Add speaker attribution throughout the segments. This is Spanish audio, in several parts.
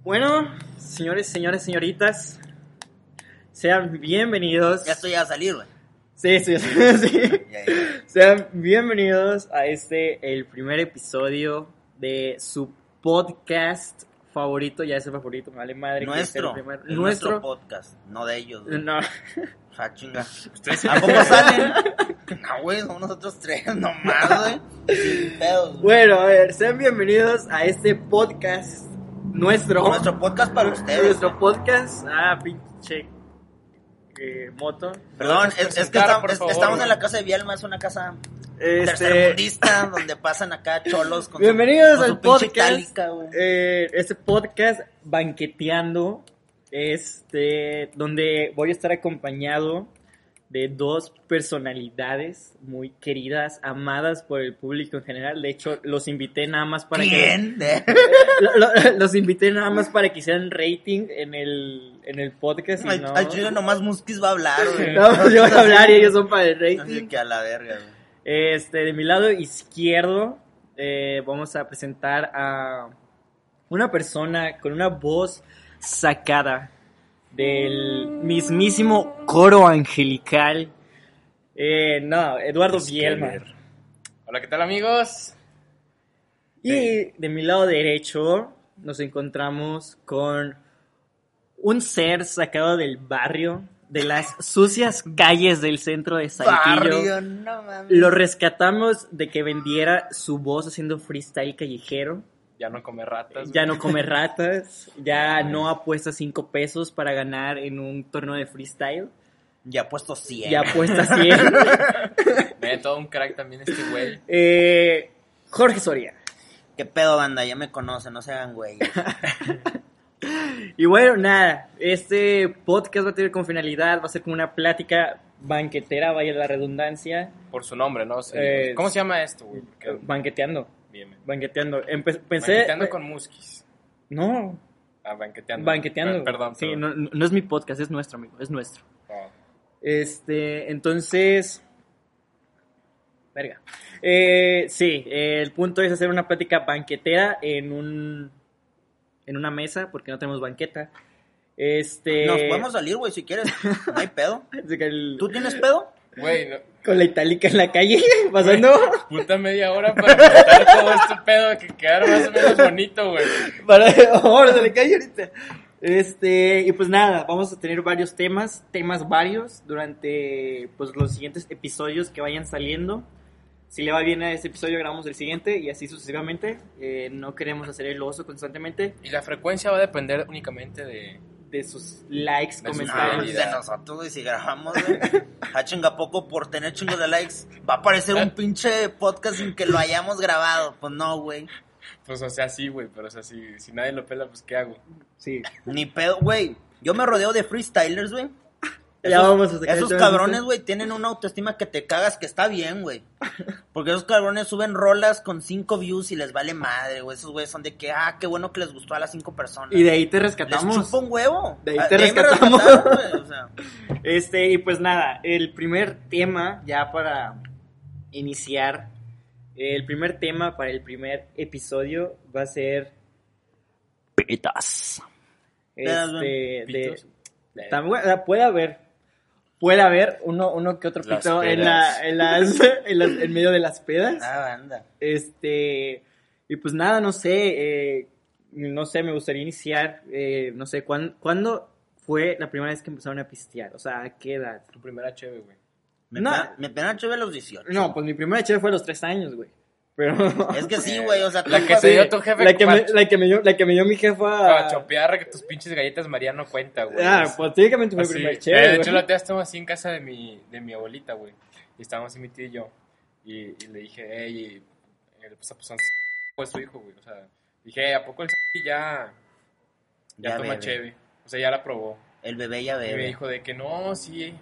Speaker 1: Bueno, señores, señores, señoritas, sean bienvenidos.
Speaker 2: Ya esto ya va a salir, güey.
Speaker 1: Sí, sí, sí, sí.
Speaker 2: Ya, ya.
Speaker 1: Sean bienvenidos a este, el primer episodio de su podcast favorito. Ya es el favorito, me vale madre. que sea
Speaker 2: Nuestro,
Speaker 1: el primer-
Speaker 2: es nuestro
Speaker 1: nuestro.
Speaker 2: podcast, no de ellos. güey.
Speaker 1: No,
Speaker 2: Ah, chinga. ¿A poco salen? No, güey, somos nosotros tres nomás, güey. Sin pedos, güey.
Speaker 1: bueno, a ver, sean bienvenidos a este podcast nuestro.
Speaker 2: Nuestro podcast para ustedes.
Speaker 1: Nuestro podcast. Ah, pinche eh, moto.
Speaker 2: Perdón, es,
Speaker 3: Puedes
Speaker 2: es que
Speaker 3: presentar,
Speaker 2: estamos-
Speaker 3: por
Speaker 2: es-
Speaker 3: favor,
Speaker 2: estamos
Speaker 3: güey.
Speaker 2: en la casa de Vialma, es una casa
Speaker 1: Este,
Speaker 2: tercermundista donde pasan acá cholos con su-
Speaker 1: bienvenidos
Speaker 2: con su
Speaker 1: al
Speaker 2: pinche
Speaker 1: podcast.
Speaker 2: itálica, güey.
Speaker 1: eh, este podcast banqueteando, este, donde voy a estar acompañado de dos personalidades muy queridas, amadas por el público en general. De hecho, los invité nada más para
Speaker 2: ¿Quién? Eh, De-
Speaker 1: que lo- lo- los invité nada más para que hicieran rating en el en el podcast. y
Speaker 2: Ay,
Speaker 1: no,
Speaker 2: ay, chile, nomás Muskis va a hablar, güey.
Speaker 1: No, pues yo voy a hablar y ellos son para el
Speaker 2: Así
Speaker 1: rating.
Speaker 2: que a la verga, güey.
Speaker 1: Este, de mi lado izquierdo, eh, vamos a presentar a una persona con una voz sacada del mismísimo coro angelical. Eh, no, Eduardo Bielma.
Speaker 3: Hola, ¿qué tal, amigos?
Speaker 1: Y de mi lado derecho nos encontramos con un ser sacado del barrio, de las sucias calles del centro de Saltillo.
Speaker 2: Barrio, no mames.
Speaker 1: Lo rescatamos de que vendiera su voz haciendo freestyle callejero.
Speaker 3: Ya no come ratas.
Speaker 1: Ya
Speaker 3: güey.
Speaker 1: no come ratas, ya no apuesta 5 pesos para ganar en un torneo de freestyle.
Speaker 2: Ya puesto 100.
Speaker 1: Ya apuesta 100.
Speaker 3: Ve, todo un crack también este güey.
Speaker 1: Eh, Jorge Soria.
Speaker 2: ¿Qué pedo, banda? Ya me conocen, no se hagan güey.
Speaker 1: Y bueno, nada, este podcast va a tener como finalidad, va a ser como una plática banquetera, vaya la redundancia,
Speaker 3: Por su nombre, ¿no? Sí,
Speaker 1: Eh,
Speaker 3: pues, ¿Cómo se llama esto, güey? Porque-
Speaker 1: eh, banqueteando,
Speaker 3: bien, bien.
Speaker 1: banqueteando. Empe- pensé...
Speaker 3: Banqueteando con muskis.
Speaker 1: No,
Speaker 3: Ah, banqueteando.
Speaker 1: banqueteando.
Speaker 3: Per- Perdón.
Speaker 1: Sí,
Speaker 3: perdón.
Speaker 1: no, no- no es mi podcast, es nuestro, amigo, es nuestro.
Speaker 3: Ah.
Speaker 1: Este, entonces. Verga. Eh, sí, eh, el punto es hacer una plática banquetera en un. en una mesa, porque no tenemos banqueta. Este.
Speaker 2: Nos podemos salir, güey, si quieres. No hay pedo.
Speaker 1: así que el-
Speaker 2: ¿Tú tienes pedo?
Speaker 3: Güey, no-
Speaker 1: Con la itálica en la calle, pasando.
Speaker 3: puta media hora para contar todo este pedo que quedar más o menos bonito, güey.
Speaker 1: para. Ahora se le cae ahorita. Este, y pues nada, vamos a tener varios temas, temas varios, durante pues los siguientes episodios que vayan saliendo. Si le va bien a este episodio, grabamos el siguiente y así sucesivamente. Eh, no queremos hacer el oso constantemente
Speaker 3: Y la frecuencia va a depender únicamente de...
Speaker 1: de sus likes,
Speaker 3: De sus
Speaker 2: No,
Speaker 1: comentarios.
Speaker 2: pues de nosotros, güey, si grabamos, güey. A chinga poco por tener chingos de likes. Va a aparecer un pinche podcast sin que lo hayamos grabado. Pues no, güey.
Speaker 3: Pues, o sea, sí, güey, pero o sea, si, si nadie lo pela, pues, ¿qué hago?
Speaker 1: Sí.
Speaker 2: Ni pedo, güey. Yo me rodeo de freestylers, güey.
Speaker 1: Ya vamos a sacar
Speaker 2: Esos
Speaker 1: el tema,
Speaker 2: cabrones,
Speaker 1: ¿sí?
Speaker 2: güey, tienen una autoestima que te cagas, que está bien, güey. Porque esos cabrones suben rolas con 5 views y les vale madre, güey. Esos güeyes son de que, ah, qué bueno que les gustó a las 5 personas.
Speaker 1: Y de ahí te
Speaker 2: les
Speaker 1: rescatamos.
Speaker 2: chupa un huevo.
Speaker 1: De ahí
Speaker 2: Ah,
Speaker 1: te
Speaker 2: me
Speaker 1: rescatamos.
Speaker 2: rescataron, güey, o sea.
Speaker 1: Este, y pues nada, el primer tema, ya para iniciar, el primer tema para el primer episodio va a ser. Pitas.
Speaker 2: Pedas,
Speaker 1: Este,
Speaker 2: güey.
Speaker 1: de,
Speaker 3: Pitos. De-
Speaker 1: también, o sea, puede haber, puede haber uno, uno que otro
Speaker 3: Las
Speaker 1: pito en,
Speaker 3: pedas.
Speaker 1: la, en, las, en, las- en medio de las pedas.
Speaker 2: Ah, banda.
Speaker 1: Este, y pues nada, no sé, eh, no sé, me gustaría iniciar, eh, no sé, ¿cuán- ¿cuándo fue la primera vez que empezaron a pistear? O sea, ¿a qué edad?
Speaker 3: Tu primera cheve, güey.
Speaker 2: Me,
Speaker 1: No.
Speaker 2: pena- me pena chévere los 18.
Speaker 1: No, pues mi primera cheve fue a los tres años, güey. Pero...
Speaker 2: Es que sí, güey, o sea,
Speaker 3: La
Speaker 2: tú
Speaker 3: que
Speaker 2: vas-
Speaker 3: se dio tu jefe
Speaker 1: la, que me,
Speaker 3: para-
Speaker 1: la, que me dio, la que me dio mi
Speaker 3: Para
Speaker 1: jefa...
Speaker 3: chopear que tus pinches galletas María no cuenta, güey.
Speaker 1: Ah, pues técnicamente fue mi
Speaker 3: Así.
Speaker 1: primer
Speaker 3: Eh,
Speaker 1: cheve,
Speaker 3: de hecho,
Speaker 1: güey.
Speaker 3: la otra día estábamos así en casa de mi, de mi abuelita, güey. Y estábamos así mi tío y yo. Y, y le dije, ey, y- y le puse, pues, a- fue su hijo, güey. O sea, dije, "Ey, ¿a poco el ya, ya,
Speaker 2: Ya
Speaker 3: toma
Speaker 2: bebe.
Speaker 3: cheve? O sea, ya la probó.
Speaker 2: El bebé ya
Speaker 3: Y me
Speaker 2: bebe.
Speaker 3: dijo de que no, sí.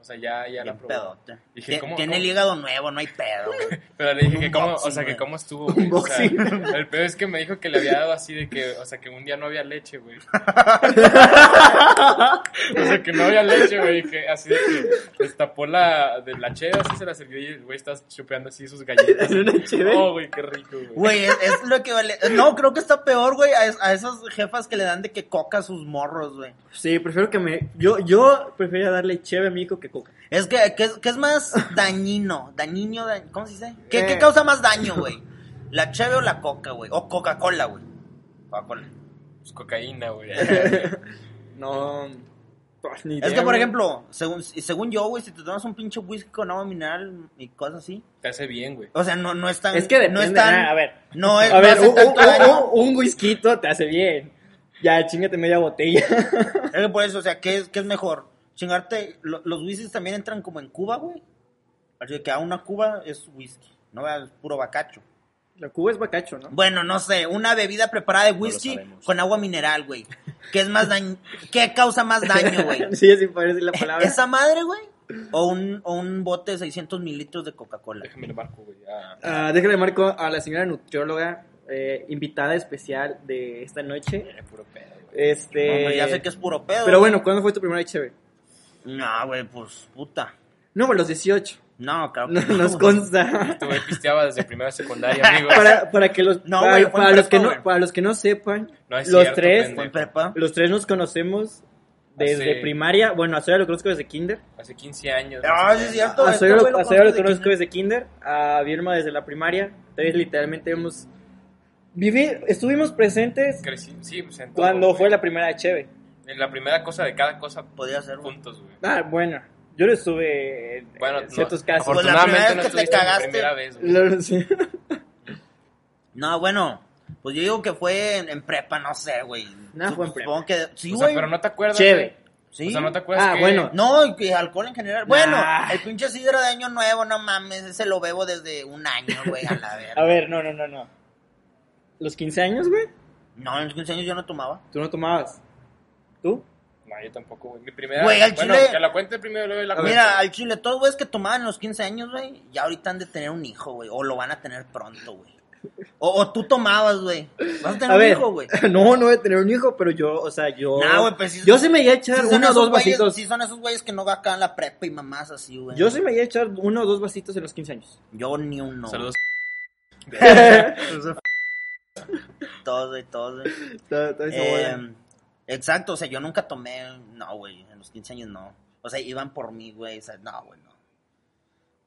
Speaker 3: O sea, ya, ya la
Speaker 2: Bien
Speaker 3: probó.
Speaker 2: pedote.
Speaker 3: Dije,
Speaker 2: Tie-
Speaker 3: ¿cómo-
Speaker 2: Tiene
Speaker 3: cómo?
Speaker 2: el hígado nuevo, no hay pedo, güey.
Speaker 3: Pero le dije
Speaker 2: Un
Speaker 3: que cómo, o
Speaker 2: unboxing,
Speaker 3: sea, que
Speaker 2: güey.
Speaker 3: cómo estuvo, güey. O sea, el peor es que me dijo que le había dado así de que, o sea, que un día no había leche, güey. o sea, que no había leche, güey. Que así de que destapó la, de la cheda, así se la sirvió y el güey está chupeando así sus galletas.
Speaker 1: ¿En una cheve?
Speaker 3: Oh, güey, qué rico, güey.
Speaker 2: Güey, es, es lo que vale. eh, No, creo que está peor, güey, a, es- a esas jefas que le dan de que coca a sus morros, güey.
Speaker 1: Sí, prefiero que me. Yo, yo prefería darle cheve a mi hijo que coca.
Speaker 2: Es que, que, es, que es más dañino, dañino, da- ¿cómo se dice? ¿Qué,
Speaker 1: Eh.
Speaker 2: qué causa más daño, güey? ¿La cheve o la coca, güey? O Coca-Cola, güey. Coca-Cola.
Speaker 3: Pues cocaína, güey.
Speaker 1: No. pues, ni
Speaker 2: Es
Speaker 1: idea,
Speaker 2: que, por
Speaker 1: güey.
Speaker 2: ejemplo, según, según yo, güey, si te tomas un pinche whisky con agua mineral y cosas así,
Speaker 3: Te hace bien, güey.
Speaker 2: o sea, no, no es tan...
Speaker 1: Es que depende.
Speaker 2: no es tan...
Speaker 1: ah, a ver.
Speaker 2: No es...
Speaker 1: A ver,
Speaker 2: no hace
Speaker 1: un,
Speaker 2: tanto daño.
Speaker 1: un, un- un whisky te hace bien. Ya, chingate media botella.
Speaker 2: Es que por eso, o sea, ¿qué es, qué es mejor? Chingarte, lo- los whiskies también entran como en Cuba, güey. Así que a una Cuba es whisky, no es puro bacacho.
Speaker 1: La cuba es bacacho, ¿no?
Speaker 2: Bueno, no sé, una bebida preparada de whisky
Speaker 3: sabemos.
Speaker 2: con agua mineral, güey. ¿Qué es más daño? ¿Qué causa más daño, güey?
Speaker 1: Sí, así puede decir la palabra.
Speaker 2: ¿Esa madre, güey? ¿O un, o un bote de 600 mililitros de Coca-Cola?
Speaker 3: Déjame le marco, güey. Ah,
Speaker 1: Ah, déjale marco a la señora nutrióloga, eh, invitada especial de esta noche.
Speaker 3: eh, puro pedo, güey.
Speaker 1: Este.
Speaker 2: No, pues ya sé que es puro pedo.
Speaker 1: Pero
Speaker 2: güey.
Speaker 1: bueno, ¿cuándo fue tu primera cheve?
Speaker 2: No, güey, pues puta.
Speaker 1: No, pues los 18.
Speaker 2: No, claro que
Speaker 1: No, nos
Speaker 2: güey.
Speaker 1: consta.
Speaker 3: Tú me Este pisteaba desde primera secundaria, amigos.
Speaker 1: Para, para que los
Speaker 2: No,
Speaker 1: para,
Speaker 2: güey, fue en
Speaker 1: para los
Speaker 2: prepa,
Speaker 1: que
Speaker 2: güey.
Speaker 1: no para los que no sepan
Speaker 3: No es
Speaker 1: los
Speaker 3: cierto,
Speaker 1: tres
Speaker 2: Fue en
Speaker 3: pendejo.
Speaker 2: prepa.
Speaker 1: los tres nos conocemos desde
Speaker 3: Hace-
Speaker 1: primaria bueno a Zoya lo conozco desde kinder
Speaker 3: Hace 15 años.
Speaker 2: Ah, sí es cierto.
Speaker 1: a
Speaker 2: este
Speaker 1: Zoya
Speaker 2: güey
Speaker 1: lo,
Speaker 2: lo
Speaker 1: a Zoya lo
Speaker 2: conoce de
Speaker 1: conozco desde kinder a Vilma desde la primaria entonces literalmente hemos vivi- estuvimos presentes
Speaker 3: Crecí, sí, pues en todo,
Speaker 1: cuando
Speaker 3: güey.
Speaker 1: fue la primera cheve
Speaker 3: En la primera cosa de cada cosa,
Speaker 2: Podría ser, güey.
Speaker 3: juntos, güey.
Speaker 1: ah bueno yo lo estuve en,
Speaker 3: Bueno,
Speaker 1: en
Speaker 3: no,
Speaker 1: ciertos casos
Speaker 2: Pues la primera
Speaker 3: afortunadamente no
Speaker 2: vez que te
Speaker 3: estuviste en la
Speaker 2: cagaste.
Speaker 3: primera vez, güey.
Speaker 1: Lo- sí.
Speaker 2: No, bueno, pues yo digo que fue en, en prepa, no sé, güey.
Speaker 1: No,
Speaker 2: Sup-
Speaker 1: fue en prepa.
Speaker 2: Supongo que sí,
Speaker 3: O sea,
Speaker 2: güey.
Speaker 3: pero no te acuerdas.
Speaker 1: cheve
Speaker 2: Sí.
Speaker 3: O sea, no te acuerdas
Speaker 1: Ah,
Speaker 3: que-
Speaker 1: bueno.
Speaker 2: No, y que alcohol en general. Bueno,
Speaker 1: Nah.
Speaker 2: el pinche sidra de año nuevo, no mames, ese lo bebo desde un año, güey, a la
Speaker 1: a
Speaker 2: verga.
Speaker 1: ver no no no no los 15 años güey
Speaker 2: No, en los 15 años yo no tomaba.
Speaker 1: tú no tomabas tú
Speaker 3: No, yo tampoco, güey. Mi primera.
Speaker 2: Güey, al
Speaker 3: bueno,
Speaker 2: chile-
Speaker 3: que la cuente primero luego la cuento.
Speaker 2: Mira, al chile, todos güeyes que tomaban en los 15 años, güey, ya ahorita han de tener un hijo, güey, o lo van a tener pronto, güey. O, o tú tomabas, güey. Vas a tener
Speaker 1: A
Speaker 2: un
Speaker 1: ver,
Speaker 2: hijo, güey.
Speaker 1: no, no voy a tener un hijo, pero yo, o sea, yo.
Speaker 2: Nah, güey, pues sí-
Speaker 1: yo sí me iba a echar
Speaker 2: Sí son
Speaker 1: uno o
Speaker 2: esos
Speaker 1: dos
Speaker 2: güeyes-
Speaker 1: vasitos.
Speaker 2: sí son esos güeyes que no va acá en la prepa y mamás así, güey.
Speaker 1: Yo sí me iba a echar uno o dos vasitos en los 15 años.
Speaker 2: Yo ni uno. güey.
Speaker 3: Saludos.
Speaker 2: Todos, güey, todos, güey.
Speaker 1: Todo- todo eso,
Speaker 2: Eh,
Speaker 1: güey.
Speaker 2: exacto, o sea, yo nunca tomé, no, güey, en los 15 años no. O sea, iban por mí, güey, o sea, no, güey, no.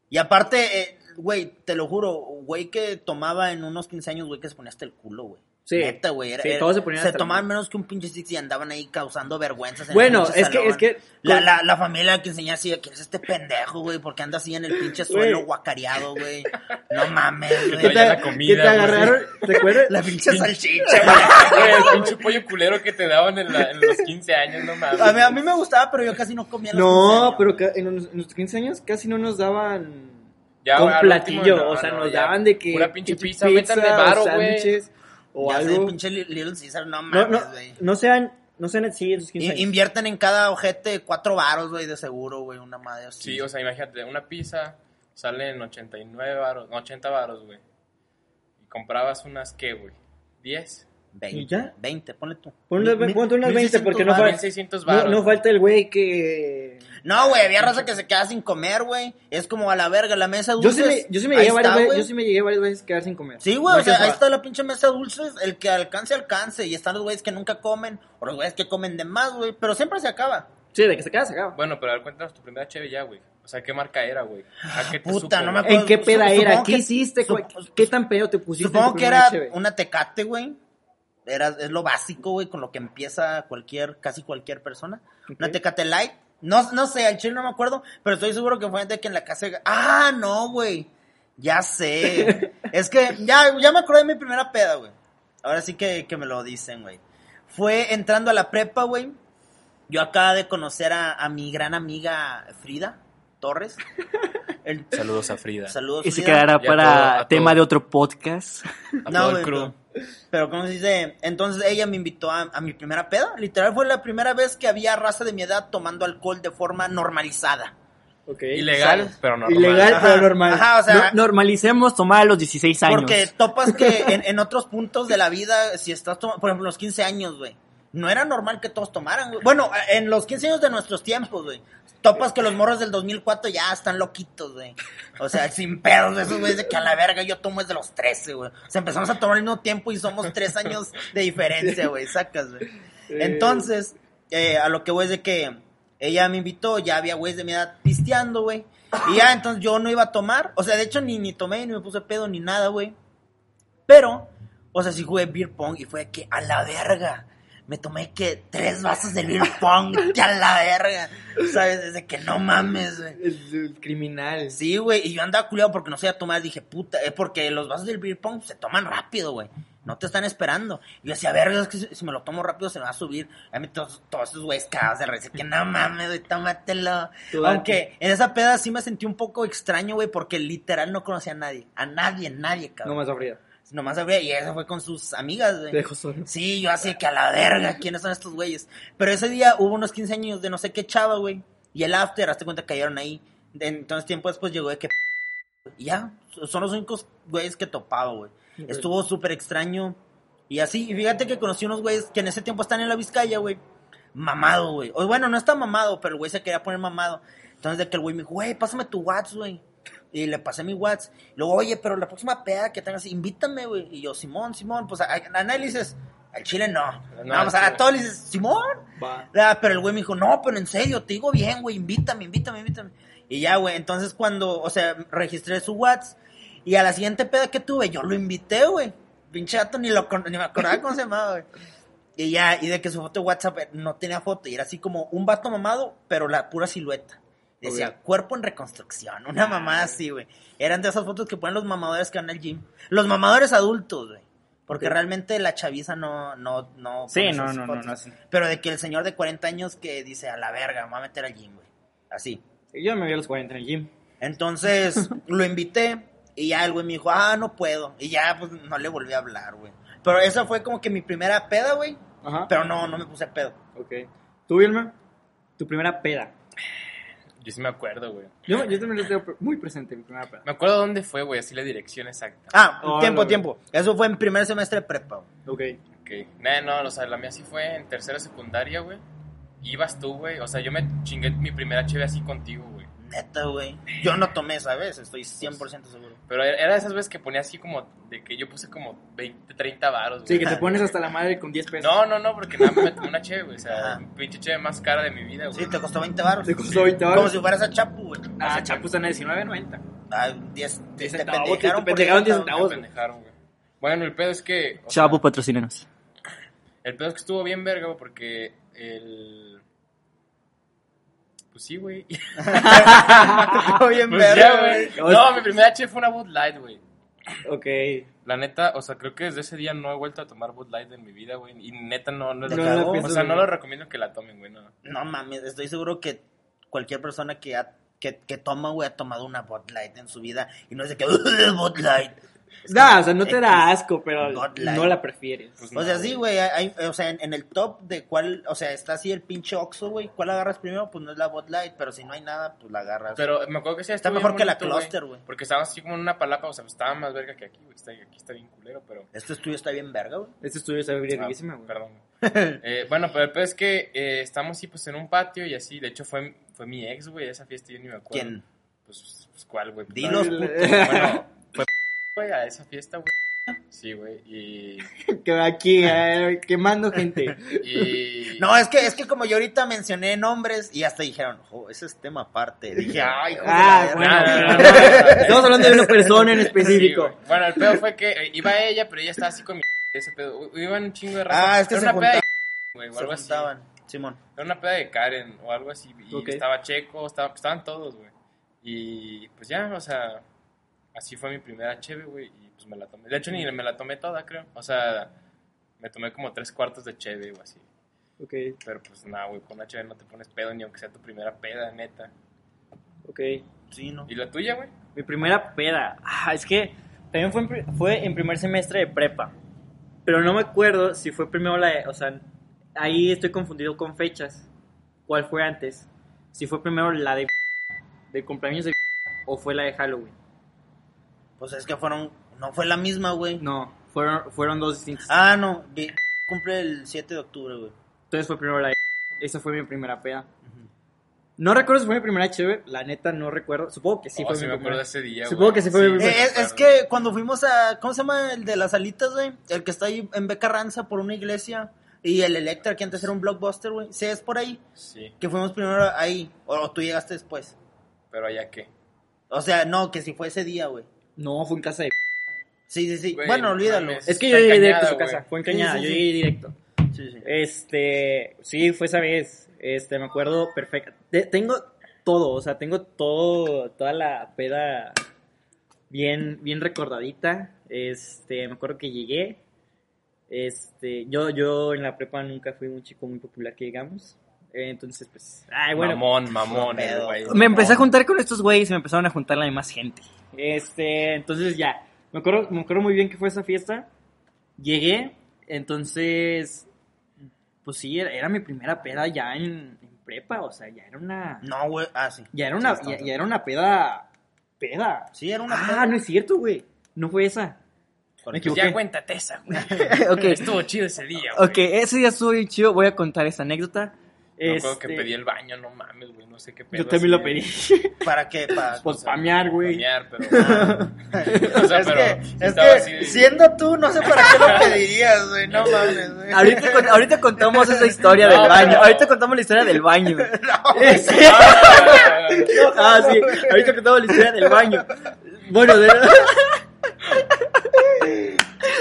Speaker 2: Y aparte, eh, güey, te lo juro, güey que tomaba en unos 15 años, güey, que se ponía hasta el culo, güey.
Speaker 1: Sí.
Speaker 2: Neta, güey. era-
Speaker 1: Sí,
Speaker 2: era-
Speaker 1: todos se ponían hasta el
Speaker 2: tomaban
Speaker 1: culo.
Speaker 2: menos que un pinche six y andaban ahí causando vergüenzas. En
Speaker 1: Bueno,
Speaker 2: el pinche
Speaker 1: es que-
Speaker 2: salón.
Speaker 1: es que-
Speaker 2: La,
Speaker 1: con-
Speaker 2: la, la familia que enseña así, ¿quién es este pendejo, güey? Porque anda así en el pinche suelo guacareado, güey. No mames,
Speaker 1: ¿Qué
Speaker 2: güey.
Speaker 1: te,
Speaker 3: ya la
Speaker 1: qué
Speaker 3: comida,
Speaker 1: te
Speaker 3: güey.
Speaker 1: agarraron? ¿Te acuerdas?
Speaker 2: La pinche salchicha, güey.
Speaker 3: Güey, el pinche pollo culero que te daban en, la- en los 15 años, no mames.
Speaker 2: A mí, a mí me gustaba, pero yo casi no comía. a los 15
Speaker 1: No,
Speaker 2: años.
Speaker 1: pero ca- en los en los 15 años casi no nos daban.
Speaker 3: Ya,
Speaker 1: un
Speaker 3: al último,
Speaker 1: platillo,
Speaker 3: no,
Speaker 1: o sea,
Speaker 3: no,
Speaker 1: nos
Speaker 3: ya.
Speaker 1: daban de que.
Speaker 3: Pura pinche pizza,
Speaker 1: pizza
Speaker 3: métanle varo,
Speaker 1: o
Speaker 3: güey.
Speaker 1: sándwiches o
Speaker 2: Ya sé,
Speaker 1: algo.
Speaker 2: pinche Li- Little Caesar, no
Speaker 1: No, no,
Speaker 2: mames, güey.
Speaker 1: no sean, no sean así en sus 15
Speaker 2: In-
Speaker 1: años.
Speaker 2: Invierten en cada ojete cuatro varos, güey, de seguro, güey, una madre así.
Speaker 3: Sí, o sea, imagínate, una pizza sale en 89 varos, no, 80 varos, güey. Y comprabas unas, ¿qué, güey? ¿10?
Speaker 1: ¿Y
Speaker 2: 20,
Speaker 1: ya?
Speaker 2: 20, ponle tú.
Speaker 1: Ponle-
Speaker 2: Mi- mi-
Speaker 1: ponte unas 20 porque
Speaker 2: 1600
Speaker 1: no
Speaker 2: varos.
Speaker 1: fue-
Speaker 3: 1600
Speaker 1: No,
Speaker 3: varos.
Speaker 1: Pues, no
Speaker 3: güey.
Speaker 1: falta el güey que.
Speaker 2: No, güey, había raza que se queda sin comer, güey. Es como a la verga, la mesa de
Speaker 1: Yo sí
Speaker 2: dulces.
Speaker 1: me, yo sí me
Speaker 2: ahí
Speaker 1: llegué varias
Speaker 2: está,
Speaker 1: veces,
Speaker 2: güey.
Speaker 1: yo sí me llegué varias veces a quedar sin comer.
Speaker 2: Sí, güey,
Speaker 1: No
Speaker 2: o sea, ahí
Speaker 1: alcanzaba.
Speaker 2: está la pinche mesa de dulces, el que alcance, alcance, y están los güeyes que nunca comen, o los güeyes que comen de más, güey, pero siempre se acaba.
Speaker 1: Sí, de que se queda, se acaba.
Speaker 3: Bueno, pero a ver, cuéntanos tu primera cheve ya, güey. O sea, ¿qué marca era, güey? ¿A qué te
Speaker 2: Puta,
Speaker 3: supo,
Speaker 2: no me
Speaker 3: güey?
Speaker 2: acuerdo.
Speaker 1: ¿En qué
Speaker 2: Sup-
Speaker 1: peda era?
Speaker 2: pues, supongo
Speaker 1: ¿Qué
Speaker 2: que-
Speaker 1: hiciste?
Speaker 2: sup-
Speaker 1: ¿Cu- ¿Qué tan pedo te pusiste? en
Speaker 2: Supongo
Speaker 1: tu Pues
Speaker 2: que
Speaker 1: primera
Speaker 2: era
Speaker 1: cheve?
Speaker 2: una tecate, güey. Era, es lo básico, güey, con lo que empieza cualquier, casi cualquier persona. Una
Speaker 1: Ok.
Speaker 2: tecate light. No, no sé, al chile no me acuerdo, pero estoy seguro que fue de que en la casa... de- Ah, no, güey. Ya sé. es que ya, ya me acordé de mi primera peda, güey. Ahora sí que, que me lo dicen, güey. Fue entrando a la prepa, güey. Yo acaba de conocer a, a mi gran amiga Frida Torres. El-
Speaker 3: Saludos a Frida.
Speaker 2: saludos,
Speaker 1: Ese
Speaker 2: Frida.
Speaker 1: quedará
Speaker 3: Y a todo- a todo.
Speaker 1: otro podcast.
Speaker 3: a
Speaker 2: No,
Speaker 3: todo el
Speaker 2: güey,
Speaker 3: crew.
Speaker 2: Pero, pero ¿cómo se dice? Entonces ella me invitó a, a mi primera peda. Literal fue la primera vez que había raza de mi edad tomando alcohol de forma normalizada.
Speaker 1: Ok.
Speaker 3: Ilegal,
Speaker 2: ¿Sabes?
Speaker 3: pero normal.
Speaker 1: Ilegal,
Speaker 2: Ajá.
Speaker 1: pero normal.
Speaker 2: Ajá, o sea-
Speaker 1: No- normalicemos tomar a los 16 años.
Speaker 2: Porque topas que en, en otros puntos de la vida, si estás tomando, por ejemplo, los 15 años, güey, no era normal que todos tomaran, güey. Bueno, en los 15 años de nuestros tiempos, güey, topas que los morros del 2004 ya están loquitos, güey. O sea, sin pedos, esos güeyes de que a la verga yo tomo desde los 13, güey. O sea, empezamos a tomar al mismo tiempo y somos 3 años de diferencia, güey, sacas, güey. Entonces, eh, a lo que voy es de que ella me invitó, ya había güeyes de mi edad pisteando, güey. Y ya, entonces yo no iba a tomar. O sea, de hecho, ni, ni tomé, ni me puse pedo, ni nada, güey. Pero, o sea, sí jugué beer pong y fue de que a la verga. Me tomé que tres vasos de beer pong, que a la verga. ¿Sabes? Desde que no mames, güey.
Speaker 1: El, el criminal.
Speaker 2: Sí, güey, y yo andaba culiado porque no sabía tomar, dije, puta, eh, porque los vasos del beer pong se toman rápido, güey. No te están esperando. Y yo decía, verga, es que si, si me lo tomo rápido se me va a subir. A mí todos, todos esos güeyes cagados de risa, que no mames, güey, tómatelo.
Speaker 1: Tú date.
Speaker 2: Aunque en esa peda sí me sentí un poco extraño, güey, porque literal no conocía a nadie. A nadie, nadie,
Speaker 1: No
Speaker 2: cabrón.
Speaker 1: más abría.
Speaker 2: Nomás habría, y esa fue con sus amigas,
Speaker 1: Te
Speaker 2: güey.
Speaker 1: dejo solo.
Speaker 2: Sí, yo así de que a la verga, ¿quiénes son estos güeyes? Pero ese día hubo unos 15 años de no sé qué chava, güey. Y el after, hazte cuenta, cayeron ahí. De- Entonces, tiempo después llegó de que. Y ya, son los únicos güeyes que topaba, güey. Estuvo súper extraño. Y así, y fíjate que conocí unos güeyes que en ese tiempo están en la Vizcaya, güey. Mamado, güey. O bueno, no está mamado, pero el güey se quería poner mamado. Entonces, de que el güey me dijo, güey, pásame tu WhatsApp, güey. Y le pasé mi WhatsApp. Luego, oye, pero la próxima peda que tengas, invítame, güey. Y yo, Simón, Simón, pues a, a- a nadie le dices, al chile no.
Speaker 3: No,
Speaker 2: Vamos, a,
Speaker 3: al chile.
Speaker 2: a todos le dices, Simón.
Speaker 1: Va.
Speaker 2: Ah, pero el güey me dijo, no, pero en serio, te digo bien, güey, invítame, invítame, invítame. Y ya, güey, entonces cuando, o sea, registré su WhatsApp y a la siguiente peda que tuve, yo lo invité, güey. Pinche gato, ni, lo, con- ni me acordaba cómo se llamaba, güey. Y ya, y de que su foto de WhatsApp eh, no tenía foto y era así como un vato mamado, pero la pura silueta. Decía,
Speaker 1: Ok. Ah.
Speaker 2: cuerpo en reconstrucción, una mamada así, güey. Eran de esas fotos que ponen los mamadores que van al gym. Los mamadores adultos, güey. Porque
Speaker 1: Ok.
Speaker 2: realmente la chaviza no, no, no.
Speaker 1: Sí,
Speaker 2: pone
Speaker 1: no,
Speaker 2: esas
Speaker 1: no, no,
Speaker 2: fotos.
Speaker 1: no hacen.
Speaker 2: Pero de que el señor de 40 años que dice, a la verga, me voy a meter al gym, güey. Así.
Speaker 1: Yo me vi a los 40 en el gym.
Speaker 2: Entonces, lo invité y ya el güey me dijo, ah, no puedo. Y ya, pues, no le volví a hablar, güey. Pero esa fue como que mi primera peda, güey.
Speaker 1: Ajá.
Speaker 2: Pero no, no me puse pedo.
Speaker 1: Ok. ¿Tú, Vilma? Tu primera peda.
Speaker 3: Yo sí me acuerdo, güey.
Speaker 1: Yo, yo también lo tengo pre- muy presente, mi primera peda.
Speaker 3: Me acuerdo dónde fue, güey, así la dirección exacta.
Speaker 2: Ah,
Speaker 1: Hola,
Speaker 2: tiempo,
Speaker 1: güey.
Speaker 2: tiempo. Eso fue en primer semestre de prepa, güey.
Speaker 1: Ok.
Speaker 3: Ok. Nah, no, o sea, la mía sí fue en tercera secundaria, güey. Ibas tú, güey. O sea, yo me chingué mi primera cheve así contigo, güey.
Speaker 2: Neta, güey. Yo no tomé esa vez, estoy 100% seguro.
Speaker 3: Pero era era de esas veces que ponía así como, de que yo puse como 20, 30 varos, güey.
Speaker 1: Sí, que te pones hasta la madre con 10 pesos.
Speaker 3: No, no, no, porque nada, me tomé una cheve, güey. O sea,
Speaker 2: Ajá.
Speaker 3: pinche cheve más cara de mi vida, güey.
Speaker 2: Sí, te costó 20 baros.
Speaker 1: Te costó 20
Speaker 2: Como
Speaker 1: horas.
Speaker 2: si fueras a Chapu, güey.
Speaker 1: Ah, chapuzan a 19.90.
Speaker 2: Ah, 10, te
Speaker 1: Diez centavos, te-
Speaker 2: pendejaron.
Speaker 1: te
Speaker 2: por
Speaker 1: pendejaron diez
Speaker 2: 10
Speaker 1: centavos.
Speaker 3: Me pendejaron, güey. Bueno, el pedo es que. o sea,
Speaker 1: patrocinanos.
Speaker 3: El pedo es que estuvo bien verga, güey, porque el. Pues sí, güey.
Speaker 2: Bien
Speaker 3: Pues
Speaker 2: verga,
Speaker 3: ya,
Speaker 2: güey.
Speaker 3: güey. No, mi primera H fue una Bud Light, güey.
Speaker 1: Ok.
Speaker 3: La neta, o sea, creo que desde ese día no he vuelto a tomar Bud Light en mi vida, güey. Y neta, no, no,
Speaker 2: Te
Speaker 3: no-
Speaker 2: cagó,
Speaker 3: O sea, no lo recomiendo que la tomen, güey, no.
Speaker 2: No mames, estoy seguro que cualquier persona que, ha- que, que toma, güey, ha tomado una Bud Light en su vida y no es de que, "Ugh, Bud Light.
Speaker 1: No, o sea, no te da asco, pero
Speaker 2: God
Speaker 1: no
Speaker 2: like.
Speaker 1: la prefieres.
Speaker 3: Pues
Speaker 2: O sea,
Speaker 3: no,
Speaker 2: sí, güey, hay- o sea, en, en el top de cuál, o sea, está así el pinche Oxxo, güey, ¿cuál agarras primero? Pues no es la Bud Light, pero si no hay nada, pues la agarras.
Speaker 3: Pero me acuerdo que sí,
Speaker 2: Está
Speaker 3: estuvo
Speaker 2: mejor
Speaker 3: bien
Speaker 2: que la
Speaker 3: bonito,
Speaker 2: Cluster, güey.
Speaker 3: Porque estábamos así como en una palapa, o sea, pues, estaba más verga que aquí, güey. Está, aquí está bien culero, pero.
Speaker 2: Este estudio está bien verga, güey.
Speaker 1: Este estudio se vería
Speaker 3: Ah,
Speaker 1: riquísimo, güey.
Speaker 3: Perdón. Eh, bueno, pero el pedo es que eh, estamos así, pues en un patio y así. De hecho, fue, fue mi ex, güey, esa fiesta yo ni me acuerdo.
Speaker 2: ¿Quién?
Speaker 3: Pues, pues, ¿cuál, güey?
Speaker 2: Dilo. Dinos,
Speaker 3: Bueno, fue güey, a esa fiesta, güey. Sí, güey. Y.
Speaker 1: que aquí eh, quemando gente.
Speaker 3: y-
Speaker 2: No, es que, es que como yo ahorita mencioné nombres y hasta dijeron, oh, ese es tema aparte. Dije, ay, hijo de
Speaker 1: Ah,
Speaker 2: la verga".
Speaker 1: bueno,
Speaker 3: No, no, no, no, no, no.
Speaker 1: Estamos hablando de una persona en
Speaker 3: Sí,
Speaker 1: específico.
Speaker 3: güey. bueno, el pedo fue que eh, iba ella, pero ella estaba así con mi. Ese pedo. U- Iban un chingo de raza.
Speaker 2: Ah, es que
Speaker 3: Era
Speaker 2: se
Speaker 3: una peda de
Speaker 2: juntaban.
Speaker 3: güey, o
Speaker 2: Se
Speaker 3: algo así.
Speaker 2: juntaban, Simón.
Speaker 3: Era una peda de Karen o algo así. Y
Speaker 1: Ok.
Speaker 3: estaba Checo, estaba- pues, estaban todos, güey. Y pues ya, o sea, así fue mi primera cheve, güey. Y pues me la tomé. De hecho, ni me la tomé toda, creo. O sea, me tomé como tres cuartos de cheve o así.
Speaker 1: Ok,
Speaker 3: Pero pues nada, güey, con una cheve no te pones pedo ni aunque sea tu primera peda, neta.
Speaker 1: ok.
Speaker 2: Sí, no.
Speaker 3: ¿Y la tuya, güey?
Speaker 1: Mi primera peda. Ah, es que también fue en, pri- fue en primer semestre de prepa. Pero no me acuerdo si fue primero la de. O sea, ahí estoy confundido con fechas. ¿Cuál fue antes? Si fue primero la de. del cumpleaños de o fue la de Halloween?
Speaker 2: Pues es que fueron. No fue la misma, güey.
Speaker 1: No, fueron, fueron dos distintas.
Speaker 2: Ah, no. que Cumple el 7 de octubre, güey.
Speaker 1: Entonces fue primero la de... Esa fue mi primera peda. No recuerdo si fue mi primera chévere, la neta no recuerdo. Supongo que sí
Speaker 3: Oh,
Speaker 1: fue
Speaker 3: sí
Speaker 1: mi
Speaker 3: me
Speaker 1: primera.
Speaker 3: acuerdo de ese día,
Speaker 1: Supongo
Speaker 3: güey.
Speaker 1: que sí fue mi
Speaker 2: Eh,
Speaker 1: primera.
Speaker 2: es, es que cuando fuimos a. ¿Cómo se llama el de las alitas, güey? El que está ahí en Becarranza por una iglesia. Y el Electra, que antes era un blockbuster, güey. Sí, es por ahí.
Speaker 3: Sí,
Speaker 2: Que fuimos primero ahí. O, o tú llegaste después.
Speaker 3: pero allá qué.
Speaker 2: O sea, no, que si fue ese día, güey.
Speaker 1: No, fue en casa de...
Speaker 2: Sí, sí, sí.
Speaker 3: Güey,
Speaker 2: bueno,
Speaker 3: no
Speaker 2: olvídalo.
Speaker 3: mames.
Speaker 1: Es que
Speaker 3: Está
Speaker 1: yo llegué
Speaker 3: encañada,
Speaker 1: directo a su
Speaker 3: güey.
Speaker 1: casa, fue encañada,
Speaker 2: Sí, sí,
Speaker 1: yo
Speaker 2: sí.
Speaker 1: llegué directo.
Speaker 2: Sí, sí.
Speaker 1: Este, sí, fue esa vez. Este, me acuerdo perfecto. Te- tengo todo, o sea, tengo todo, toda la peda bien, bien recordadita. Este, me acuerdo que llegué. Este, yo, yo en la prepa nunca fui un chico muy popular que digamos. Eh, Entonces, pues, ay, bueno.
Speaker 3: mamón, mamón,
Speaker 2: No
Speaker 3: el
Speaker 2: pedo.
Speaker 3: güey.
Speaker 1: Me empecé a
Speaker 3: mamón.
Speaker 1: juntar con estos güeyes y me empezaron a juntar la demás gente. Este, entonces ya. Me acuerdo, me acuerdo muy bien que fue esa fiesta. Llegué, entonces. Pues sí, era, era mi primera peda ya en, en prepa. O sea, ya era una.
Speaker 2: No, güey. Ah, sí.
Speaker 1: Ya era una,
Speaker 2: Sí,
Speaker 1: ya,
Speaker 2: está-
Speaker 1: ya era una peda. Peda.
Speaker 2: Sí, era una.
Speaker 1: Ah, no es cierto, güey. No fue esa. Me equivoqué.
Speaker 3: Ya cuéntate esa, güey.
Speaker 1: ok,
Speaker 3: Estuvo chido ese día, güey.
Speaker 1: ok, ese día estuvo bien chido. Voy a contar esa anécdota.
Speaker 3: Me acuerdo que
Speaker 1: Este,
Speaker 3: pedí el baño, no mames, güey, no sé qué pedo.
Speaker 1: Yo también lo
Speaker 3: así,
Speaker 1: pedí.
Speaker 2: ¿Para qué? Para.
Speaker 1: Pues pamear, güey.
Speaker 3: bañar, pero... o sea,
Speaker 2: es
Speaker 3: pero
Speaker 2: que,
Speaker 3: sí
Speaker 2: es
Speaker 3: estaba
Speaker 2: que
Speaker 3: así de-
Speaker 2: siendo tú, no sé para qué lo pedirías, güey. No mames, güey.
Speaker 1: Ahorita, con- ahorita contamos esa historia del
Speaker 3: No,
Speaker 1: baño.
Speaker 3: pero-
Speaker 1: Ahorita contamos la historia del baño. Sí.
Speaker 3: Ah, güey.
Speaker 1: Ah, sí. Ahorita contamos la historia del baño. Bueno, de-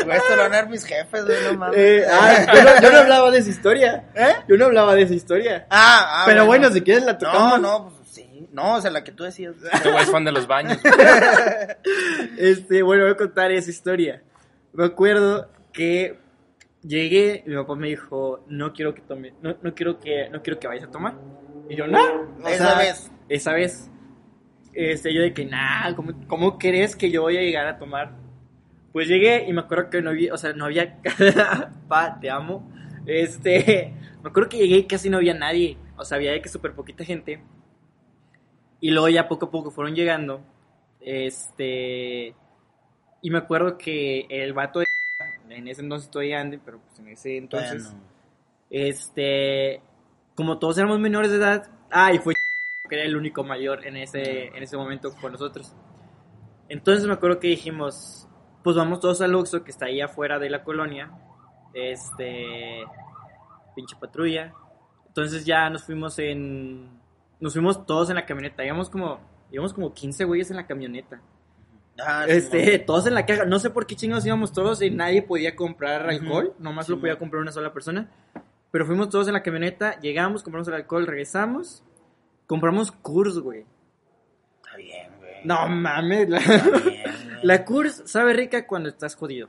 Speaker 2: Güey, esto lo van a dar mis jefes, güey. No mames.
Speaker 1: eh, ah, yo, no, yo no hablaba de esa historia.
Speaker 2: ¿Eh?
Speaker 1: Yo no hablaba de esa historia.
Speaker 2: Ah, ah,
Speaker 1: Pero bueno, si quieres la
Speaker 2: No,
Speaker 1: tocamos.
Speaker 2: no, pues sí. No, o sea, la que tú decías.
Speaker 3: Este güey es fan de los baños, güey.
Speaker 1: Este, bueno, voy a contar esa historia. Me acuerdo que llegué, mi papá me dijo, no quiero que tome, no, no quiero que, no quiero que vayas a tomar. Y yo, no. o
Speaker 2: Esa vez.
Speaker 1: Esa vez. Este, yo de que, nada, ¿cómo, ¿cómo crees que yo voy a llegar a tomar? Pues llegué y me acuerdo que no había, o sea, no había, pa, te amo. Este, me acuerdo que llegué y casi no había nadie. O sea, había de que súper poquita gente. Y luego ya poco a poco fueron llegando. Este. Y me acuerdo que el vato de. En ese entonces todavía ande, pero pues en ese entonces.
Speaker 2: Bueno.
Speaker 1: Este. Como todos éramos menores de edad. Ah, y fue. Que era el único mayor en ese, en ese momento con nosotros. Entonces me acuerdo que dijimos. Pues vamos todos al Oxxo que está ahí afuera de la colonia. Este. Pinche patrulla. Entonces ya nos fuimos en. Nos fuimos todos en la camioneta. Íbamos como. Íbamos como 15 güeyes en la camioneta.
Speaker 2: Ah, sí,
Speaker 1: Este, todos en la caja. No sé por qué chingados íbamos todos y nadie podía comprar
Speaker 2: Ujú.
Speaker 1: alcohol. Nomás lo
Speaker 2: Sí,
Speaker 1: podía
Speaker 2: mo.
Speaker 1: comprar una sola persona. Pero fuimos todos en la camioneta, llegamos, compramos el alcohol, regresamos. Compramos Kurs, güey.
Speaker 2: Está bien, güey.
Speaker 1: No mames,
Speaker 2: Está
Speaker 1: la,
Speaker 2: bien, güey.
Speaker 1: la Kurs sabe rica cuando estás jodido.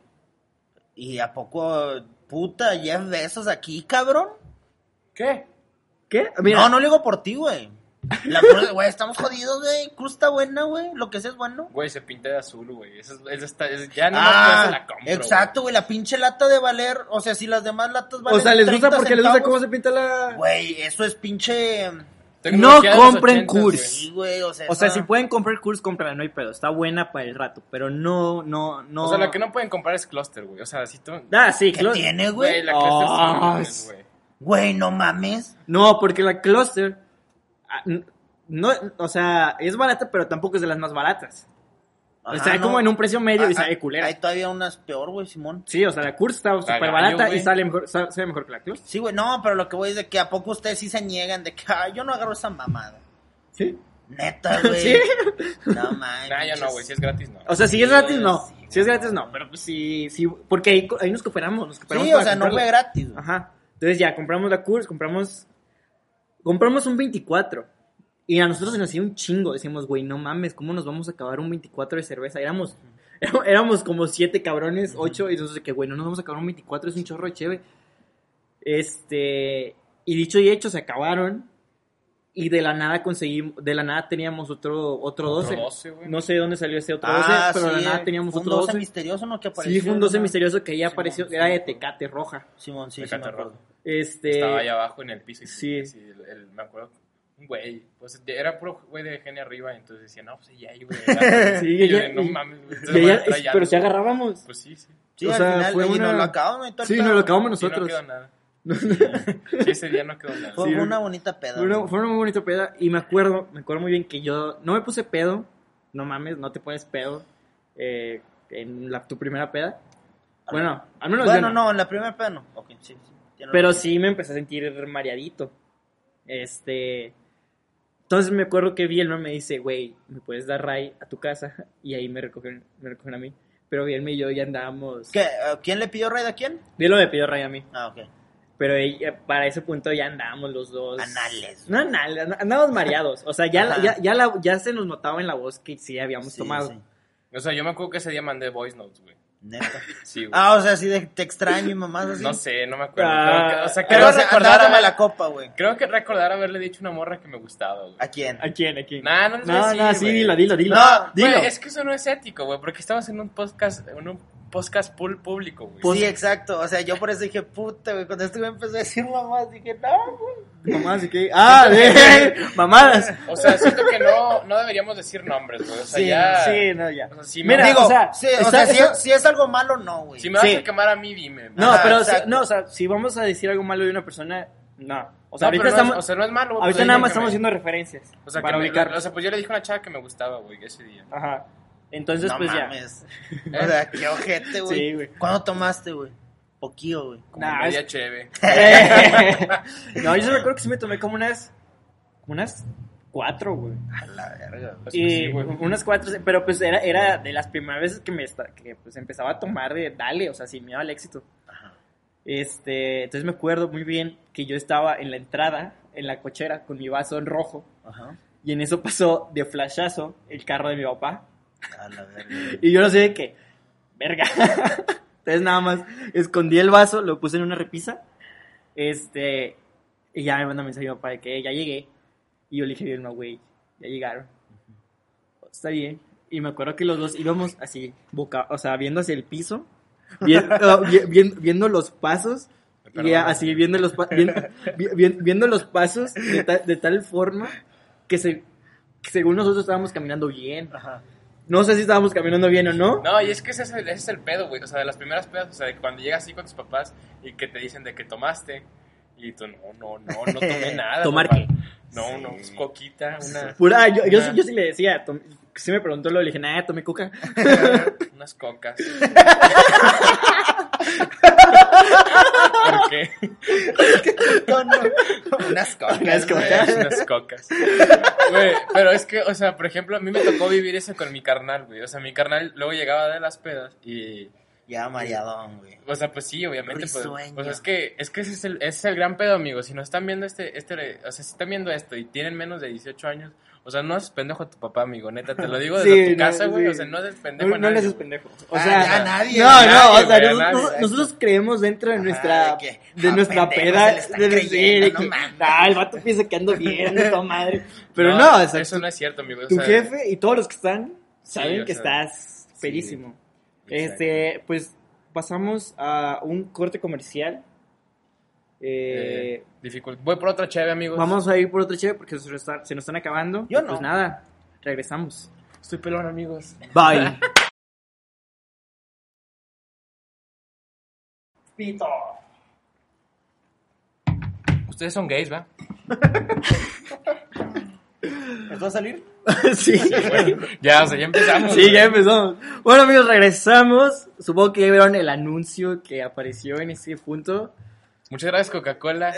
Speaker 2: ¿Y a poco, puta, Jeff Bezos aquí, cabrón?
Speaker 3: ¿Qué?
Speaker 1: ¿Qué? Mira,
Speaker 2: No, no le digo por ti, güey. La pura- Güey, estamos jodidos, güey. Cruz está buena, güey. Lo que sea es bueno.
Speaker 3: Güey, se pinta de azul, güey. Esa es- esa está- es- pues, ya no
Speaker 2: ah,
Speaker 3: se la compro,
Speaker 2: exacto, güey. La pinche lata de valer. O sea, si las demás latas valen.
Speaker 1: o sea, les gusta
Speaker 2: 30
Speaker 1: porque les gusta cómo
Speaker 2: centavos,
Speaker 1: se pinta la.
Speaker 2: Güey, eso es pinche.
Speaker 3: güey. Tecnología
Speaker 1: No
Speaker 3: de los
Speaker 1: compren
Speaker 3: 80s,
Speaker 1: Kurs.
Speaker 3: güey.
Speaker 2: Sí, güey. O sea,
Speaker 1: O sea,
Speaker 2: esa-
Speaker 1: si pueden comprar Kurs, cómprala, no hay pedo. Está buena para el rato, pero no, no, no.
Speaker 3: O sea, la que no pueden comprar es Cluster, güey. O sea, si tú...
Speaker 1: Ah, sí,
Speaker 2: ¿Qué
Speaker 1: claro.
Speaker 2: tiene,
Speaker 3: Güey,
Speaker 2: güey?
Speaker 3: la Cluster sí,
Speaker 1: Ah,
Speaker 3: no mames,
Speaker 1: sí.
Speaker 3: güey.
Speaker 2: Güey, no mames.
Speaker 1: No, porque la Cluster. ah, n- No, o sea, es barata, pero tampoco es de las más baratas.
Speaker 2: Ajá,
Speaker 1: está
Speaker 2: no.
Speaker 1: como en un precio medio y
Speaker 2: Ah,
Speaker 1: sale
Speaker 2: ah,
Speaker 1: culera.
Speaker 2: Hay todavía unas peor, güey, Simón.
Speaker 1: Sí, o sea, la Curse está súper
Speaker 3: gallo,
Speaker 1: barata y
Speaker 3: güey.
Speaker 1: sale mejor, sa- sale mejor que la Cluster.
Speaker 2: Sí, güey, no, pero lo que voy es de que a poco ustedes sí se niegan de que "Ay, yo no agarro esa mamada.
Speaker 1: Sí.
Speaker 2: Neta, güey.
Speaker 1: ¿Sí?
Speaker 2: No mames.
Speaker 3: Nah, ya no, güey. Si es gratis, no.
Speaker 1: O sea, si es gratis, no.
Speaker 2: Sí,
Speaker 1: Si es gratis, no. Pero pues sí, sí. Porque ahí, co- ahí nos cooperamos. Nos cooperamos
Speaker 2: Sí, o
Speaker 1: para
Speaker 2: sea, no
Speaker 1: comprarla.
Speaker 2: fue gratis. güey.
Speaker 1: Ajá. Entonces ya compramos la Curse, compramos. Compramos un 24. Y a nosotros se nos hacía un chingo. Decíamos, güey, no mames, ¿cómo nos vamos a acabar un 24 de cerveza? Éramos, éramos- éramos como siete cabrones, ocho. Y entonces, de que, güey, no nos vamos a acabar un 24, es un chorro de cheve. Este. Y dicho y hecho, se acabaron. Y de la nada conseguimos, de la nada teníamos otro, otro 12.
Speaker 3: Otro 12, güey.
Speaker 1: no sé de dónde salió ese otro 12,
Speaker 2: Ah,
Speaker 1: pero de
Speaker 2: sí,
Speaker 1: la nada teníamos
Speaker 2: fue un
Speaker 1: otro 12.
Speaker 2: misterioso, ¿no? Que apareció.
Speaker 1: Sí, fue un 12
Speaker 2: ¿no?
Speaker 1: misterioso que ya apareció,
Speaker 2: sí,
Speaker 1: era de
Speaker 2: sí.
Speaker 1: tecate roja.
Speaker 2: Simón, sí,
Speaker 3: De
Speaker 2: sí, me
Speaker 3: Catarro.
Speaker 2: acuerdo.
Speaker 1: Este.
Speaker 3: Estaba ahí abajo en el piso. Y
Speaker 1: Sí.
Speaker 3: sí, el- el- me acuerdo. un güey. Pues de- era puro güey de genio arriba, entonces decía, no, pues ya ahí, güey. agarra".
Speaker 1: Sí,
Speaker 3: Y yo
Speaker 1: ya-
Speaker 3: de, no
Speaker 1: y-
Speaker 3: mames, güey. entonces
Speaker 1: Y
Speaker 3: van a
Speaker 1: ella-
Speaker 3: traer
Speaker 1: es-
Speaker 3: ya
Speaker 1: pero
Speaker 3: algo".
Speaker 1: si agarrábamos.
Speaker 3: Pues sí, sí.
Speaker 2: Sí,
Speaker 1: O
Speaker 2: al
Speaker 1: sea,
Speaker 2: final,
Speaker 1: fue
Speaker 2: y nos
Speaker 1: una-
Speaker 2: lo acabamos. y todo el
Speaker 1: Sí,
Speaker 2: pedo.
Speaker 1: nos lo acabamos
Speaker 3: Sí, no
Speaker 1: nosotros.
Speaker 3: quedó nada. Sí, ese día no quedó
Speaker 1: Sí,
Speaker 2: Fue
Speaker 3: nada.
Speaker 2: fue
Speaker 1: güey.
Speaker 2: una bonita peda.
Speaker 1: Fue una,
Speaker 2: güey.
Speaker 1: fue una muy bonita peda y me acuerdo, me acuerdo muy bien que yo no me puse pedo, no mames, no te pones pedo eh, en la, tu primera peda. Bueno, al menos yo
Speaker 2: Bueno,
Speaker 1: no.
Speaker 2: no, en la primera peda no. Ok, sí, sí. Tiene
Speaker 1: Pero
Speaker 2: razón.
Speaker 1: sí me empecé a sentir mareadito. Este. Entonces me acuerdo que Vielma me dice, güey, ¿me puedes dar ray a tu casa? Y ahí me recogieron, me recogieron a mí. Pero Vielma y yo ya andábamos.
Speaker 2: ¿Qué? ¿A ¿Quién le pidió raid a quién?
Speaker 1: Vielma me pidió ray a mí.
Speaker 2: Ah, ok.
Speaker 1: Pero ella- para ese punto ya andábamos los dos.
Speaker 2: Anales.
Speaker 1: No anales, and- andábamos mareados. O sea, ya, la-
Speaker 2: Ajá.
Speaker 1: ya, ya, la- ya se nos notaba en la voz que sí habíamos
Speaker 2: Sí,
Speaker 1: tomado.
Speaker 2: sí.
Speaker 3: O sea, yo me acuerdo que ese día mandé voice notes, güey.
Speaker 2: Neta.
Speaker 3: Sí, güey.
Speaker 2: Ah, o sea, así de te extraño y mamás así.
Speaker 3: No sé, no me acuerdo.
Speaker 1: Ah.
Speaker 3: Creo que- o
Speaker 2: Pero
Speaker 3: sea, creo
Speaker 2: o sea,
Speaker 3: recordar
Speaker 2: andabas de
Speaker 3: haber-
Speaker 2: mala copa, güey.
Speaker 3: Creo que recordar haberle dicho a una morra que me gustaba, güey.
Speaker 2: ¿A quién?
Speaker 1: ¿A quién? ¿A quién?
Speaker 3: Nah, no les voy a
Speaker 1: Ah, no,
Speaker 3: decir,
Speaker 1: no, sí,
Speaker 3: güey.
Speaker 1: dilo, dilo, dilo.
Speaker 2: No,
Speaker 1: dilo.
Speaker 3: Güey, es que eso no es ético, güey, porque estamos en un podcast, en un podcast pool público, güey.
Speaker 1: Pues-
Speaker 2: sí, exacto. O sea, yo por eso dije, puta, güey. Cuando estuve empecé a decir mamás, dije, no, güey.
Speaker 1: Mamadas, ¿y qué? Ah, de- mamadas.
Speaker 3: O sea, siento que no, no deberíamos decir nombres, güey. O sea,
Speaker 2: Sí,
Speaker 3: ya.
Speaker 1: Sí, no, ya.
Speaker 3: O sea, si
Speaker 1: Mira,
Speaker 3: me,
Speaker 2: Digo,
Speaker 1: o sea,
Speaker 2: sí, o
Speaker 1: está-
Speaker 2: sea, si,
Speaker 1: está-
Speaker 2: es, si es algo malo, no, güey.
Speaker 3: si me vas
Speaker 1: sí.
Speaker 3: a quemar a mí, dime. güey.
Speaker 1: No,
Speaker 2: Ajá,
Speaker 1: pero si,
Speaker 2: exacto.
Speaker 1: no, o sea, si vamos a decir algo malo de una persona, no. O sea,
Speaker 3: No,
Speaker 1: ahorita
Speaker 3: pero no es-
Speaker 1: estamos,
Speaker 3: o sea, no es malo, güey,
Speaker 1: ahorita
Speaker 3: pues,
Speaker 1: nada
Speaker 3: oye,
Speaker 1: más
Speaker 3: que
Speaker 1: estamos
Speaker 3: me-
Speaker 1: haciendo referencias
Speaker 3: O sea, que
Speaker 1: para
Speaker 3: me-
Speaker 1: ubicar.
Speaker 3: o sea, pues yo le dije a una chava que me gustaba, güey, ese día.
Speaker 1: Ajá. Entonces,
Speaker 2: no
Speaker 1: pues
Speaker 2: mames. O sea, qué ojete,
Speaker 1: ya.
Speaker 2: güey.
Speaker 1: Sí, güey.
Speaker 2: ¿Cuándo tomaste, güey? Poquillo, güey.
Speaker 3: Como
Speaker 1: Nah,
Speaker 3: media
Speaker 1: es-
Speaker 3: cheve.
Speaker 1: no, yo sí recuerdo que sí me tomé como unas, como unas cuatro, güey.
Speaker 2: A la verga, güey.
Speaker 3: Pues,
Speaker 1: Y
Speaker 3: sí, güey.
Speaker 1: unas cuatro, pero pues era, era de las primeras veces que me esta- que pues empezaba a tomar de dale, o sea, sin miedo al éxito.
Speaker 2: Ajá.
Speaker 1: Este, entonces me acuerdo muy bien que yo estaba en la entrada, en la cochera, con mi vaso en rojo,
Speaker 2: Ajá.
Speaker 1: y en eso pasó de flashazo el carro de mi papá.
Speaker 2: A la verga. güey.
Speaker 1: Y yo no sé de qué. Verga. Entonces nada más escondí el vaso, lo puse en una repisa. Este. Y ya me mandó mensaje mi papá de que "Eh, ya llegué. Y yo le dije, bien, no, güey, ya llegaron. Está bien. Y me acuerdo que los dos íbamos así, boca, o sea, viendo hacia el piso, vien- oh, vi- vien- viendo los pasos. Y
Speaker 3: Me
Speaker 1: a-
Speaker 3: perdonas.
Speaker 1: así viendo los, pa- viendo, vi- vi- viendo los pasos de, ta- de tal forma que, se, que según nosotros estábamos caminando bien.
Speaker 2: Ajá.
Speaker 1: No sé si estábamos caminando bien o no.
Speaker 3: No, y es que ese es, el, ese es el pedo, güey. O sea, de las primeras pedas, o sea, de cuando llegas así con tus papás y que te dicen de que tomaste. Y tú, no, no, no, no tomé nada.
Speaker 1: ¿Tomar
Speaker 3: papá.
Speaker 1: qué?
Speaker 3: No,
Speaker 2: Sí.
Speaker 3: no, pues coquita, una,
Speaker 1: Pura, yo, yo,
Speaker 3: Ajá.
Speaker 1: sí- yo sí le decía, tom- sí me preguntó, lo le dije, nada, tomé coca.
Speaker 3: unas cocas. ¿Por qué?
Speaker 2: No, no. Unas cocas.
Speaker 1: Unas
Speaker 2: güey.
Speaker 1: cocas.
Speaker 3: unas cocas. Güey, pero es que, o sea, por ejemplo, a mí me tocó vivir eso con mi carnal, güey. O sea, mi carnal luego llegaba de las pedas y
Speaker 2: Ya mareadón, güey.
Speaker 3: O sea, pues sí, obviamente. Pues,
Speaker 2: Risueño.
Speaker 3: o sea, es que, es que ese, es el, ese es el gran pedo, amigos. Si no están viendo este, este, o sea, si están viendo esto y tienen menos de 18 años, o sea, no haces pendejo a tu papá, amigo, neta, te lo digo desde
Speaker 1: Sí,
Speaker 3: tu
Speaker 1: no,
Speaker 3: casa, güey.
Speaker 1: sí.
Speaker 3: O sea, no haces pendejo
Speaker 1: No,
Speaker 3: a
Speaker 1: no
Speaker 3: nadie,
Speaker 1: le haces
Speaker 3: güey.
Speaker 1: pendejo. O
Speaker 2: Ah,
Speaker 1: sea,
Speaker 2: ya nadie,
Speaker 1: no,
Speaker 2: nadie,
Speaker 1: no, o sea,
Speaker 3: güey,
Speaker 1: nosotros,
Speaker 3: nadie,
Speaker 1: nosotros- nosotros creemos dentro de
Speaker 2: Ajá,
Speaker 1: nuestra,
Speaker 2: de que,
Speaker 1: de
Speaker 2: ah,
Speaker 1: nuestra
Speaker 2: pendejo,
Speaker 1: peda,
Speaker 2: se le está
Speaker 1: de decir,
Speaker 2: creyendo,
Speaker 1: de
Speaker 2: no
Speaker 1: que,
Speaker 2: mames.
Speaker 1: "Ah, el vato piensa que ando bien, toda madre. Pero no, o sea,
Speaker 3: eso
Speaker 1: tu,
Speaker 3: no es cierto, amigo. o
Speaker 1: tu
Speaker 3: sea,
Speaker 1: jefe y todos los que están saben
Speaker 3: o
Speaker 1: que
Speaker 3: sea,
Speaker 1: estás pedísimo.
Speaker 3: exacto.
Speaker 1: Este, pues pasamos a un corte comercial. Eh,
Speaker 3: Eh, dificult- Voy por otra chave, amigos.
Speaker 1: Vamos a ir por otro cheve porque se nos está- se nos están acabando.
Speaker 2: Yo
Speaker 1: Y Pues
Speaker 2: no.
Speaker 1: nada, regresamos.
Speaker 3: Estoy pelón, amigos.
Speaker 1: Bye.
Speaker 2: Pito.
Speaker 3: Ustedes son gays, ¿va?
Speaker 2: ¿Nos va a salir?
Speaker 1: sí.
Speaker 3: ya, o sea, ya empezamos.
Speaker 1: Sí, ya empezamos. Bueno, amigos, regresamos. Supongo que ya vieron el anuncio que apareció en ese punto.
Speaker 3: Muchas gracias, Coca-Cola.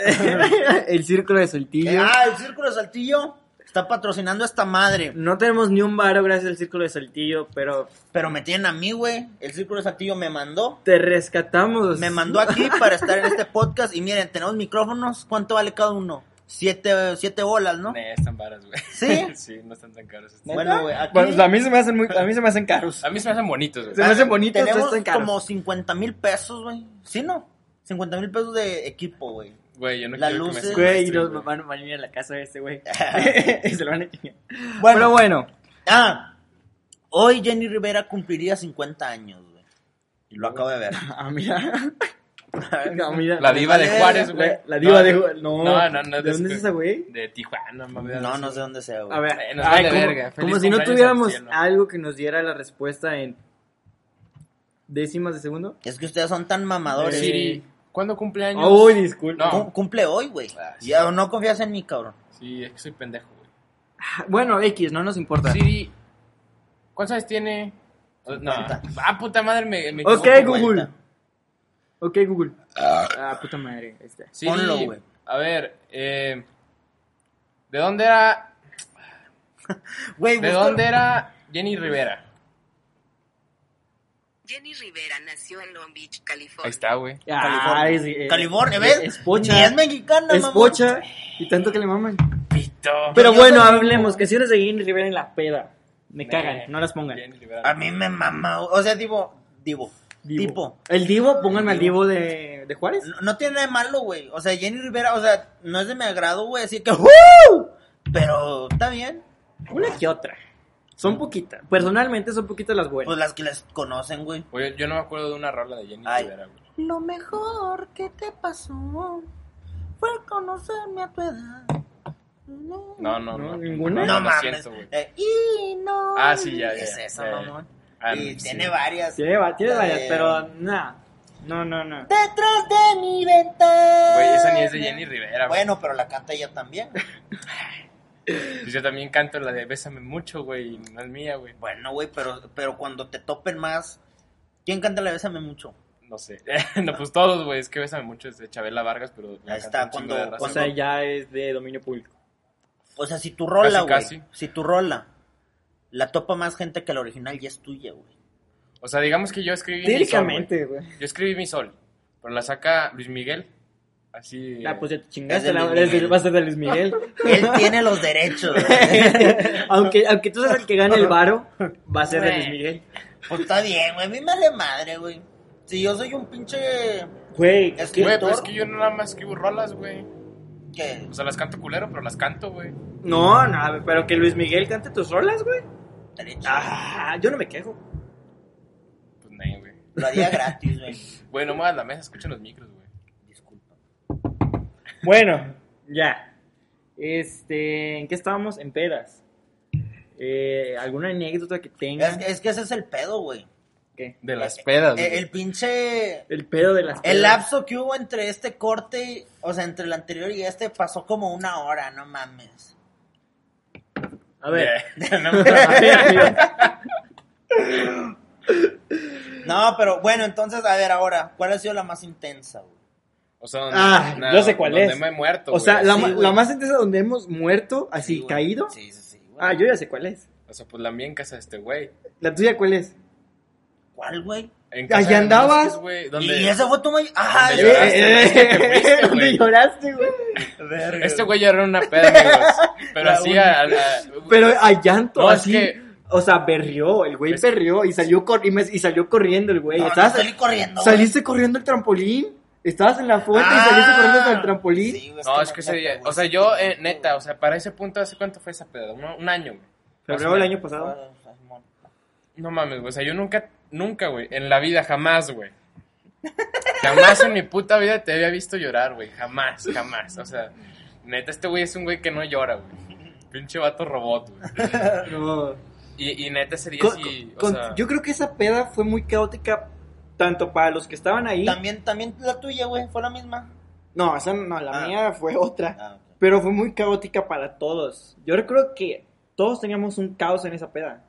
Speaker 1: el círculo de
Speaker 2: Eh,
Speaker 1: Saltillo.
Speaker 2: ah, el Círculo de Saltillo está patrocinando esta madre.
Speaker 1: No tenemos ni un varo gracias al círculo de Saltillo, pero
Speaker 2: Pero me tienen a mí, güey. El Círculo de Saltillo me mandó.
Speaker 1: te rescatamos.
Speaker 2: Me mandó aquí para estar en este podcast. Y miren, tenemos micrófonos. ¿Cuánto vale cada uno? Siete, siete bolas, ¿no?
Speaker 3: Nah, están varas, güey.
Speaker 2: ¿Sí?
Speaker 3: sí, no están tan caros.
Speaker 2: Bueno, güey, aquí
Speaker 1: Bueno, a mí se me hacen muy, a mí se me hacen caros.
Speaker 3: A mí se me hacen bonitos, güey.
Speaker 1: Se me hacen bonitos,
Speaker 2: tenemos
Speaker 1: están caros.
Speaker 2: como 50 mil pesos, güey. ¿Sí, no? 50 mil pesos de equipo, güey.
Speaker 3: Güey, yo no
Speaker 2: Las
Speaker 3: quiero que me
Speaker 2: luces.
Speaker 1: Güey, y
Speaker 3: secuestren,
Speaker 1: los van, van a ir a la casa de este güey. y se lo van a chingar.
Speaker 2: Bueno.
Speaker 1: Pero bueno.
Speaker 2: Ah, hoy Jenny Rivera cumpliría 50 años, güey. Y lo acabo de ver.
Speaker 1: Ah, mira. No, mira.
Speaker 3: La diva de Juárez, güey.
Speaker 1: Eh, La, la diva
Speaker 3: No,
Speaker 1: de
Speaker 3: no,
Speaker 1: Juárez. No,
Speaker 3: No, no, no.
Speaker 1: ¿De dónde es esa, güey? Mm,
Speaker 3: De Tijuana, mami.
Speaker 2: No, no sé dónde sea, güey.
Speaker 1: A ver,
Speaker 3: Eh, nos
Speaker 1: ay,
Speaker 3: vale
Speaker 1: como,
Speaker 3: verga.
Speaker 1: como
Speaker 3: Feliz
Speaker 1: si no
Speaker 3: cumpleaños al
Speaker 1: tuviéramos
Speaker 3: cielo.
Speaker 1: algo que nos diera la respuesta en décimas de segundo.
Speaker 2: Es que ustedes son tan mamadores.
Speaker 3: Siri, ¿cuándo cumpleaños?
Speaker 1: Uy, disculpa.
Speaker 3: No.
Speaker 2: Cum- Cumple hoy, güey.
Speaker 3: Ah, sí.
Speaker 2: Ya no confías en mí, cabrón.
Speaker 3: Sí, es que soy pendejo, güey.
Speaker 1: Bueno, X, no nos importa.
Speaker 3: Siri, ¿cuántos años tiene? Oh, No.
Speaker 2: Cincuenta.
Speaker 3: Ah, puta madre, me. me
Speaker 1: ok,
Speaker 3: equivoqué, güey.
Speaker 1: Google.
Speaker 2: cuenta.
Speaker 1: Ok, Google. Ah, puta madre. ahí está.
Speaker 3: Siri,
Speaker 2: Ponlo, güey.
Speaker 3: A ver, eh. ¿De dónde era.
Speaker 2: Güey,
Speaker 3: ¿De
Speaker 2: busca-
Speaker 3: dónde era Jenny Rivera?
Speaker 4: Jenny Rivera nació en Long Beach, California.
Speaker 3: Ahí está, güey.
Speaker 2: California.
Speaker 1: Ah, es- eh,
Speaker 2: California,
Speaker 1: es-
Speaker 2: ¿ves?
Speaker 1: Es
Speaker 2: Ni
Speaker 1: pocha.
Speaker 2: es mexicana,
Speaker 1: Es
Speaker 2: mamón.
Speaker 1: pocha. Y tanto que le maman.
Speaker 3: Pito.
Speaker 1: Pero
Speaker 2: Yo
Speaker 1: bueno,
Speaker 2: también.
Speaker 1: hablemos. Canciones de Jenny Rivera en la peda. Me cagan,
Speaker 3: Eh,
Speaker 1: no las pongan.
Speaker 3: Jenny Rivera.
Speaker 2: A mí me mama, güey. o sea, divo, divo,
Speaker 1: Divo.
Speaker 2: tipo.
Speaker 1: El Divo, pónganme al Divo de, de Juárez.
Speaker 2: No, no tiene nada de malo, güey. O sea, Jenny Rivera, o sea, no es de mi agrado, güey, así que ¡uh! Pero está bien.
Speaker 1: Una que otra. Son poquitas. Personalmente son poquitas las buenas.
Speaker 2: Pues las que las conocen, güey.
Speaker 3: Oye, yo no me acuerdo de una rola de Jenny
Speaker 2: Ay.
Speaker 3: Rivera, güey.
Speaker 2: Lo mejor que te pasó fue conocerme a tu edad. No,
Speaker 3: No,
Speaker 1: No,
Speaker 3: no, no.
Speaker 1: ninguna.
Speaker 3: No,
Speaker 2: no
Speaker 3: lo
Speaker 2: mames.
Speaker 3: siento, güey.
Speaker 2: Eh, y no.
Speaker 3: Ah, sí, ya, ya,
Speaker 2: Es
Speaker 3: ya,
Speaker 2: eso,
Speaker 3: ya, ya.
Speaker 2: mamón.
Speaker 3: Ah,
Speaker 2: y
Speaker 3: no,
Speaker 2: tiene
Speaker 3: sí.
Speaker 2: varias.
Speaker 1: Tiene, va- tiene
Speaker 2: Eh,
Speaker 1: varias, pero nada. No, no, no.
Speaker 2: Detrás de mi ventana.
Speaker 3: Güey, esa ni es de Jenny Rivera, güey.
Speaker 2: Bueno, pero la canta ella también.
Speaker 3: Pues yo también canto la de Bésame mucho, güey. y No es mía, güey.
Speaker 2: Bueno, güey, pero, pero cuando te topen más. ¿Quién canta la Bésame mucho?
Speaker 3: No sé. no, pues todos, güey. Es que Bésame mucho es de Chabela Vargas, pero. la
Speaker 2: Ahí está,
Speaker 3: canta un chingo
Speaker 2: cuando-
Speaker 3: de raza.
Speaker 1: O sea, ya es de dominio público.
Speaker 2: O sea, si tu rola, güey.
Speaker 3: Casi, casi.
Speaker 2: Si tu rola la topa más gente que la original, ya es tuya, güey.
Speaker 3: O sea, digamos que yo escribí. mi sol,
Speaker 1: Teóricamente, güey.
Speaker 3: güey. yo escribí mi sol. Pero la saca Luis Miguel. Así.
Speaker 1: Ah,
Speaker 3: eh,
Speaker 1: pues ya te chingaste.
Speaker 2: Luis
Speaker 1: la- es de-
Speaker 2: Miguel.
Speaker 1: va a ser de Luis Miguel.
Speaker 2: Él tiene los derechos, güey.
Speaker 1: aunque, aunque tú seas el que gane el varo, va a ser de Luis Miguel.
Speaker 2: Pues está bien, güey. A mí me vale madre, güey. Si yo soy un pinche.
Speaker 1: Güey,
Speaker 2: Es
Speaker 3: Güey,
Speaker 2: que.
Speaker 3: pero es que yo nada más escribo rolas, güey.
Speaker 2: ¿Qué?
Speaker 3: O sea, las canto culero, pero las canto, güey.
Speaker 1: no, no, pero que Luis Miguel cante tus rolas, güey.
Speaker 2: Derecho.
Speaker 1: Ah, yo no me quejo.
Speaker 3: Pues no, güey.
Speaker 2: Lo haría gratis, güey.
Speaker 3: Güey, no muevas la mesa, escuchen los micros, güey.
Speaker 2: Disculpa.
Speaker 1: Bueno, ya. Este, ¿en qué estábamos? En pedas. Eh, ¿Alguna anécdota que
Speaker 2: Es,
Speaker 1: tengan?
Speaker 2: es que ese es el pedo, güey.
Speaker 1: ¿Qué?
Speaker 3: De las
Speaker 2: Eh,
Speaker 3: pedas,
Speaker 2: eh,
Speaker 3: güey.
Speaker 2: el pinche.
Speaker 1: El pedo de las
Speaker 2: El
Speaker 1: pedas.
Speaker 2: lapso que hubo entre este corte, y- o sea, entre el anterior y este, pasó como una hora, no mames.
Speaker 1: A ver.
Speaker 3: Yeah. No,
Speaker 1: A ver, amigo.
Speaker 2: No, pero bueno, entonces, a ver, ahora, ¿cuál ha sido la más intensa, güey?
Speaker 3: o sea, donde,
Speaker 1: Ah,
Speaker 3: no,
Speaker 1: yo sé cuál
Speaker 3: donde
Speaker 1: es.
Speaker 3: me he muerto,
Speaker 1: O sea,
Speaker 3: güey.
Speaker 1: la,
Speaker 2: Sí,
Speaker 1: ma-
Speaker 2: güey.
Speaker 1: la más intensa donde hemos muerto, así,
Speaker 2: Sí, güey.
Speaker 1: caído.
Speaker 2: Sí, sí, sí. güey.
Speaker 1: Ah, yo ya sé cuál es.
Speaker 3: O sea, pues la mía en casa de este güey.
Speaker 1: ¿La tuya cuál es?
Speaker 2: ¿Cuál, güey?
Speaker 3: En casa
Speaker 1: Allá
Speaker 3: de Velázquez,
Speaker 1: andabas.
Speaker 3: güey, donde-
Speaker 2: Y ese fue tu mayor. ¡Ah!
Speaker 3: ¿Dónde
Speaker 2: sí.
Speaker 3: lloraste, güey, que te fuiste,
Speaker 1: Eh, ¿Dónde
Speaker 3: güey.
Speaker 1: lloraste, güey? eh,
Speaker 2: Verga.
Speaker 3: Este güey era una peda, amigos. Pero
Speaker 2: La
Speaker 3: así
Speaker 2: única.
Speaker 3: a, a la-
Speaker 1: Pero a llanto,
Speaker 3: No, es
Speaker 1: así.
Speaker 3: que-
Speaker 1: O sea, berrió, el güey
Speaker 3: Es-
Speaker 1: berrió y salió, cor- y, me- y salió corriendo el güey.
Speaker 2: No, no,
Speaker 1: Estabas-
Speaker 2: salí corriendo. güey.
Speaker 1: saliste corriendo el trampolín. Estabas en la fuente
Speaker 2: Ah,
Speaker 1: y saliste corriendo hasta el trampolín.
Speaker 2: sí, güey,
Speaker 3: No, es que
Speaker 2: me-
Speaker 3: ese
Speaker 2: me
Speaker 3: día.
Speaker 2: pegó
Speaker 3: O sea,
Speaker 2: ese
Speaker 3: yo,
Speaker 2: pinche
Speaker 3: eh, neta,
Speaker 2: güey.
Speaker 3: o sea, para ese punto, ¿hace cuánto fue esa peda? Un, un año, güey.
Speaker 1: Febrero
Speaker 3: Más o
Speaker 1: del
Speaker 3: menos.
Speaker 1: año pasado.
Speaker 3: No mames, güey. O sea, yo nunca, nunca, güey. En la vida, jamás, güey. Jamás en mi puta vida te había visto llorar, güey. Jamás, jamás. O sea, neta, este güey es un güey que no llora, güey. Pinche vato robot, güey.
Speaker 1: No.
Speaker 3: Y, y neta, ese día
Speaker 1: Con-
Speaker 3: sí. O
Speaker 1: con-
Speaker 3: sea,
Speaker 1: Yo creo que esa peda fue muy caótica, tanto para los que estaban ahí.
Speaker 2: También, también la tuya, güey, fue la misma.
Speaker 1: No, esa no, la
Speaker 2: Ah.
Speaker 1: mía fue otra.
Speaker 2: Ah, ok.
Speaker 1: Pero fue muy caótica para todos. Yo recuerdo que todos teníamos un caos en esa peda.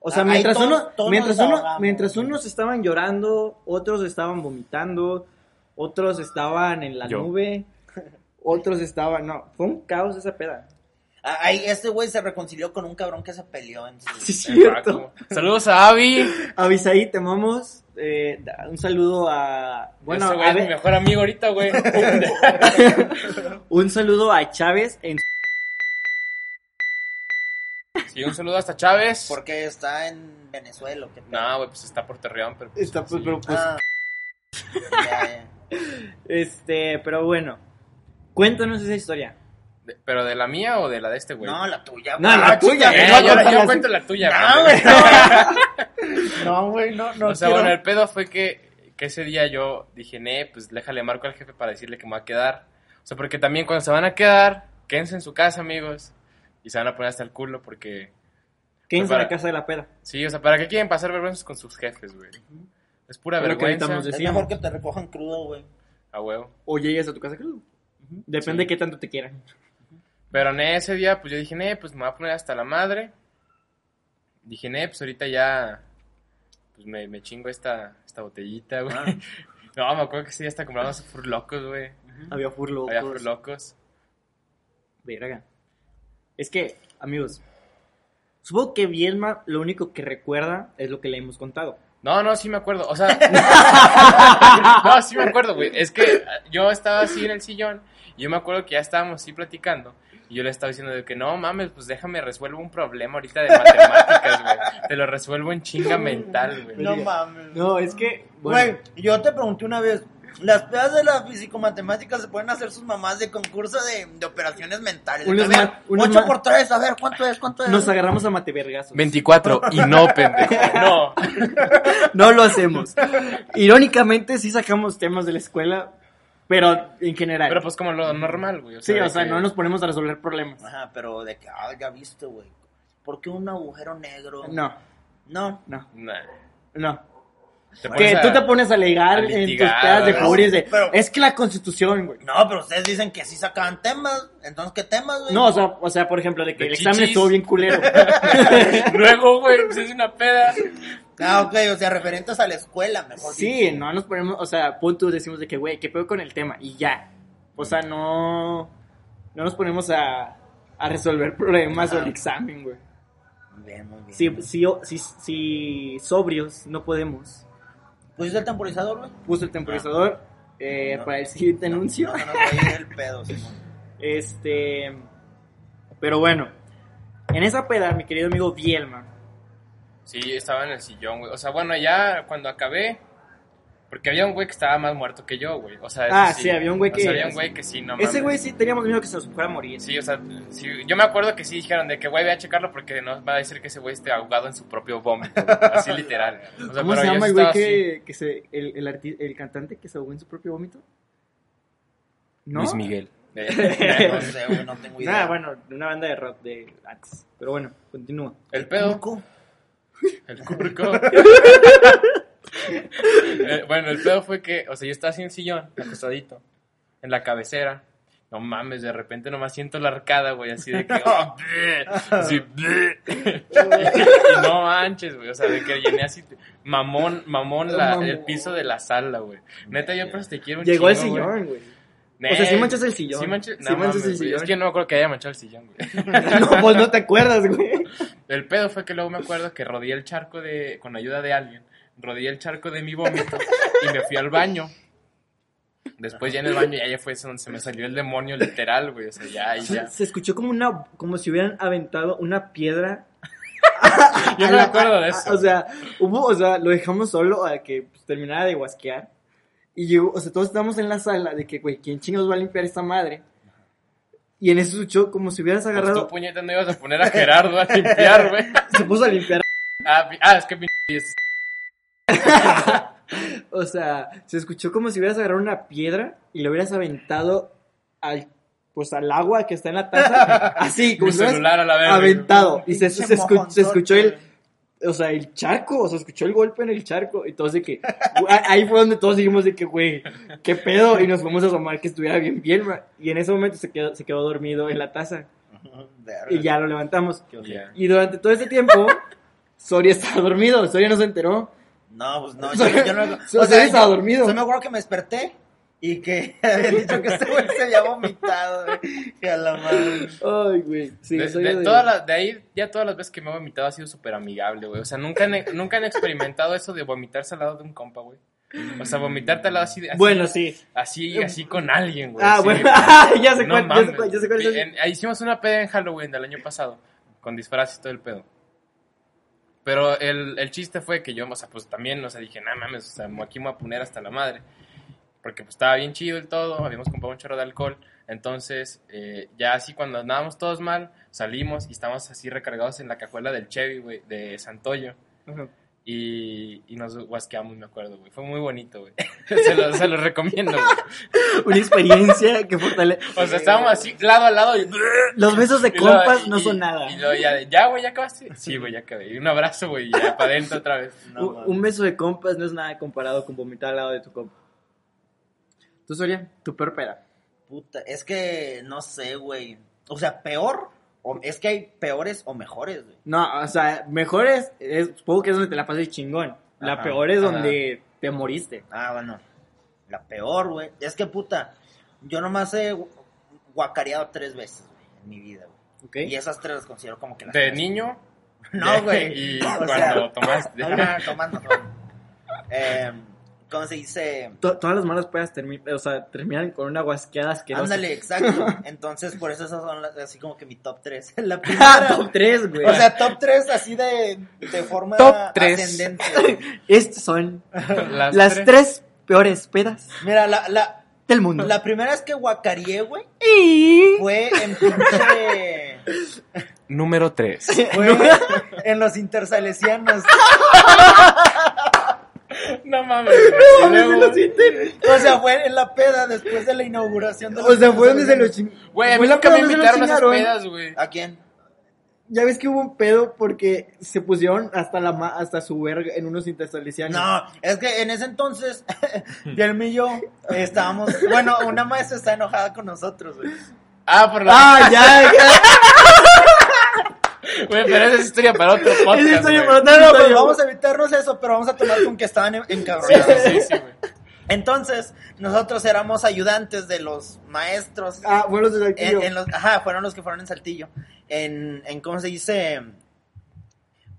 Speaker 1: O sea,
Speaker 2: Ah, ahí
Speaker 1: mientras,
Speaker 2: todos-
Speaker 1: uno,
Speaker 2: todos
Speaker 1: mientras,
Speaker 2: nos
Speaker 1: uno,
Speaker 2: ahogamos.
Speaker 1: mientras unos estaban llorando, otros estaban vomitando, otros estaban en la
Speaker 3: Yo.
Speaker 1: nube, otros estaban... No, fue un caos esa peda.
Speaker 2: Ah, Ahí, este güey se reconcilió con un cabrón que se peleó en su.
Speaker 1: Sí, es
Speaker 3: en
Speaker 1: cierto.
Speaker 3: Paco. Saludos a Avi.
Speaker 1: Avisaí, te amamos. Eh, da- un saludo a... Bueno,
Speaker 3: Bueno,
Speaker 1: a
Speaker 3: este es
Speaker 1: ver,
Speaker 3: mi mejor amigo ahorita, güey.
Speaker 1: un saludo a Chávez en...
Speaker 3: Sí, un saludo hasta Chávez.
Speaker 2: Porque está en Venezuela, ¿o ¿qué pedo?
Speaker 3: No, güey, pues está por Terreón, pero. pues,
Speaker 1: Está,
Speaker 3: sí.
Speaker 1: pues, pero, pues,
Speaker 2: Ah. Ya, ya.
Speaker 1: Este, pero bueno. Cuéntanos esa historia.
Speaker 3: De- ¿Pero de la mía o de la de este güey?
Speaker 2: No, la tuya.
Speaker 1: No,
Speaker 2: güey.
Speaker 1: la
Speaker 2: Ah,
Speaker 1: tuya,
Speaker 2: chica,
Speaker 1: güey.
Speaker 3: Eh,
Speaker 1: no,
Speaker 3: yo,
Speaker 1: no,
Speaker 3: yo
Speaker 1: no,
Speaker 3: cuento la tuya.
Speaker 2: No,
Speaker 3: güey.
Speaker 2: güey, no. No, güey, no, no
Speaker 3: o sea,
Speaker 2: quiero.
Speaker 3: bueno, el pedo fue que, que ese día yo dije, ne, pues déjale marco al jefe para decirle que me va a quedar. O sea, porque también cuando se van a quedar, quédense en su casa, amigos. Y se van a poner hasta el culo porque...
Speaker 1: Quédense en
Speaker 3: Para-
Speaker 1: la casa de la peda.
Speaker 3: Sí, o sea, ¿para qué quieren pasar vergüenzas con sus jefes, güey? Es pura
Speaker 1: Creo que
Speaker 3: vergüenza.
Speaker 1: evitamos de-
Speaker 2: Es
Speaker 1: Decíamos.
Speaker 2: mejor que te recojan crudo, güey.
Speaker 3: A huevo.
Speaker 1: O llegues a tu casa crudo. Depende de qué tanto te quieran.
Speaker 3: Pero en ese día, pues yo dije, ne, pues me voy a poner hasta la madre. Dije, ne, pues ahorita ya. Pues me, me chingo esta, esta botellita, güey. No, me acuerdo que sí, hasta compramos furlocos, güey.
Speaker 1: Había furlocos.
Speaker 3: Había furlocos.
Speaker 1: Verga. Es que, amigos, supongo que Bielma lo único que recuerda es lo que le hemos contado.
Speaker 3: No, no, sí me acuerdo. O sea. no, sí me acuerdo, güey. Es que yo estaba así en el sillón. Y yo me acuerdo que ya estábamos así platicando. Y yo le estaba diciendo de que no mames, pues déjame resuelvo un problema ahorita de matemáticas, güey. Te lo resuelvo en chinga mental, güey.
Speaker 2: No mames.
Speaker 1: No, es que,
Speaker 2: Güey,
Speaker 1: bueno,
Speaker 2: yo te pregunté una vez, ¿las pedas de la físico-matemática se pueden hacer sus mamás de concurso de, de operaciones mentales?
Speaker 1: Unos
Speaker 2: a ver,
Speaker 1: ma- unos
Speaker 2: 8
Speaker 1: ma-
Speaker 2: por 3, a ver, ¿cuánto es? ¿Cuánto es?
Speaker 1: nos agarramos a matevergazos.
Speaker 3: 24 y no, pendejo, no.
Speaker 1: No lo hacemos. Irónicamente, sí sacamos temas de la escuela, pero en general.
Speaker 3: Pero pues como lo normal, güey.
Speaker 1: sí, o
Speaker 3: de
Speaker 1: sea,
Speaker 3: que-
Speaker 1: no nos ponemos a resolver problemas.
Speaker 2: Ajá, pero de que, ah, ya viste, güey. ¿Por qué un agujero negro?
Speaker 1: No,
Speaker 2: No.
Speaker 1: no,
Speaker 3: Nah.
Speaker 1: no.
Speaker 3: Te
Speaker 1: Que
Speaker 3: pones a-
Speaker 1: tú te pones a
Speaker 3: a
Speaker 1: alegar en tus
Speaker 3: litigar,
Speaker 1: pedas de
Speaker 3: ¿verdad?
Speaker 1: pobres de,
Speaker 2: Pero-
Speaker 1: es que la constitución, güey.
Speaker 2: No, pero ustedes dicen que sí sacaban temas. Entonces, ¿qué temas, güey?
Speaker 1: No, o sea, o sea, por ejemplo, de que
Speaker 3: De
Speaker 1: el examen
Speaker 3: chichis.
Speaker 1: estuvo bien culero.
Speaker 3: Luego, güey, pues es una peda.
Speaker 2: Ah, ok, o sea, referentes a la escuela, mejor
Speaker 1: Sí,
Speaker 2: dicho.
Speaker 1: no nos ponemos, o sea, puntos decimos de que, güey, qué pedo con el tema y ya. O sea, no, no nos ponemos a, a resolver problemas o el examen, güey.
Speaker 2: Muy bien, muy bien.
Speaker 1: Si, si, si, si sobrios no podemos.
Speaker 2: ¿Pusiste ¿pues el temporizador, güey?
Speaker 1: Puso el temporizador
Speaker 3: Ah.
Speaker 1: eh,
Speaker 2: No.
Speaker 1: para el siguiente anuncio.
Speaker 2: No, no, no, ahí el pedo, Simón.
Speaker 1: Este, pero bueno, en esa peda, mi querido amigo Bielma,
Speaker 3: Sí, estaba en el sillón, güey. O sea, bueno, ya cuando acabé. Porque había un güey que estaba más muerto que yo, güey. O sea, eso
Speaker 1: Ah, sí, había un güey
Speaker 3: O
Speaker 1: que-
Speaker 3: sea, había un güey que sí, no
Speaker 1: ese
Speaker 3: mames.
Speaker 1: güey sí teníamos miedo que se nos fuera a morir.
Speaker 3: Sí, o sea, sí, yo me acuerdo que sí dijeron de que, güey, ve a checarlo porque no va a decir que ese güey esté ahogado en su propio vómito. güey. Así literal. O sea,
Speaker 1: ¿Cómo
Speaker 3: pero
Speaker 1: se
Speaker 3: yo
Speaker 1: llama el
Speaker 3: estaba
Speaker 1: güey
Speaker 3: así.
Speaker 1: que, que se, el, el, arti- el cantante que se ahogó en su propio vómito? ¿No?
Speaker 3: Luis Miguel.
Speaker 2: No sé, güey, no tengo idea.
Speaker 1: Nada, bueno, de una banda de rock de antes. Pero bueno, continúa.
Speaker 3: El pedo. El curco. Eh, bueno, el pedo fue que, o sea, yo estaba así en el sillón, acostadito, en la cabecera. No mames, de repente nomás siento la arcada, güey, así de que. oh, bleh, así, bleh. y, y no manches, güey, o sea, de que llené así, mamón, mamón, la- el piso de la sala, güey. Neta, yo pues te quiero un
Speaker 1: Llegó el
Speaker 3: chingo, güey.
Speaker 1: sillón, güey. O sea, sí
Speaker 3: Nel,
Speaker 1: manchas el sillón.
Speaker 3: Sí manches,
Speaker 1: Sí
Speaker 3: no
Speaker 1: manchas
Speaker 3: mames,
Speaker 1: el
Speaker 3: güey,
Speaker 1: sillón.
Speaker 3: Es que no me acuerdo que haya manchado el sillón, güey.
Speaker 1: No, pues no te acuerdas, güey.
Speaker 3: El pedo fue que luego me acuerdo que rodeé el charco de, con ayuda de alguien, rodeé el charco de mi vómito y me fui al baño. Después ya en el baño ya, ya fue eso donde se me salió el demonio literal, güey. O sea, ya, ahí ya.
Speaker 1: Se escuchó como una como si hubieran aventado una piedra. A
Speaker 3: Yo no me
Speaker 1: la-
Speaker 3: acuerdo de
Speaker 1: a-
Speaker 3: eso.
Speaker 1: O sea, hubo, o sea, lo dejamos solo a que pues, terminara de guasquear. Y llegó, o sea, todos estábamos en la sala de que, güey, ¿quién chingados va a limpiar esta madre? Y en eso escuchó como si hubieras
Speaker 3: Pues tú,
Speaker 1: agarrado.
Speaker 3: puñeta, no ibas a poner a Gerardo a limpiar, güey.
Speaker 1: Se puso a limpiar.
Speaker 3: Ah, pi- ah, es que pinche.
Speaker 1: O sea, se escuchó como si hubieras agarrado una piedra y lo hubieras aventado al pues al agua que está en la taza. Así, como
Speaker 3: Mi
Speaker 1: si lo hubieras
Speaker 3: celular a la verga.
Speaker 1: aventado. Y se,
Speaker 2: Pinche
Speaker 1: se escu- se escuchó el.
Speaker 2: mojonzote,
Speaker 1: O sea, el charco, o sea, escuchó el golpe en el charco. Y todos de que. a- Ahí fue donde todos dijimos de que, güey, qué pedo. Y nos fuimos a asomar que estuviera bien, bien. ma. Y en ese momento se quedó, se quedó dormido en la taza.
Speaker 2: Verga.
Speaker 1: Y ya lo levantamos.
Speaker 3: güey. Ya.
Speaker 1: Y durante todo ese tiempo, Soria estaba dormido. Soria no se enteró.
Speaker 2: No, pues no,
Speaker 1: O sea,
Speaker 2: yo, yo no.
Speaker 1: o sea, estaba
Speaker 2: yo-
Speaker 1: dormido.
Speaker 2: o sea, me acuerdo que me desperté y que habían dicho que este güey se había vomitado, güey. Que a la madre.
Speaker 1: Ay, güey. Sí,
Speaker 3: De,
Speaker 1: Soria
Speaker 3: de
Speaker 1: de-
Speaker 3: todas las- de ahí, ya todas las veces que me he vomitado ha sido súper amigable, güey. O sea, nunca han, nunca han experimentado eso de vomitarse al lado de un compa, güey. O sea, vomitarte al lado así, de- así
Speaker 1: Bueno, sí.
Speaker 3: Así, así con alguien, güey.
Speaker 1: Eh, Ah,
Speaker 3: así.
Speaker 1: bueno, ya sé
Speaker 3: No
Speaker 1: cuál, ya
Speaker 3: mames.
Speaker 1: sé cuál, ya sé cuál es ese.
Speaker 3: En- eh, hicimos una peda en Halloween del año pasado, con disfraces y todo el pedo. Pero el, el chiste fue que yo, o sea, pues también, o sea, dije, no mames, o sea, aquí me voy a poner hasta la madre. Porque pues estaba bien chido el todo, habíamos comprado un chorro de alcohol. Entonces, eh, ya así cuando andábamos todos mal, salimos y estábamos así recargados en la cajuela del Chevy, güey, de Santoyo.
Speaker 1: Ajá.
Speaker 3: Y, y nos guasqueamos, me acuerdo, güey. Fue muy bonito, güey. Se los, se los recomiendo, güey.
Speaker 1: Una experiencia que fortalece.
Speaker 3: O sea, estábamos así, lado a lado. Y,
Speaker 1: Los besos de
Speaker 3: y luego-
Speaker 1: compas
Speaker 3: y-
Speaker 1: no
Speaker 3: y-
Speaker 1: son nada.
Speaker 3: Y luego ya, de, ¿ya, güey, ya acabaste. Sí, güey, ya acabé. Y un abrazo, güey, y ya para adentro otra vez.
Speaker 2: No,
Speaker 1: un, un beso de compas no es nada comparado con vomitar al lado de tu compa. Tú, Soria, tu peor peda.
Speaker 2: Puta, es que no sé, güey. O sea, peor. o- es que hay peores o mejores, güey.
Speaker 1: No, o sea, mejor es, es- supongo que es donde te la pasas chingón. La
Speaker 2: Ajá,
Speaker 1: peor es
Speaker 3: ajá.
Speaker 1: donde te moriste.
Speaker 2: Ah, bueno. La peor, güey. Es que, puta, yo nomás he gu- guacareado tres veces, güey, en mi vida, güey.
Speaker 1: ¿Ok?
Speaker 2: Y esas tres las considero como que las...
Speaker 3: De niño.
Speaker 2: No,
Speaker 3: de-
Speaker 2: güey.
Speaker 3: Y
Speaker 2: O
Speaker 3: cuando
Speaker 2: sea,
Speaker 3: tomaste.
Speaker 2: Ah, tomando, tomando. Eh, ¿Cómo se dice?
Speaker 1: To- todas las malas pedas termi- o sea, terminan con una guasqueada asquerosa.
Speaker 2: Ándale, exacto. Entonces, por eso esas son las- así como que mi top 3. La
Speaker 1: Ah,
Speaker 2: primera.
Speaker 1: top 3, güey.
Speaker 2: o sea, top 3 así de, de forma
Speaker 1: Top tres.
Speaker 2: ascendente. güey.
Speaker 1: Estas son
Speaker 3: Las,
Speaker 1: las
Speaker 3: tres.
Speaker 1: tres peores pedas
Speaker 2: Mira, la, la,
Speaker 1: del mundo.
Speaker 2: la primera es que guacareé, güey,
Speaker 1: Y-
Speaker 2: fue en pinche.
Speaker 3: Número tres.
Speaker 2: Fue en los intersalesianos.
Speaker 3: No mames. güey.
Speaker 1: No,
Speaker 3: Y luego-
Speaker 1: mames, lo sienten.
Speaker 2: O sea, fue en la peda después de la inauguración de
Speaker 1: O sea, fue donde se lo
Speaker 2: los
Speaker 1: ching...
Speaker 3: Güey, a
Speaker 1: Fue
Speaker 3: mí
Speaker 1: la
Speaker 3: nunca
Speaker 1: peda
Speaker 3: me
Speaker 1: donde se lo
Speaker 3: invitaron a esas
Speaker 1: chingaron.
Speaker 3: pedas, güey.
Speaker 2: ¿A quién?
Speaker 1: Ya ves que hubo un pedo porque se pusieron hasta la ma- hasta su verga en unos intersalesianos.
Speaker 2: No, es que en ese entonces, Guillermo y yo estábamos. Bueno, una maestra está enojada con nosotros, güey.
Speaker 3: Ah, por la.
Speaker 1: Ah, ya, ya.
Speaker 3: Güey, pero esa es historia para otro podcast.
Speaker 1: Esa historia
Speaker 3: güey.
Speaker 1: para otra
Speaker 2: No, no, pues
Speaker 1: historia.
Speaker 2: vamos a evitarnos eso, pero vamos a tomar con que estaban en-
Speaker 3: Sí,
Speaker 2: encabronados.
Speaker 3: sí, sí, sí, güey.
Speaker 2: Entonces, nosotros éramos ayudantes de los maestros.
Speaker 1: Ah, buenos de
Speaker 2: en,
Speaker 1: Saltillo.
Speaker 2: en los, ajá, fueron los que fueron en Saltillo. En, en ¿cómo se dice?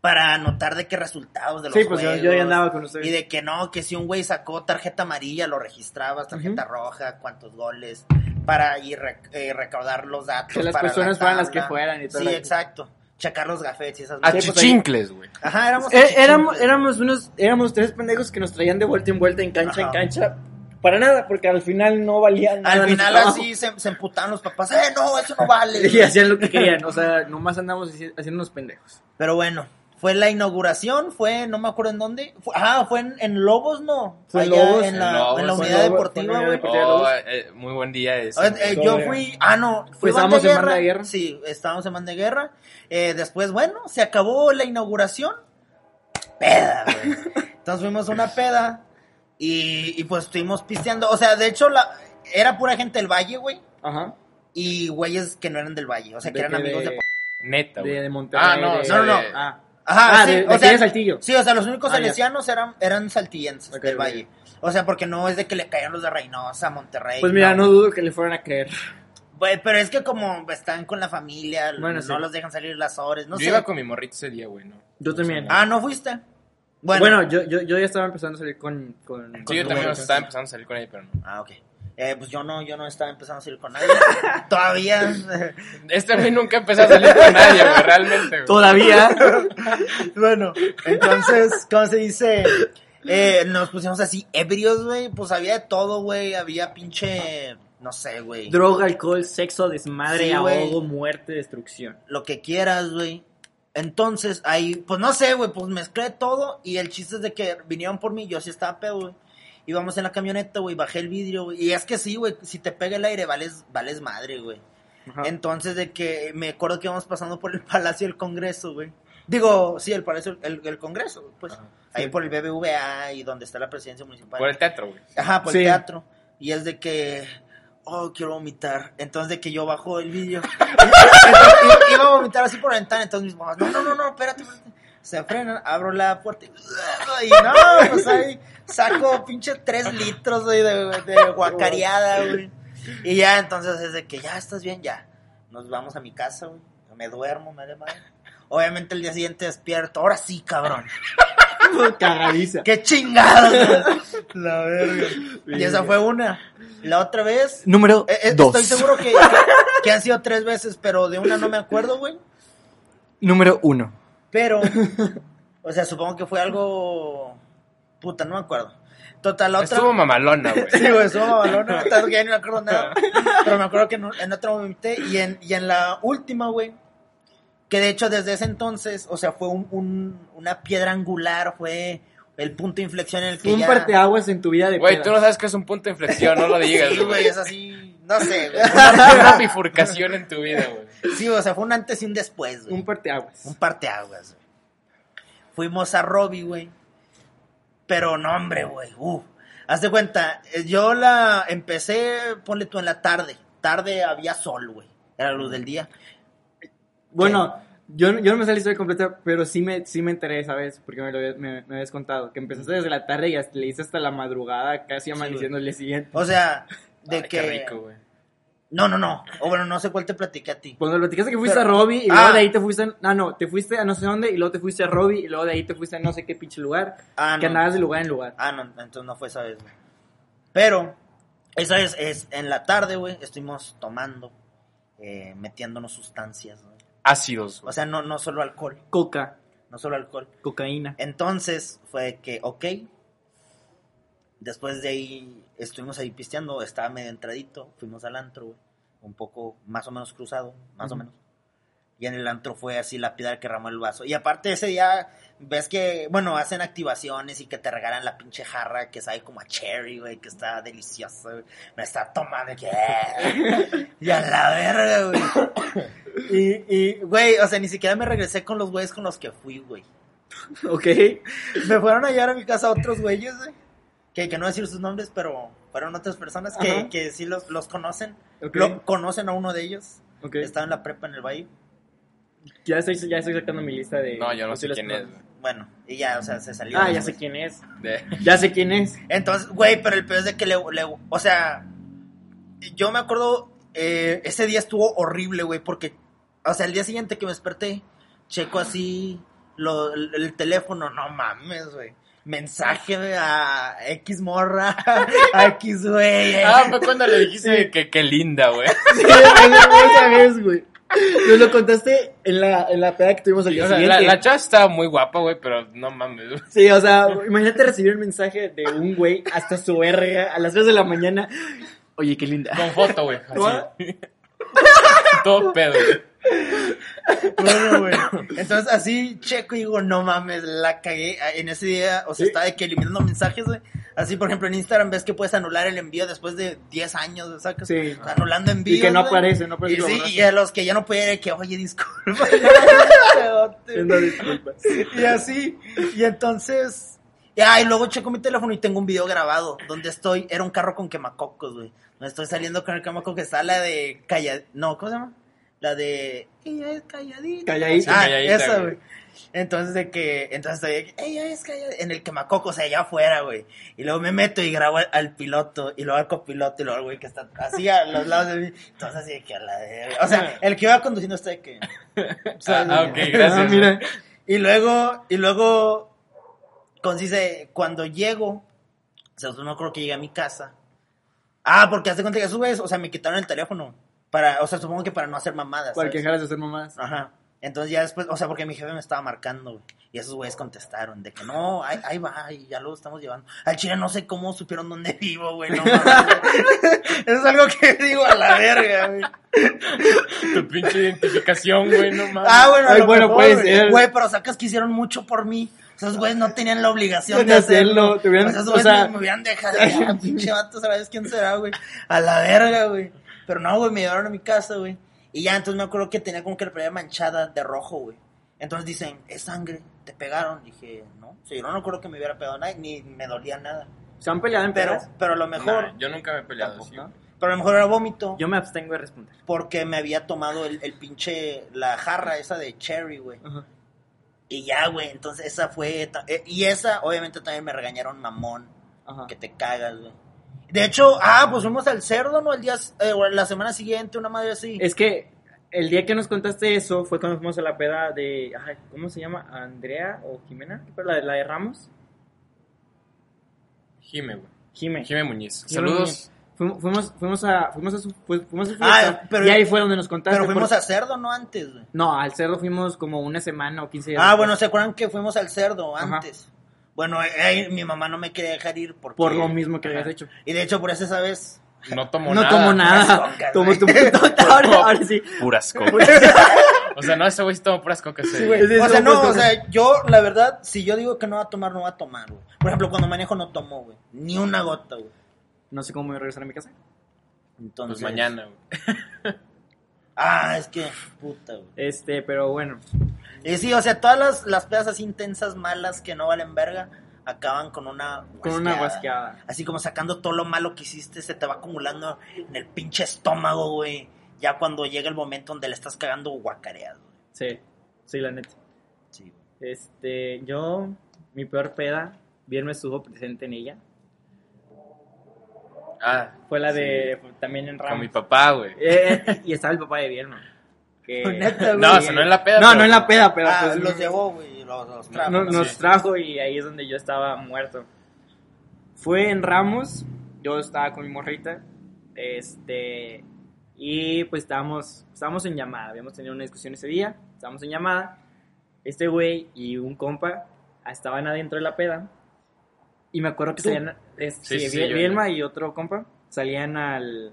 Speaker 2: Para anotar de qué resultados de los
Speaker 1: Sí, pues yo, yo ya
Speaker 2: juegos.
Speaker 1: andaba con ustedes. Eh,
Speaker 2: Y de que no, que si un güey sacó tarjeta amarilla, lo registrabas, tarjeta roja, cuántos goles, para ir re- eh, recaudar los datos.
Speaker 1: Que las
Speaker 2: para la
Speaker 1: personas fueran las
Speaker 2: tabla.
Speaker 1: que fueran y todo
Speaker 2: Sí,
Speaker 1: la-
Speaker 2: exacto. Checar los gafetes y esas
Speaker 1: Ah,
Speaker 2: madres.
Speaker 3: Achichincles, güey.
Speaker 2: Ajá, éramos.
Speaker 1: Eh, éramos, éramos unos, éramos tres pendejos que nos traían de vuelta en vuelta, en cancha, en
Speaker 2: Ajá.
Speaker 1: cancha, para nada, porque al final no valían nada.
Speaker 2: Al
Speaker 1: nuestro
Speaker 2: final
Speaker 1: trabajo.
Speaker 2: así se, se emputaron los papás. ¡Eh, no, eso no vale!
Speaker 1: Y hacían lo que querían, o sea, nomás andamos haci- haciendo unos pendejos.
Speaker 2: Pero bueno, fue la inauguración, fue, no me acuerdo en dónde. Fue- ah, fue en, en Lobos, ¿no?
Speaker 1: Fue en
Speaker 2: Allá
Speaker 1: Lobos,
Speaker 2: en
Speaker 3: en
Speaker 2: la,
Speaker 3: Lobos,
Speaker 2: en la
Speaker 3: fue
Speaker 1: en Lobos,
Speaker 2: unidad
Speaker 1: fue en
Speaker 2: deportiva,
Speaker 1: la
Speaker 2: güey.
Speaker 1: unidad Porque
Speaker 3: Oh,
Speaker 1: los-
Speaker 3: eh, muy buen día ese.
Speaker 2: Ah, eh,
Speaker 1: todo
Speaker 2: yo
Speaker 1: bien.
Speaker 2: fui, ah no, fui
Speaker 1: Pues estábamos en banda de guerra.
Speaker 2: Sí, estábamos en banda de guerra. Eh, después, bueno, se acabó la inauguración. Peda, güey. Entonces fuimos a una peda y, y, pues estuvimos pisteando. O sea, de hecho la, era pura gente del valle, güey.
Speaker 1: Ajá.
Speaker 2: Y güeyes que no eran del valle, o sea, que
Speaker 1: De-
Speaker 2: eran
Speaker 1: de-
Speaker 2: amigos de...
Speaker 1: de-
Speaker 3: Neta, güey.
Speaker 1: De, de Monterrey.
Speaker 3: Ah, no,
Speaker 1: de-
Speaker 3: no, no, no.
Speaker 1: Ah,
Speaker 2: Ajá,
Speaker 1: Ah,
Speaker 2: sí,
Speaker 1: de- de
Speaker 2: o
Speaker 1: aquí
Speaker 2: sea,
Speaker 1: de Saltillo.
Speaker 2: Sí, o sea, los únicos
Speaker 1: Ah, ya.
Speaker 2: salesianos eran, eran saltillenses
Speaker 1: Ok,
Speaker 2: del
Speaker 1: ok.
Speaker 2: valle. O sea, porque no es de que le caían los de Reynosa, Monterrey.
Speaker 1: Pues mira, no dudo que le fueran a creer.
Speaker 2: Güey, pero es que como están con la familia,
Speaker 1: Bueno,
Speaker 2: no
Speaker 1: sí.
Speaker 2: los dejan salir las horas, no
Speaker 3: yo
Speaker 2: sé.
Speaker 3: iba con mi morrito ese día, güey, ¿no?
Speaker 1: Yo
Speaker 3: No
Speaker 1: también.
Speaker 3: sé, no.
Speaker 2: Ah, ¿no fuiste? Bueno.
Speaker 1: Bueno, yo, yo, yo ya estaba empezando a salir con. con
Speaker 3: Sí,
Speaker 1: con
Speaker 3: yo
Speaker 1: tu
Speaker 3: también
Speaker 1: novia.
Speaker 3: estaba empezando a salir con ella, pero no.
Speaker 2: Ah, ok. Eh, pues yo no, yo no estaba empezando a salir con nadie. Todavía.
Speaker 3: Este güey nunca empezó a salir con nadie, güey, realmente, güey.
Speaker 1: Todavía.
Speaker 2: bueno, entonces, ¿cómo se dice? Eh, nos pusimos así ebrios, güey. Pues había de todo, güey. Había pinche, no sé, güey.
Speaker 1: Droga, alcohol, sexo, desmadre,
Speaker 2: Sí, güey.
Speaker 1: ahogo, muerte, destrucción.
Speaker 2: lo que quieras, güey. Entonces, ahí, pues no sé, güey, pues mezclé todo y el chiste es de que vinieron por mí, yo sí estaba pedo, güey. Íbamos en la camioneta, güey, bajé el vidrio, güey. Y es que sí, güey, si te pega el aire, vales, vales madre, güey.
Speaker 3: Ah.
Speaker 1: Ajá.
Speaker 2: Entonces, de que me acuerdo que íbamos pasando por el Palacio del Congreso, güey. Digo, sí, el Palacio, el, el Congreso, güey, pues.
Speaker 3: Ajá.
Speaker 2: Ahí por el BBVA y donde está la presidencia municipal.
Speaker 3: Por el teatro, güey.
Speaker 2: Ajá, por
Speaker 1: Sí.
Speaker 2: el teatro. Y es de que, oh, quiero vomitar. Entonces, de que yo bajo el vídeo. Entonces, i- iba a vomitar así por la ventana. Entonces, mis mamás, no, no, no, no, espérate, espérate. Se frenan, abro la puerta y, y no, pues ahí saco pinche tres litros güey, de, de guacareada, güey. Y ya, entonces es de que ya estás bien, ya. Nos vamos a mi casa, güey. Me duermo, me de madre. Obviamente el día siguiente despierto. Ahora sí, cabrón.
Speaker 1: Cagadiza.
Speaker 2: ¡Qué chingados! La verga. Y esa fue una. La otra vez.
Speaker 1: Número
Speaker 2: eh, eh,
Speaker 1: dos.
Speaker 2: Estoy seguro que, que han sido tres veces, pero de una no me acuerdo, güey.
Speaker 1: Número uno.
Speaker 2: Pero. O sea, supongo que fue algo. Puta, no me acuerdo. Total, la otra.
Speaker 3: Estuvo mamalona, güey.
Speaker 2: Sí, güey, estuvo mamalón, no, tanto que ya ni me acuerdo nada. Pero me acuerdo que en, un- en otra me vomité y en, y en la última, güey, Que de hecho desde ese entonces, o sea, fue un, un- una piedra angular, fue el punto de inflexión en el que
Speaker 1: Fue un
Speaker 2: ya...
Speaker 1: parteaguas en tu vida de
Speaker 3: Güey,
Speaker 1: pedas.
Speaker 3: tú no sabes que es un punto de inflexión, no lo digas,
Speaker 2: Sí, güey,
Speaker 3: güey.
Speaker 2: es así, no sé, güey.
Speaker 3: Una bifurcación en tu vida, güey.
Speaker 2: Sí, o sea, fue un antes y un después, güey.
Speaker 1: Un parteaguas.
Speaker 2: Un parteaguas, güey. Fuimos a Robbie, güey. Pero no, hombre, güey. Uh. Haz de cuenta, eh, yo la empecé, ponle tú en la tarde. Tarde había sol, güey. Era la luz del día.
Speaker 1: Bueno, yo, no- yo no me sé la historia completa, pero sí me, sí me enteré, ¿sabes? Porque me lo habías- me, me habías contado. Que empezaste desde la tarde y hasta, le hice hasta la madrugada, casi amaneciendo el día siguiente.
Speaker 2: O sea, de
Speaker 3: Ay,
Speaker 2: que.
Speaker 3: qué rico, güey.
Speaker 2: No, no, no. O bueno, no sé cuál te platiqué a ti.
Speaker 1: Cuando platicaste que fuiste
Speaker 2: Pero-
Speaker 1: a Robbie y
Speaker 2: Ah.
Speaker 1: luego de ahí te fuiste a, ah, no, te fuiste a no sé dónde y luego te fuiste a Robbie y luego de ahí te fuiste a no sé qué pinche lugar.
Speaker 2: Ah,
Speaker 1: que
Speaker 2: no.
Speaker 1: andabas de lugar en lugar.
Speaker 2: Ah, no, entonces no fue esa vez, güey. Pero, esa vez es en la tarde, güey. Estuvimos tomando, eh, metiéndonos sustancias, güey. O
Speaker 3: Ácidos, güey.
Speaker 2: sea, no, no solo alcohol.
Speaker 1: Coca,
Speaker 2: No solo alcohol.
Speaker 1: cocaína.
Speaker 2: Entonces fue que, ok. Después de ahí estuvimos ahí pisteando, estaba medio entradito, fuimos al antro, güey, un poco más o menos cruzado, más o
Speaker 1: Ujú.
Speaker 2: menos. Y en el antro fue así la piedra que ramó el vaso. Y aparte ese día, ves que, bueno, hacen activaciones y que te regalan la pinche jarra que sabe como a cherry, güey, que está deliciosa, güey. Me está tomando, y que... y a la verga, güey. Y, y, güey, o sea, ni siquiera me regresé con los güeyes con los que fui, güey.
Speaker 1: Ok.
Speaker 2: Me fueron a llevar a mi casa otros güeyes, güey. Que, que no voy a decir sus nombres, pero fueron otras personas que,
Speaker 1: Ajá.
Speaker 2: que sí los, los conocen.
Speaker 1: Ok.
Speaker 2: Lo- conocen a uno de ellos.
Speaker 1: ok.
Speaker 2: Estaba en la prepa en el valle.
Speaker 1: Ya, estoy, ya estoy sacando mi lista de.
Speaker 3: No, yo no
Speaker 1: de
Speaker 3: sé
Speaker 1: las
Speaker 3: quién es,
Speaker 1: personas.
Speaker 2: Bueno, y ya, o sea, se salió.
Speaker 1: Ah, ya sé quién es.
Speaker 3: güey. De-
Speaker 1: Ya sé quién es.
Speaker 2: Entonces, güey, pero el peor es de que le, le- O sea, yo me acuerdo. eh, ese día estuvo horrible, güey, porque. O sea, el día siguiente que me desperté, checo así lo- el, el teléfono. No mames, güey. Mensaje güey, a X morra, a X güey.
Speaker 3: Ah, fue cuando le dijiste que qué linda, güey.
Speaker 1: Esa vez, güey. Nos lo contaste en la, en la peda que tuvimos el
Speaker 3: O
Speaker 1: día
Speaker 3: sea, la,
Speaker 1: siguiente.
Speaker 3: la chava estaba muy guapa, güey, pero no mames, güey.
Speaker 1: Sí, o sea, imagínate recibir un mensaje de un güey hasta su verga a las 3 de la mañana. Oye, qué linda.
Speaker 3: Con foto, güey.
Speaker 1: ¿What?
Speaker 3: Así. Todo pedo, güey.
Speaker 2: Bueno, güey. Entonces, así checo y digo, no mames, la cagué. Ah, En ese día, o sea, estaba de que eliminando mensajes, güey. Así, por ejemplo, en Instagram ves que puedes anular el envío después de 10 años, o sea, que-
Speaker 1: Sí.
Speaker 2: o sea, Anulando envíos.
Speaker 1: Y que no
Speaker 2: güey.
Speaker 1: aparece, pues, no aparece
Speaker 2: Y,
Speaker 1: lo
Speaker 2: sí,
Speaker 1: borraste.
Speaker 2: y a los que ya no pudieron, que, oye, disculpa.
Speaker 1: Siendo disculpa.
Speaker 2: y así. Y entonces. y, ah, y luego checo mi teléfono y tengo un video grabado donde estoy. Era un carro con quemacocos, güey. Me estoy saliendo con el quemacocos que está la de. Calla... No, ¿cómo se llama? La de. Ella es calladita.
Speaker 1: Calladita.
Speaker 2: Ah,
Speaker 3: calladita,
Speaker 2: esa,
Speaker 3: güey.
Speaker 2: güey. Entonces de que. Entonces estoy. de que, Ella es calladita. En el quemacocos, allá afuera, güey. Y luego me meto y grabo al, al piloto. Y luego al copiloto. Y luego al güey que está así a los lados de mí. Entonces así de que a la de. O sea, el que iba conduciendo está de que.
Speaker 3: Ah, ah, ok,
Speaker 1: Ah,
Speaker 3: gracias. güey.
Speaker 1: mira.
Speaker 2: Y luego, y luego, con- dice, cuando llego, o sea, no creo que llegue a mi casa. Ah, porque hace cuenta que subes, o sea, me quitaron el teléfono. Para, o sea, supongo que para no hacer mamadas.
Speaker 1: Para que
Speaker 2: ¿sabes?
Speaker 1: dejaras de hacer mamás.
Speaker 2: Ajá. Entonces ya después, o sea, porque mi jefe me estaba marcando, güey. Y esos güeyes contestaron de que no, ahí, ahí va, y ya lo estamos llevando. Al chile no sé cómo supieron dónde vivo, güey. No, mames, güey. Eso es algo que digo a la verga, güey.
Speaker 3: Tu pinche identificación, güey, no mames.
Speaker 2: Ah, bueno, a
Speaker 1: Ay,
Speaker 2: lo
Speaker 1: bueno,
Speaker 2: mejor,
Speaker 1: puede
Speaker 2: güey.
Speaker 1: ser.
Speaker 2: Güey, pero sacas que hicieron mucho por mí. Esos güeyes no tenían la obligación
Speaker 1: De
Speaker 2: de hacerlo. Pues
Speaker 1: hacerlo, te hubieran-
Speaker 2: esos
Speaker 1: o
Speaker 2: güeyes
Speaker 1: sea-
Speaker 2: me, me hubieran dejado. Ah, pinche vato, ¿sabes quién será, güey? A la verga, güey. Pero no, güey, me llevaron a mi casa, güey. Y ya, entonces me acuerdo que tenía como que la primera manchada de rojo, güey. Entonces dicen, es sangre, te pegaron. Dije, no. O sea, yo no recuerdo que me hubiera pegado nada, ni me dolía nada.
Speaker 1: ¿Se han peleado en
Speaker 2: Pero,
Speaker 1: pedas?
Speaker 2: pero a lo mejor,
Speaker 3: Nah, yo nunca me he peleado así.
Speaker 1: Tampoco.
Speaker 2: pero a lo mejor era vómito.
Speaker 1: Yo me abstengo de responder.
Speaker 2: Porque me había tomado el, el pinche, la jarra esa de cherry, güey.
Speaker 1: Ajá.
Speaker 2: Y ya, güey, entonces esa fue... ta- eh, Y esa, obviamente, también me regañaron mamón.
Speaker 1: Ajá.
Speaker 2: Que te cagas, güey. De hecho, ah, pues fuimos al cerdo, ¿no? El día... s- eh, o la semana siguiente, una madre así.
Speaker 1: Es que el día que nos contaste eso fue cuando fuimos a la peda de. ay, ¿Cómo se llama? ¿Andrea o Jimena? ¿Qué fue? ¿La de, la de Ramos?
Speaker 3: Jime, güey.
Speaker 1: Jimena.
Speaker 3: Jime Muñiz.
Speaker 1: Jime
Speaker 3: Saludos.
Speaker 1: Fuimos, fuimos, fuimos a, fuimos a su, fu- fuimos a su
Speaker 2: Ah,
Speaker 1: fiesta,
Speaker 2: pero-
Speaker 1: y ahí fue donde nos contaste.
Speaker 2: Pero fuimos
Speaker 1: porque-
Speaker 2: al cerdo, ¿no? Antes, güey.
Speaker 1: No, al cerdo fuimos como una semana o 15 días.
Speaker 2: Ah,
Speaker 1: después.
Speaker 2: bueno, ¿se acuerdan que fuimos al cerdo
Speaker 1: Ajá.
Speaker 2: antes? Bueno, eh, eh, mi mamá no me quería dejar ir porque...
Speaker 1: Por lo mismo que
Speaker 2: Ajá.
Speaker 1: habías hecho.
Speaker 2: Y de hecho, por eso esa vez
Speaker 3: no tomo
Speaker 1: no
Speaker 3: nada.
Speaker 1: tomo nada.
Speaker 2: puras cocas,
Speaker 1: Tomo
Speaker 2: güey.
Speaker 1: tu puta. Ahora, ahora sí.
Speaker 5: Puras cosas.
Speaker 3: O sea, no, ese güey sí toma puras cocas. eh.
Speaker 1: güey. Sí,
Speaker 2: o sea,
Speaker 1: sí,
Speaker 2: no,
Speaker 1: pues,
Speaker 2: o sea, yo, la verdad, si yo digo que no va a tomar, no va a tomar, güey. Por ejemplo, cuando manejo no tomo, güey. Ni una gota, güey.
Speaker 1: No sé cómo voy a regresar a mi casa.
Speaker 2: Entonces.
Speaker 3: Pues mañana, güey.
Speaker 2: Ah, es que, puta, güey.
Speaker 1: Este, pero bueno.
Speaker 2: Y sí, o sea, todas las, las pedas así intensas, malas, que no valen verga, acaban con una
Speaker 1: Con una guasqueada.
Speaker 2: Así como sacando todo lo malo que hiciste, se te va acumulando en el pinche estómago, güey. Ya cuando llega el momento donde le estás cagando guacareado. güey.
Speaker 1: Sí, sí, la neta.
Speaker 2: Sí, güey.
Speaker 1: Este, yo, mi peor peda, viernes estuvo presente en ella.
Speaker 3: Ah,
Speaker 1: Fue la
Speaker 3: sí,
Speaker 1: de, fue también en
Speaker 3: Con mi
Speaker 1: Ramos.
Speaker 3: papá, güey.
Speaker 1: Eh, eh, y estaba el papá de Viernes. Que...
Speaker 2: Neta,
Speaker 3: No,
Speaker 2: güey.
Speaker 3: o sea, no en la peda.
Speaker 1: No,
Speaker 3: pero-
Speaker 1: no en la peda, pero
Speaker 2: Ah,
Speaker 1: pues,
Speaker 2: los llevó, güey, los, los trajo.
Speaker 1: no-
Speaker 3: sí.
Speaker 1: nos trajo y ahí es donde yo estaba muerto. Fue en Ramos, yo estaba con mi morrita, este, y pues estábamos, estábamos en llamada, habíamos tenido una discusión ese día, estábamos en llamada, este güey y un compa estaban adentro de la peda, y me acuerdo que salían, es-
Speaker 3: Sí,
Speaker 1: sí,
Speaker 3: sí,
Speaker 1: Vie-
Speaker 3: yo-
Speaker 1: Vielma y otro compa salían al...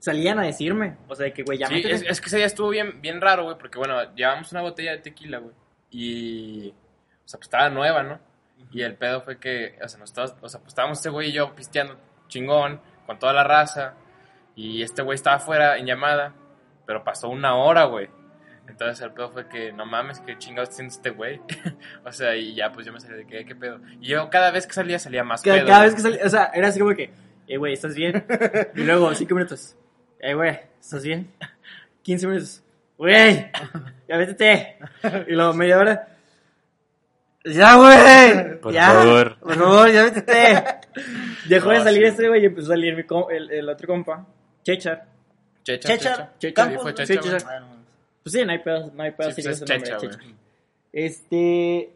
Speaker 1: Salían a decirme, o sea, que güey, ya
Speaker 3: Sí,
Speaker 1: métete.
Speaker 3: es, es que ese día estuvo bien, bien raro, güey, porque bueno, llevamos una botella de tequila, güey. Y. O sea, pues estaba nueva, ¿no? Y el pedo fue que, o sea, nos estábamos- o sea, pues estábamos este güey y yo pisteando chingón, con toda la raza. Y este güey estaba afuera en llamada, pero pasó una hora, güey. Entonces el pedo fue que, no mames, qué chingados tiene este güey. o sea, y ya pues yo me salí de que, qué pedo. Y yo cada vez que salía, salía más
Speaker 1: Cada,
Speaker 3: pedo.
Speaker 1: cada
Speaker 3: güey.
Speaker 1: vez que salía, o sea, era así como que, eh, güey, ¿estás bien? Y luego, cinco minutos, eh, güey, ¿estás bien? 15 minutos, güey, ya métete. Y luego, media hora, ya, güey,
Speaker 5: Por
Speaker 1: ya,
Speaker 5: favor.
Speaker 1: por favor, ya métete. Dejó de
Speaker 3: No,
Speaker 1: salir
Speaker 3: sí.
Speaker 1: este, güey, y empezó a salir mi com- el, el otro compa, Chechar.
Speaker 3: Checha,
Speaker 2: Chechar,
Speaker 3: checha.
Speaker 1: Checha,
Speaker 3: Sí,
Speaker 2: Campos,
Speaker 3: fue checha,
Speaker 1: sí,
Speaker 3: güey.
Speaker 1: checha.
Speaker 2: Ah, no.
Speaker 1: Pues sí, no hay pedo, no hay pedo,
Speaker 3: Sí,
Speaker 1: sí,
Speaker 3: pues
Speaker 1: su
Speaker 3: es
Speaker 1: nombre,
Speaker 3: Checha,
Speaker 1: Checha.
Speaker 3: güey.
Speaker 1: Este,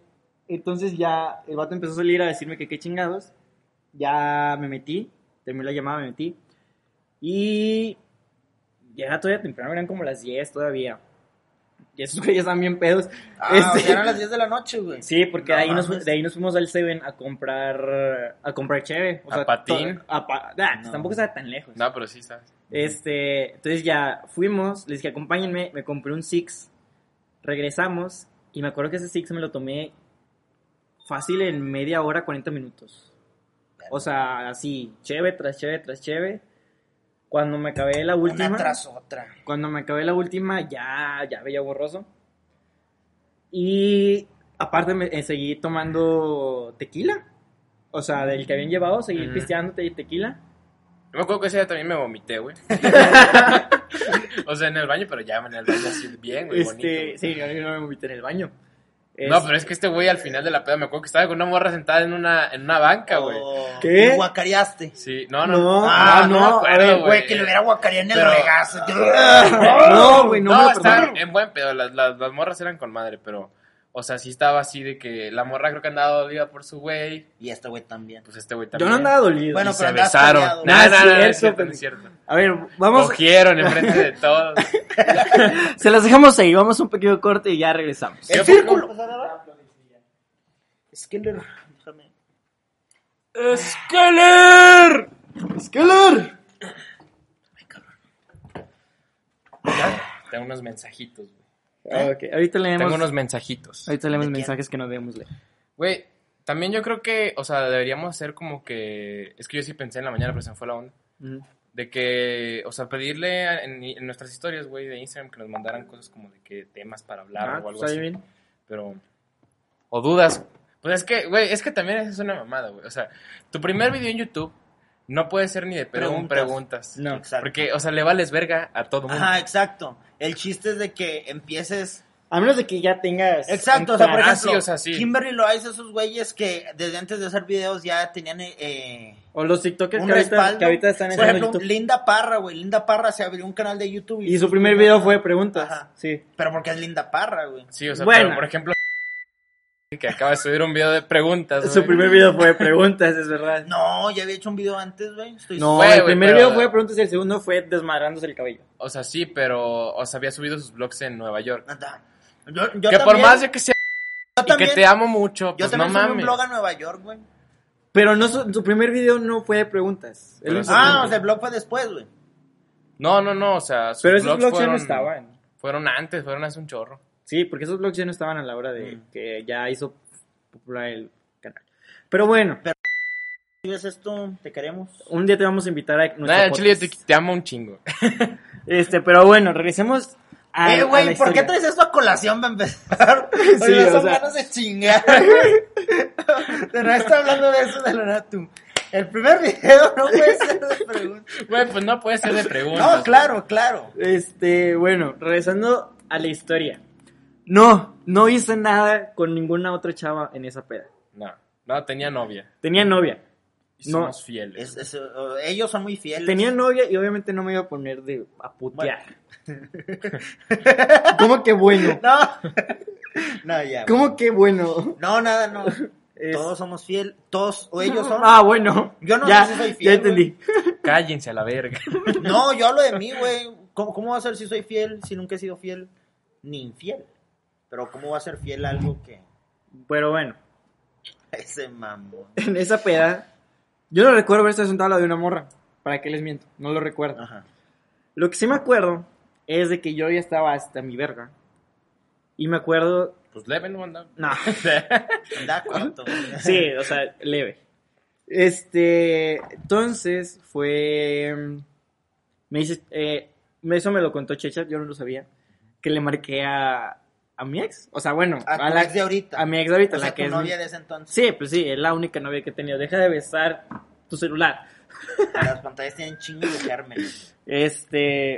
Speaker 1: entonces ya el vato empezó a salir a decirme que qué chingados. Ya me metí, terminé la llamada, me metí. Y ya era todavía temprano, eran como las 10 todavía. Y esos güeyes están bien pedos.
Speaker 2: Ah,
Speaker 1: Este-
Speaker 2: o sea, eran las 10 de la noche, güey.
Speaker 1: Sí, porque
Speaker 2: No
Speaker 1: de, ahí nos,
Speaker 2: mames.
Speaker 1: de ahí nos fuimos al Seven a comprar a comprar cheve. O
Speaker 3: ¿A
Speaker 1: sea,
Speaker 3: patín?
Speaker 1: to- a pa- nah,
Speaker 2: No.
Speaker 1: Tampoco estaba tan lejos.
Speaker 3: No, pero sí, ¿sabes?
Speaker 1: Este, entonces ya fuimos, les dije, acompáñenme, me compré un Six, regresamos y me acuerdo que ese Six me lo tomé fácil en media hora, 40 minutos. O sea, así, cheve tras cheve tras cheve. Cuando me acabé la última,
Speaker 2: Una tras otra.
Speaker 1: cuando me acabé la última, ya, ya veía borroso. Y aparte me eh, seguí tomando tequila. O sea, del que habían llevado, seguí
Speaker 3: Ujú.
Speaker 1: pisteando te- tequila.
Speaker 3: Yo me acuerdo que ese día también me vomité, güey. o sea, en el baño, pero ya en el baño así bien, güey, bonito.
Speaker 1: Este,
Speaker 3: güey.
Speaker 1: sí, yo no me vomité en el baño.
Speaker 3: No, pero es que este güey al final de la peda me acuerdo que estaba con una morra sentada en una, en una banca, güey.
Speaker 2: Oh,
Speaker 1: ¿Qué?
Speaker 2: y Guacareaste.
Speaker 3: Sí, no, no.
Speaker 1: No,
Speaker 2: Ah,
Speaker 1: no,
Speaker 2: no,
Speaker 1: no,
Speaker 3: me acuerdo,
Speaker 1: a ver,
Speaker 2: Güey, que le hubiera guacareado en el
Speaker 3: Pero-
Speaker 2: regazo.
Speaker 1: Ah. No, güey, no,
Speaker 3: No,
Speaker 1: me lo
Speaker 3: estaban
Speaker 1: perdonaron.
Speaker 3: en buen pedo, las, las, las morras eran con madre, pero... O sea, sí estaba así de que la morra creo que andaba dolida por su güey.
Speaker 2: Y este güey también.
Speaker 3: Pues este güey
Speaker 1: Yo
Speaker 3: también.
Speaker 1: no andaba dolido.
Speaker 2: Bueno, pero
Speaker 3: Y se
Speaker 2: andabas
Speaker 3: besaron.
Speaker 2: peleado,
Speaker 3: No,
Speaker 1: güey.
Speaker 3: no, no, no,
Speaker 1: Ah,
Speaker 3: es
Speaker 1: sí,
Speaker 3: cierto,
Speaker 1: eso,
Speaker 3: no es cierto.
Speaker 1: A ver, vamos,
Speaker 3: Cogieron enfrente de todos.
Speaker 1: se las dejamos ahí, vamos a un pequeño corte y ya regresamos.
Speaker 2: ¡El
Speaker 3: ¿Sí, por
Speaker 2: círculo! Es que le... Déjame.
Speaker 3: ¡Skeller!
Speaker 1: ¡Skeller!
Speaker 3: Tengo unos mensajitos, güey.
Speaker 1: Ah, Ok, ahorita leemos,
Speaker 3: Tengo unos mensajitos.
Speaker 1: ahorita leemos
Speaker 2: ¿De quién?
Speaker 1: mensajes que nos debemos leer.
Speaker 3: Güey, también yo creo que, o sea, deberíamos hacer como que. Es que yo sí pensé en la mañana, pero se me fue la onda.
Speaker 1: Ujú.
Speaker 3: De que, o sea, pedirle a- en, en nuestras historias, güey, de Instagram que nos mandaran cosas como de que temas para hablar
Speaker 1: Ah,
Speaker 3: o algo
Speaker 1: ¿está
Speaker 3: así.
Speaker 1: bien?
Speaker 3: Pero. O dudas. Pues es que, güey, es que también es una mamada, güey. O sea, tu primer video en YouTube no puede ser ni de pedo un
Speaker 2: Preguntas.
Speaker 3: preguntas.
Speaker 1: No.
Speaker 2: Exacto.
Speaker 3: Porque, o sea, le vales verga a todo mundo.
Speaker 2: Ajá, exacto. El chiste es de que empieces...
Speaker 1: A menos de que ya tengas...
Speaker 2: Exacto,
Speaker 1: un
Speaker 2: o sea, por
Speaker 1: plan.
Speaker 2: ejemplo,
Speaker 3: Ah, sí, o sea, sí.
Speaker 2: Kimberly Loaiza, esos güeyes que desde antes de hacer videos ya tenían... eh,
Speaker 1: O los TikTokers
Speaker 2: un
Speaker 1: que ahorita,
Speaker 2: respaldo.
Speaker 1: que ahorita están
Speaker 2: Por
Speaker 1: en
Speaker 2: ejemplo,
Speaker 1: YouTube.
Speaker 2: Linda Parra, güey. Linda Parra se abrió un canal de YouTube.
Speaker 1: Y su primer video fue preguntas.
Speaker 2: Ajá.
Speaker 1: Sí.
Speaker 2: Pero porque es Linda Parra, güey.
Speaker 3: Sí, o sea,
Speaker 1: Bueno.
Speaker 3: pero, por ejemplo, que acaba de subir un video de preguntas.
Speaker 1: Su
Speaker 3: güey.
Speaker 1: primer video fue preguntas, es verdad.
Speaker 2: No, ya había hecho un video antes, güey. Estoy
Speaker 1: No,
Speaker 3: Güey,
Speaker 1: el
Speaker 3: güey,
Speaker 1: primer
Speaker 3: pero-
Speaker 1: video fue preguntas y el segundo fue desmadrándose el cabello.
Speaker 3: O sea, sí, pero, o sea, había subido sus vlogs en Nueva York.
Speaker 2: Anda. Yo, yo
Speaker 3: que por
Speaker 2: también-
Speaker 3: más de que sea
Speaker 2: yo
Speaker 3: y que
Speaker 2: también-
Speaker 3: te amo mucho,
Speaker 2: Yo
Speaker 3: pues no
Speaker 2: también subí un
Speaker 3: mames.
Speaker 2: blog a Nueva York, güey.
Speaker 1: Pero no su, su primer video no fue de preguntas.
Speaker 3: Pero
Speaker 1: Él-
Speaker 3: sí.
Speaker 2: Ah, o sea, el blog fue después, güey.
Speaker 3: No, no, no, o sea, sus
Speaker 1: pero esos
Speaker 3: blogs
Speaker 1: blogs Mm. ya
Speaker 3: fueron-
Speaker 1: no eh. estaban.
Speaker 3: Fueron antes, fueron hace un chorro.
Speaker 1: Sí, porque esos blogs ya no estaban a la hora de que ya hizo popular el canal. Pero bueno,
Speaker 2: Si ves esto, te queremos.
Speaker 1: un día te vamos a invitar a nuestro
Speaker 3: Nah, al chile, yo te,
Speaker 1: podcast.
Speaker 3: te amo un chingo.
Speaker 1: Este, pero bueno, regresemos a,
Speaker 2: eh,
Speaker 1: a la
Speaker 2: güey, ¿por qué
Speaker 1: historia.
Speaker 2: traes esto a colación para empezar? Oye,
Speaker 1: Sí,
Speaker 2: no son
Speaker 1: o sea.
Speaker 2: ganas de chingar. de no estar hablando de eso de la nada tú. El primer video no puede ser de preguntas.
Speaker 3: Güey, pues no puede ser de preguntas.
Speaker 2: No, claro, claro.
Speaker 1: Este, bueno, regresando a la historia. No, no hice nada con ninguna otra chava en esa peda.
Speaker 3: No, no, tenía novia.
Speaker 1: Tenía novia.
Speaker 3: Y
Speaker 1: No.
Speaker 3: somos
Speaker 2: Es-
Speaker 3: fieles.
Speaker 2: es, eh, ellos son muy fieles.
Speaker 1: Tenía novia y obviamente no me iba a poner de a putear. ¿Cómo que bueno?
Speaker 2: No. no, ya. güey.
Speaker 1: ¿Cómo que bueno?
Speaker 2: No, nada, no.
Speaker 1: Es-
Speaker 2: Todos somos fieles. Todos, o ellos son.
Speaker 1: Ah, bueno.
Speaker 2: Yo no
Speaker 1: ya,
Speaker 2: sé si soy fiel,
Speaker 1: ya entendí.
Speaker 3: Cállense a la verga.
Speaker 2: No, yo hablo de mí, güey. ¿Cómo, ¿Cómo va a ser si soy fiel, si nunca he sido fiel? Ni infiel. Pero ¿cómo va a ser fiel a algo que...
Speaker 1: Pero bueno,
Speaker 2: Ese mamón.
Speaker 1: en esa peda, yo no recuerdo haber estado sentado al lado de una morra. ¿Para qué les miento? No lo recuerdo.
Speaker 2: Ajá.
Speaker 1: Lo que sí me acuerdo es de que yo ya estaba hasta mi verga. Y me acuerdo.
Speaker 3: Pues leve no andaba.
Speaker 1: No.
Speaker 2: Anda corto. güey.
Speaker 1: Sí, o sea, leve. Este, entonces fue. mm, Me dice. eh, eso me lo contó Checha, yo no lo sabía. Que le marqué a. A mi ex. O sea, bueno.
Speaker 2: A, tu
Speaker 1: la,
Speaker 2: ex de ahorita.
Speaker 1: a mi ex de ahorita,
Speaker 2: O sea,
Speaker 1: la que
Speaker 2: tu
Speaker 1: es.
Speaker 2: novia de ese entonces.
Speaker 1: Sí, pues sí, es la única novia que he tenido. Deja de besar tu celular.
Speaker 2: Las pantallas tienen chingo de germen.
Speaker 1: Este.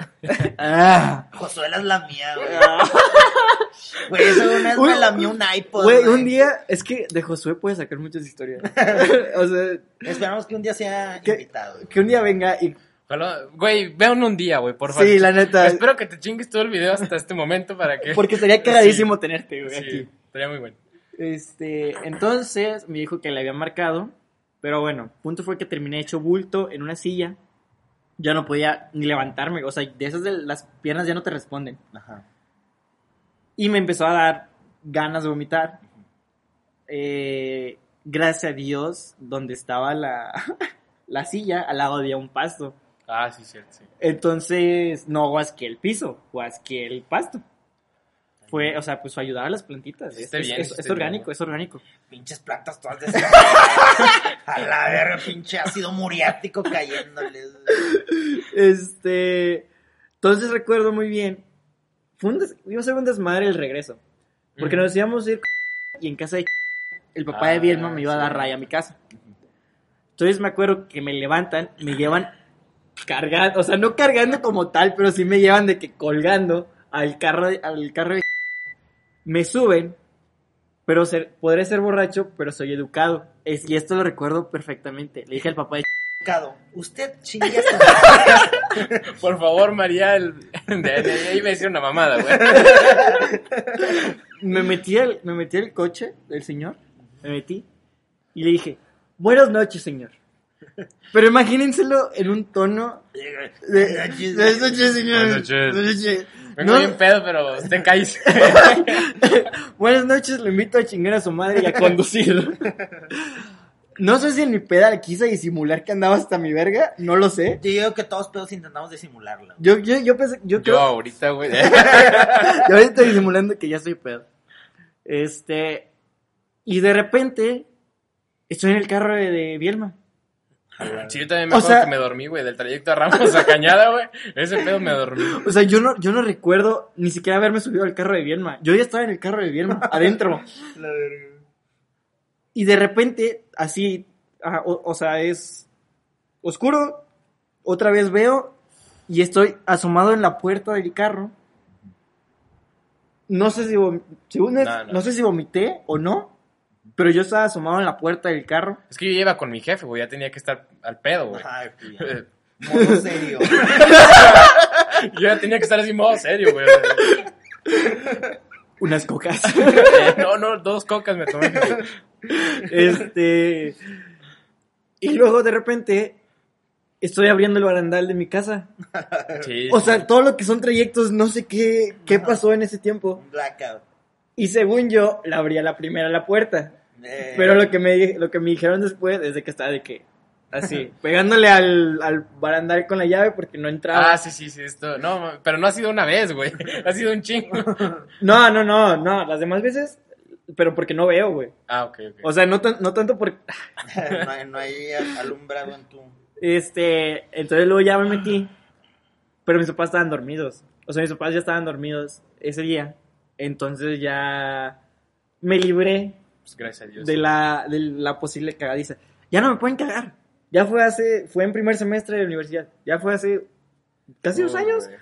Speaker 1: ah.
Speaker 2: Josuela es la mía, güey.
Speaker 3: Ah.
Speaker 2: Güey, eso una vez
Speaker 1: Güey,
Speaker 2: me lamió un iPod,
Speaker 1: Güey, un día, es que de Josué puede sacar muchas historias. o sea,
Speaker 2: Esperamos que un día sea
Speaker 1: ¿Qué?
Speaker 2: invitado. güey.
Speaker 1: que un día venga y.
Speaker 3: Ojalá- Güey, vean un día, güey, por favor.
Speaker 1: Sí, la neta.
Speaker 3: Espero que te chingues todo el video hasta este momento para que.
Speaker 1: Porque estaría cagadísimo tenerte, güey,
Speaker 3: Sí,
Speaker 1: aquí.
Speaker 3: estaría muy bueno.
Speaker 1: Este, entonces me dijo que le había marcado, pero bueno, punto fue que terminé hecho bulto en una silla. Ya no podía ni levantarme, o sea, de esas de las piernas ya no te responden.
Speaker 2: Ajá.
Speaker 1: Y me empezó a dar ganas de vomitar. Eh, gracias a Dios, donde estaba la, la silla, al lado había un pasto.
Speaker 3: Ah, sí, cierto, sí.
Speaker 1: Entonces, no guasqué el piso, guasqué el pasto. Fue, o sea, pues ayudaba a las plantitas. Es,
Speaker 3: Está
Speaker 1: es-
Speaker 3: bien,
Speaker 1: es-
Speaker 3: está
Speaker 1: es
Speaker 3: bien.
Speaker 1: orgánico, es orgánico.
Speaker 2: Pinches plantas todas de A la verga, pinche ácido muriático cayéndoles.
Speaker 1: Este. Entonces recuerdo muy bien. Fue un des- iba a ser un desmadre el regreso. Porque
Speaker 3: Ujú.
Speaker 1: nos íbamos a ir con y en casa de el papá
Speaker 3: Ah,
Speaker 1: de Bielma me iba a dar
Speaker 3: sí.
Speaker 1: raya a mi casa. Entonces me acuerdo que me levantan, me llevan cargando, o sea, no cargando como tal, pero sí me llevan de que colgando al carro de- al carro de me suben, pero ser- podré ser borracho, pero soy educado. Es, y esto lo recuerdo perfectamente. Le dije al papá de
Speaker 2: Cado, usted chingue a su madre.
Speaker 3: Por favor, María, el... de, de- de ahí iba a decir una mamada, güey.
Speaker 1: me metí al, me metí al coche del señor, me metí y le dije, buenas noches, señor. Pero imagínenselo en un tono de...
Speaker 2: Buenas noches.
Speaker 1: Buenas noches, señor.
Speaker 3: Buenas noches.
Speaker 1: Buenas noches.
Speaker 3: Vengo
Speaker 1: No,
Speaker 3: bien pedo, pero usted caíse.
Speaker 1: buenas noches, lo invito a chingar a su madre y a conducir. No sé si en mi peda le quise disimular que andaba hasta mi verga, no lo sé.
Speaker 2: Yo digo que todos pedos intentamos disimularla.
Speaker 1: Yo, yo, yo pensé, yo
Speaker 3: Yo
Speaker 1: creo,
Speaker 3: ahorita, güey.
Speaker 1: Y ahorita estoy disimulando que ya soy pedo. Este. Y de repente. Estoy en el carro de, de Bielma.
Speaker 3: Sí, yo también me
Speaker 1: O
Speaker 3: acuerdo
Speaker 1: sea-
Speaker 3: que me dormí, güey, del trayecto a Ramos a Cañada, güey. Ese pedo me dormí.
Speaker 1: O sea, yo no, yo no recuerdo ni siquiera haberme subido al carro de Bielma. Yo ya estaba en el carro de Bielma, adentro.
Speaker 2: La verga.
Speaker 1: Y de repente, así. ajá, o, o sea, es. Oscuro. Otra vez veo. Y estoy asomado en la puerta del carro. No sé si, vom- según es-
Speaker 3: No, no.
Speaker 1: no sé si vomité o no. Pero yo estaba asomado en la puerta del carro.
Speaker 3: Es que yo ya iba con mi jefe, güey, ya tenía que estar al pedo, güey.
Speaker 2: Ay, tío.
Speaker 3: Eh,
Speaker 2: Modo serio.
Speaker 3: Yo ya tenía que estar así en modo serio, güey. o sea,
Speaker 1: Unas cocas.
Speaker 3: eh, No, no, dos cocas me tomé. güey.
Speaker 1: este. Y luego de repente estoy abriendo el barandal de mi casa.
Speaker 3: Sí.
Speaker 1: O sea, todo lo que son trayectos, no sé qué, qué pasó en ese tiempo.
Speaker 2: Un blackout.
Speaker 1: Y según yo, la abría la primera la puerta.
Speaker 2: Eh,
Speaker 6: Pero lo que me, di- lo que me dijeron después es de que estaba de que. Así, pegándole al, al barandal con la llave porque no entraba.
Speaker 3: Ah, sí, sí, sí, esto. No, ma- pero no ha sido una vez, güey. Ha sido un chingo.
Speaker 6: No, no, no, no. Las demás veces, pero porque no veo, güey.
Speaker 3: Ah, ok, ok.
Speaker 6: O sea, no, tan- no tanto por.
Speaker 2: no, hay, no hay alumbrado en tu...
Speaker 6: Este. Entonces luego ya me metí. Pero mis papás estaban dormidos. O sea, mis papás ya estaban dormidos ese día. Entonces ya. Me libré
Speaker 3: Pues gracias a Dios.
Speaker 6: de la, de la posible cagadiza. Ya no me pueden cagar. Ya fue hace, fue en primer semestre de universidad. Ya fue hace casi dos
Speaker 3: No,
Speaker 6: años.
Speaker 3: güey.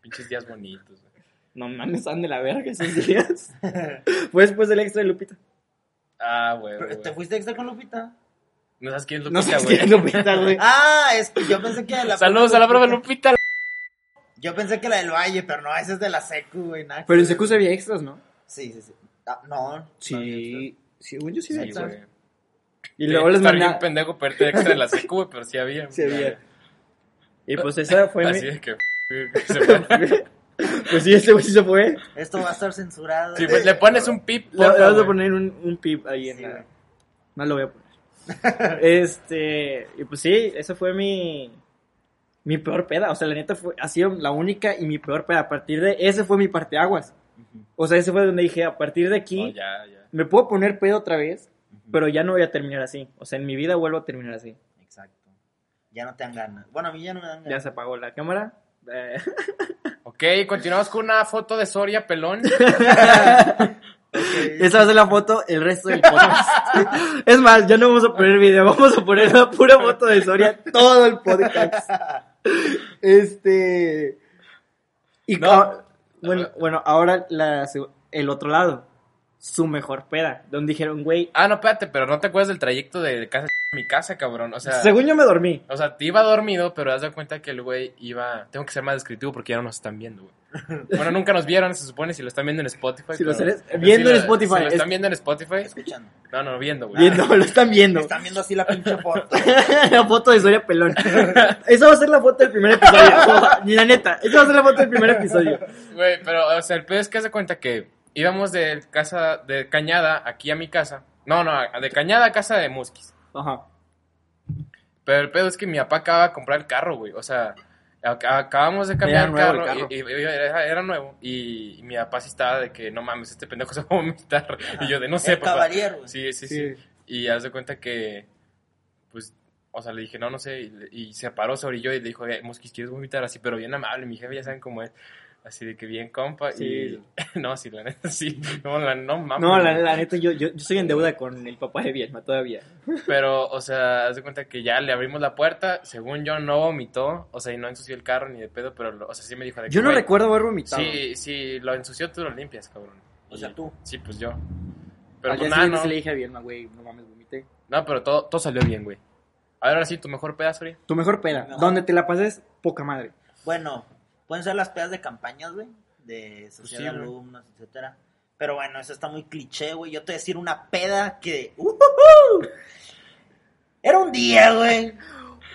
Speaker 3: Pinches días bonitos, güey.
Speaker 6: No mames, están de la verga esos días. fue después del extra de Lupita.
Speaker 3: Ah, güey.
Speaker 2: Pero,
Speaker 3: güey.
Speaker 2: ¿Te fuiste extra con Lupita?
Speaker 3: No sabes quién es
Speaker 6: No
Speaker 3: Lupita,
Speaker 6: sé
Speaker 3: güey.
Speaker 6: quién es Lupita, güey.
Speaker 2: Ah, es que yo pensé que la...
Speaker 3: Saludos a la profe Lupita.
Speaker 2: Yo pensé que la del Valle, pero no, esa es de la secu, güey. nada que
Speaker 6: Pero en
Speaker 2: ver.
Speaker 6: Secu se había extras, ¿no?
Speaker 2: Sí, sí, sí. Ah, no.
Speaker 6: Sí. Sí, según yo sí,
Speaker 3: Sí,
Speaker 6: había
Speaker 3: güey.
Speaker 6: extras. Y luego les
Speaker 3: Estar bien
Speaker 6: mandaba.
Speaker 3: pendejo perderte extra de la secu, güey, pero sí había.
Speaker 6: Sí había. Y pues esa fue mi.
Speaker 3: Así de que... se fue.
Speaker 6: Pues sí, ese güey sí se fue.
Speaker 2: Esto va a estar censurado.
Speaker 3: Sí, pues le pones un pip,
Speaker 6: Le,
Speaker 3: porfa,
Speaker 6: le vas a
Speaker 3: güey.
Speaker 6: poner un, un pip ahí en
Speaker 2: Sí,
Speaker 6: la.
Speaker 2: güey.
Speaker 6: No lo voy a poner. este. Y pues sí, esa fue mi. Mi peor peda. O sea, la neta fue, ha sido la única y mi peor peda. A partir de. Ese fue mi parteaguas. O sea, ese fue donde dije, a partir de aquí.
Speaker 3: No, ya, ya.
Speaker 6: Me puedo poner pedo otra vez. Pero ya no voy a terminar así. O sea, en mi vida vuelvo a terminar así.
Speaker 2: Exacto. Ya no te dan ganas. Bueno, a mí ya no me dan
Speaker 6: Ya
Speaker 2: ganas.
Speaker 6: se apagó la cámara. Eh,
Speaker 3: Ok, continuamos con una foto de Soria Pelón.
Speaker 2: Ok.
Speaker 6: Esa va a ser la foto, el resto del podcast. es más, ya no vamos a poner video, vamos a poner la pura foto de Soria todo el podcast. Este. Y
Speaker 3: No.
Speaker 6: ahora- bueno, bueno, ahora la seg- el otro lado, su mejor peda, donde dijeron, güey,
Speaker 3: Ah, no, espérate, pero no te acuerdas del trayecto de casa a mi casa, cabrón. O sea,
Speaker 6: según yo me dormí.
Speaker 3: o sea, te iba dormido, pero haz de cuenta que el güey iba. Tengo que ser más descriptivo porque ya no nos están viendo, güey. Bueno, nunca nos vieron, se supone, si lo están viendo en Spotify.
Speaker 6: Si lo
Speaker 3: pero-
Speaker 6: están- viendo
Speaker 3: si
Speaker 6: en
Speaker 3: lo-
Speaker 6: Spotify,
Speaker 3: Si lo
Speaker 6: es-
Speaker 3: están viendo en Spotify.
Speaker 2: Escuchando.
Speaker 3: No, no, viendo, güey.
Speaker 6: Viendo, lo están viendo.
Speaker 2: Están viendo así la pinche porta.
Speaker 6: la foto de Soria Pelón. Esa va a ser la foto del primer episodio. la neta, esa va a ser la foto del primer episodio.
Speaker 3: Güey, pero, o sea, el pedo es que haz de cuenta que íbamos de casa, de Cañada aquí a mi casa. No, no, de Cañada a casa de Musquis.
Speaker 6: Ajá.
Speaker 3: Pero el pedo es que mi papá acaba de comprar el carro, güey. O sea, ac- acabamos de cambiar
Speaker 6: Era
Speaker 3: el
Speaker 6: nuevo
Speaker 3: carro. Y,
Speaker 6: el
Speaker 3: y- y- era, era nuevo. Y, y mi papá sí estaba de que, no mames, este pendejo se va a vomitar. Y yo de, no sé,
Speaker 2: El
Speaker 3: papá.
Speaker 2: caballero, güey.
Speaker 3: Sí, sí, sí, Y haz de cuenta que, pues, o sea, le dije, no, no sé. Y, le- y se paró, se orilló y le dijo, "Eh, Mosquis, ¿quieres vomitar? Así, pero bien amable. Mi jefe ya saben cómo es. Así de que bien compa.
Speaker 6: Sí.
Speaker 3: Y, no, sí, la neta, sí. No, la, no mames.
Speaker 6: No, la,
Speaker 3: güey.
Speaker 6: la neta, yo, yo, yo estoy en deuda con el papá de Vietnam todavía.
Speaker 3: Pero, o sea, haz de cuenta que ya le abrimos la puerta. Según yo, no vomitó. O sea, y no ensució el carro ni de pedo, pero, lo- o sea, sí me dijo de que,
Speaker 6: Yo no
Speaker 3: "Güey,
Speaker 6: recuerdo haber vomitado.
Speaker 3: Sí, sí, lo ensució, tú lo limpias, cabrón.
Speaker 2: O
Speaker 3: Y-
Speaker 2: sea, tú.
Speaker 3: Sí, pues yo. Pero
Speaker 6: Pero
Speaker 3: pues nada, no.
Speaker 6: le dije a Vietnam, güey, no mames, vomité.
Speaker 3: No, pero todo, todo salió bien, güey. A ver, ahora sí, tu mejor pedazo, Ori.
Speaker 6: Tu mejor peda,
Speaker 2: Mejor.
Speaker 6: donde te la pases, poca madre.
Speaker 2: Bueno, pueden ser las pedas de campañas, güey, de sociedad
Speaker 3: Pues sí,
Speaker 2: de
Speaker 3: güey.
Speaker 2: alumnos, etcétera. Pero bueno, eso está muy cliché, güey. Yo te voy a decir una peda que. ¡Ujujú! Era un día, güey.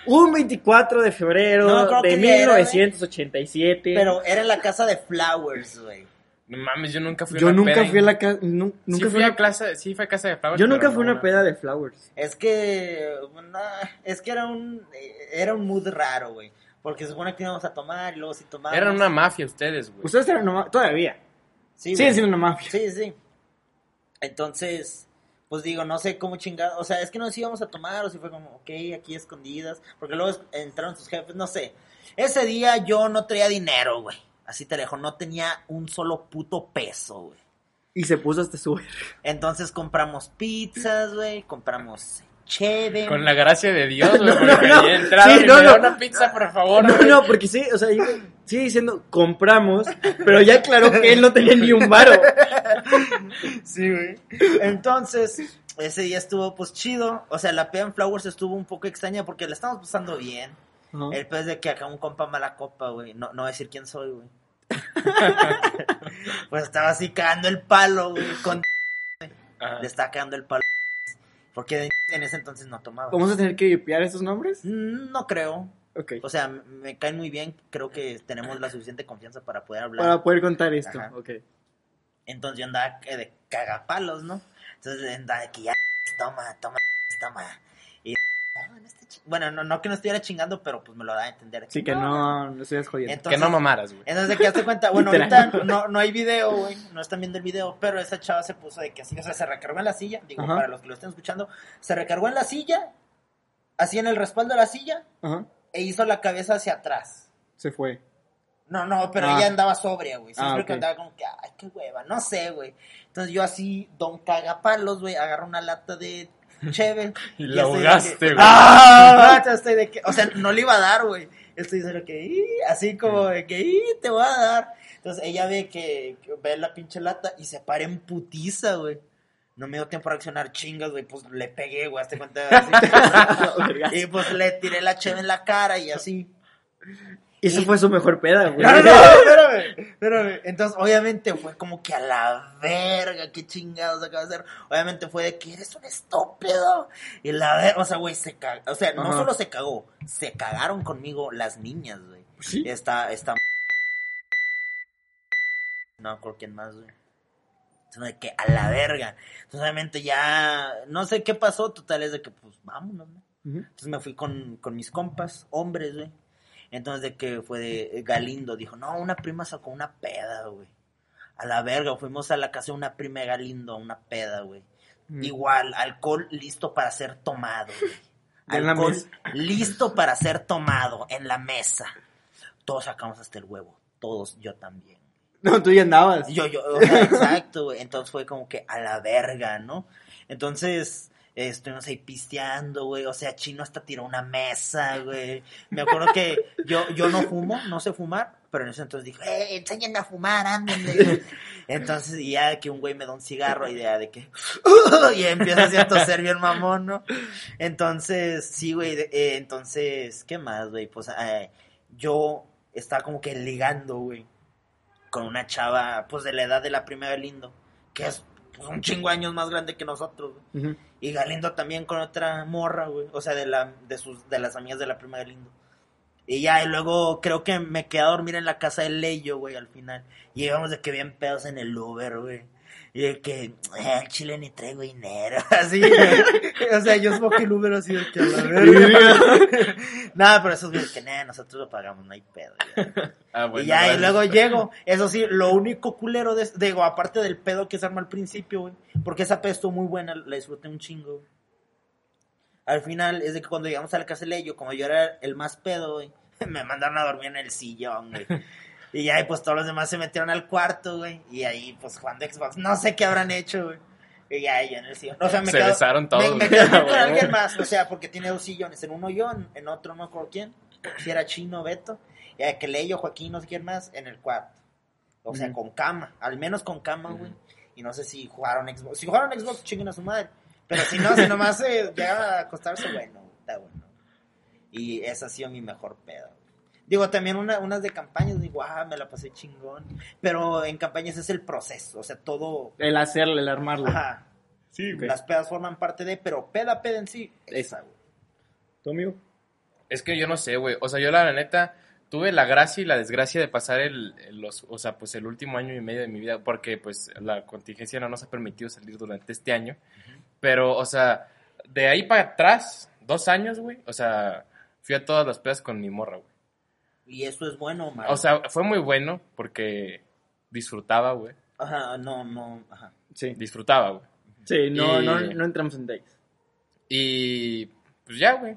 Speaker 6: Un 24 de febrero
Speaker 2: No, creo
Speaker 6: de
Speaker 2: que ya era,
Speaker 6: 1987.
Speaker 2: Pero era en la casa de Flowers, güey.
Speaker 3: No mames, yo nunca fui a
Speaker 6: yo
Speaker 3: una
Speaker 6: nunca
Speaker 3: peda.
Speaker 6: fui a la casa. Nunca
Speaker 3: sí
Speaker 6: fui
Speaker 3: fui
Speaker 6: a
Speaker 3: a clase, sí fui a casa de Flowers.
Speaker 6: Yo
Speaker 3: pero
Speaker 6: nunca
Speaker 3: no
Speaker 6: fui a una peda de Flowers.
Speaker 2: Es que. na- es que era un. eh, Era un mood raro, güey. Porque se supone que íbamos a tomar y luego sí tomamos.
Speaker 3: Eran una mafia ustedes, güey.
Speaker 6: Ustedes eran nomás. Todavía.
Speaker 2: Sí,
Speaker 6: Siguen
Speaker 2: güey.
Speaker 6: siendo una mafia.
Speaker 2: Sí, sí. Entonces, pues digo, no sé cómo chingado. O sea, es que no sé si íbamos a tomar o si fue como, ok, aquí escondidas. Porque luego es- entraron sus jefes, no sé. Ese día yo no traía dinero, güey. Así te dejo, no tenía un solo puto peso, güey.
Speaker 6: Y se puso hasta su.
Speaker 2: Entonces compramos pizzas, güey. Compramos cheve.
Speaker 3: Con la gracia de Dios, güey,
Speaker 6: No, no,
Speaker 3: porque
Speaker 6: no.
Speaker 3: ahí entraron
Speaker 6: Sí,
Speaker 3: y
Speaker 6: no,
Speaker 3: me
Speaker 6: no.
Speaker 3: dieron una pizza, por favor.
Speaker 6: No,
Speaker 3: güey.
Speaker 6: no, porque sí, o sea, yo sigue diciendo compramos, pero ya aclaró que él no tenía ni un varo.
Speaker 2: Sí, güey. Entonces, ese día estuvo pues chido. O sea, la pea en Flowers estuvo un poco extraña porque la estamos pasando bien.
Speaker 6: Ajá.
Speaker 2: El pez de que acá un compa mala copa, güey. No, no voy a decir quién soy, güey. pues estaba así cagando el palo, güey. Con...
Speaker 3: Ajá.
Speaker 2: Le estaba cagando el palo. Porque de- en ese entonces no tomaba.
Speaker 6: ¿Vamos a tener que vipiar esos nombres?
Speaker 2: Mm, No creo.
Speaker 6: Ok.
Speaker 2: O sea, m- me caen muy bien. Creo que tenemos la suficiente confianza para poder hablar.
Speaker 6: Para poder contar esto.
Speaker 2: Ajá.
Speaker 6: Ok.
Speaker 2: Entonces yo andaba que de cagapalos, ¿no? Entonces andaba de que ya toma, toma, toma. Y, "No, no está chi-". bueno, no, no que no estuviera chingando, pero pues me lo da a entender.
Speaker 1: Sí, que no, no estuvieras jodiendo.
Speaker 6: Eh,
Speaker 2: Entonces-
Speaker 3: que no mamaras, güey.
Speaker 2: Entonces, ¿de qué hace cuenta? Bueno,
Speaker 1: Literal.
Speaker 2: ahorita no, no hay video, güey. No están viendo el video. Pero esa chava se puso de que así, o sea, se recargó en la silla. Digo,
Speaker 1: Ajá.
Speaker 2: para los que lo estén escuchando, se recargó en la silla, así en el respaldo de la silla,
Speaker 1: Ajá,
Speaker 2: e hizo la cabeza hacia atrás.
Speaker 1: se fue.
Speaker 2: No, no, pero
Speaker 1: Ah.
Speaker 2: ella andaba sobria, güey.
Speaker 1: Ah,
Speaker 2: Siempre que
Speaker 1: ok.
Speaker 2: andaba como que, ay, qué hueva, no sé, güey. Entonces yo así, don cagapalos, güey, agarro una lata de cheve.
Speaker 3: Y la
Speaker 2: estoy de
Speaker 3: ahogaste,
Speaker 2: que,
Speaker 3: güey.
Speaker 2: ¡Ah! Entonces estoy de que, o sea, no le iba a dar, güey. Estoy diciendo que, "Ih", así como de que, "Ih, te voy a dar. Entonces ella ve que, que ve la pinche lata y se para en putiza, güey. No me dio tiempo a reaccionar, chingas, güey. Pues le pegué, güey, hazte cuenta. así. y pues le tiré la cheve en la cara y así.
Speaker 1: Y esa fue su mejor peda, güey.
Speaker 2: No, no, no, espérame, espérame. Entonces, obviamente fue como que a la verga, qué chingados acaba de hacer. Obviamente fue de que eres un estúpido. Y la verga, o sea, güey, se cagó. O sea, no
Speaker 1: Ajá.
Speaker 2: solo se cagó, se cagaron conmigo las niñas, güey.
Speaker 1: Sí.
Speaker 2: Está, está. No, creo quién más, güey. Entonces, de que a la verga. Entonces, obviamente ya, no sé qué pasó, total, es de que, pues, vámonos, ¿no?
Speaker 1: Ujú.
Speaker 2: Entonces me fui con, con mis compas, hombres, güey. Entonces de que fue de eh, Galindo, dijo, no, una prima sacó una peda, güey. A la verga, fuimos a la casa de una prima de Galindo, a una peda, güey.
Speaker 1: Mm.
Speaker 2: Igual, alcohol listo para ser tomado, güey.
Speaker 1: En la
Speaker 2: Alcohol
Speaker 1: mesa.
Speaker 2: listo para ser tomado en la mesa. Todos sacamos hasta el huevo, todos, yo también.
Speaker 1: No, tú ya andabas.
Speaker 2: Yo, yo, o sea, exacto, güey. Entonces fue como que a la verga, ¿no? Entonces, eh, estuvimos ahí pisteando, güey. O sea, Chino hasta tiró una mesa, güey. Me acuerdo que yo, yo no fumo, no sé fumar, pero en ese entonces dijo, eh, enséñenme a fumar, ándenle. Entonces, y ya que un güey me da un cigarro, idea de que, y empieza así a toser bien mamón, ¿no? Entonces, sí, güey, de- eh, entonces, ¿qué más, güey? Pues eh, yo estaba como que ligando, güey, con una chava, pues de la edad de la prima de Galindo, que es pues, un chingo de años más grande que nosotros, güey.
Speaker 1: Ujú.
Speaker 2: Y Galindo también con otra morra, güey, o sea, de, la, de, sus, de las amigas de la prima de Galindo. Y ya, y luego creo que me quedé a dormir en la casa de Leyo, güey, al final. Y íbamos de que bien pedos en el Uber, güey. Y de que, eh, al chile ni traigo dinero. Así, güey. O sea, yo smoke el Uber así de que a la verga. Nada, pero esos güeyes que, nada, nosotros lo pagamos, no hay pedo. ya".
Speaker 3: Ah, bueno,
Speaker 2: y ya, y
Speaker 3: gracias.
Speaker 2: luego llego. Eso sí, lo único culero, de, digo, aparte del pedo que se armó al principio, güey. Porque esa peda estuvo muy buena, la disfruté un chingo. güey. Al final, es de que cuando llegamos a la casa de Leyo, como yo era el más pedo, güey, me mandaron a dormir en el sillón, güey. Y ya, y pues todos los demás se metieron al cuarto, güey. Y ahí, pues jugando Xbox, no sé qué habrán hecho, güey. Y ya, y yo en el sillón. O sea, me
Speaker 3: Se
Speaker 2: quedo-
Speaker 3: besaron todos,
Speaker 2: Me, me
Speaker 3: güey. Ah,
Speaker 2: quedé con alguien más, o sea, porque tiene dos sillones. En uno yo, en- en otro no me acuerdo quién. Si era chino, Beto. Y a que leí yo, Joaquín, no sé quién más, en el cuarto. O sea,
Speaker 1: Ujú.
Speaker 2: con cama. Al menos con cama, güey.
Speaker 3: Ujú.
Speaker 2: Y no sé si jugaron Xbox. Si jugaron Xbox, chinguen a su madre. Pero si no, si nomás eh, llegaron a acostarse, bueno, está bueno. Y esa ha sido mi mejor pedo. Digo, también una, unas de campañas, digo, ah, me la pasé chingón. Pero en campañas es el proceso, o sea, todo.
Speaker 1: El hacerle, el armarlo.
Speaker 2: Ajá.
Speaker 1: Sí,
Speaker 2: Las pedas forman parte de, pero peda, peda en sí. Esa, güey.
Speaker 1: ¿Tú, amigo?
Speaker 3: Es que yo no sé, güey. O sea, yo la neta tuve la gracia y la desgracia de pasar el, el- los, o sea, pues el último año y medio de mi vida porque pues la contingencia no nos ha permitido salir durante este año. Pero, o sea, de ahí para atrás, dos años, güey. O sea, fui a todas las pedas con mi morra, güey.
Speaker 2: Y eso es bueno o malo.
Speaker 3: O sea, fue muy bueno porque disfrutaba, güey.
Speaker 2: Ajá, no, no, ajá.
Speaker 1: Sí.
Speaker 3: Disfrutaba, güey.
Speaker 1: Sí, no,
Speaker 3: Y-
Speaker 1: no, no entramos en dates.
Speaker 3: Y pues ya, güey.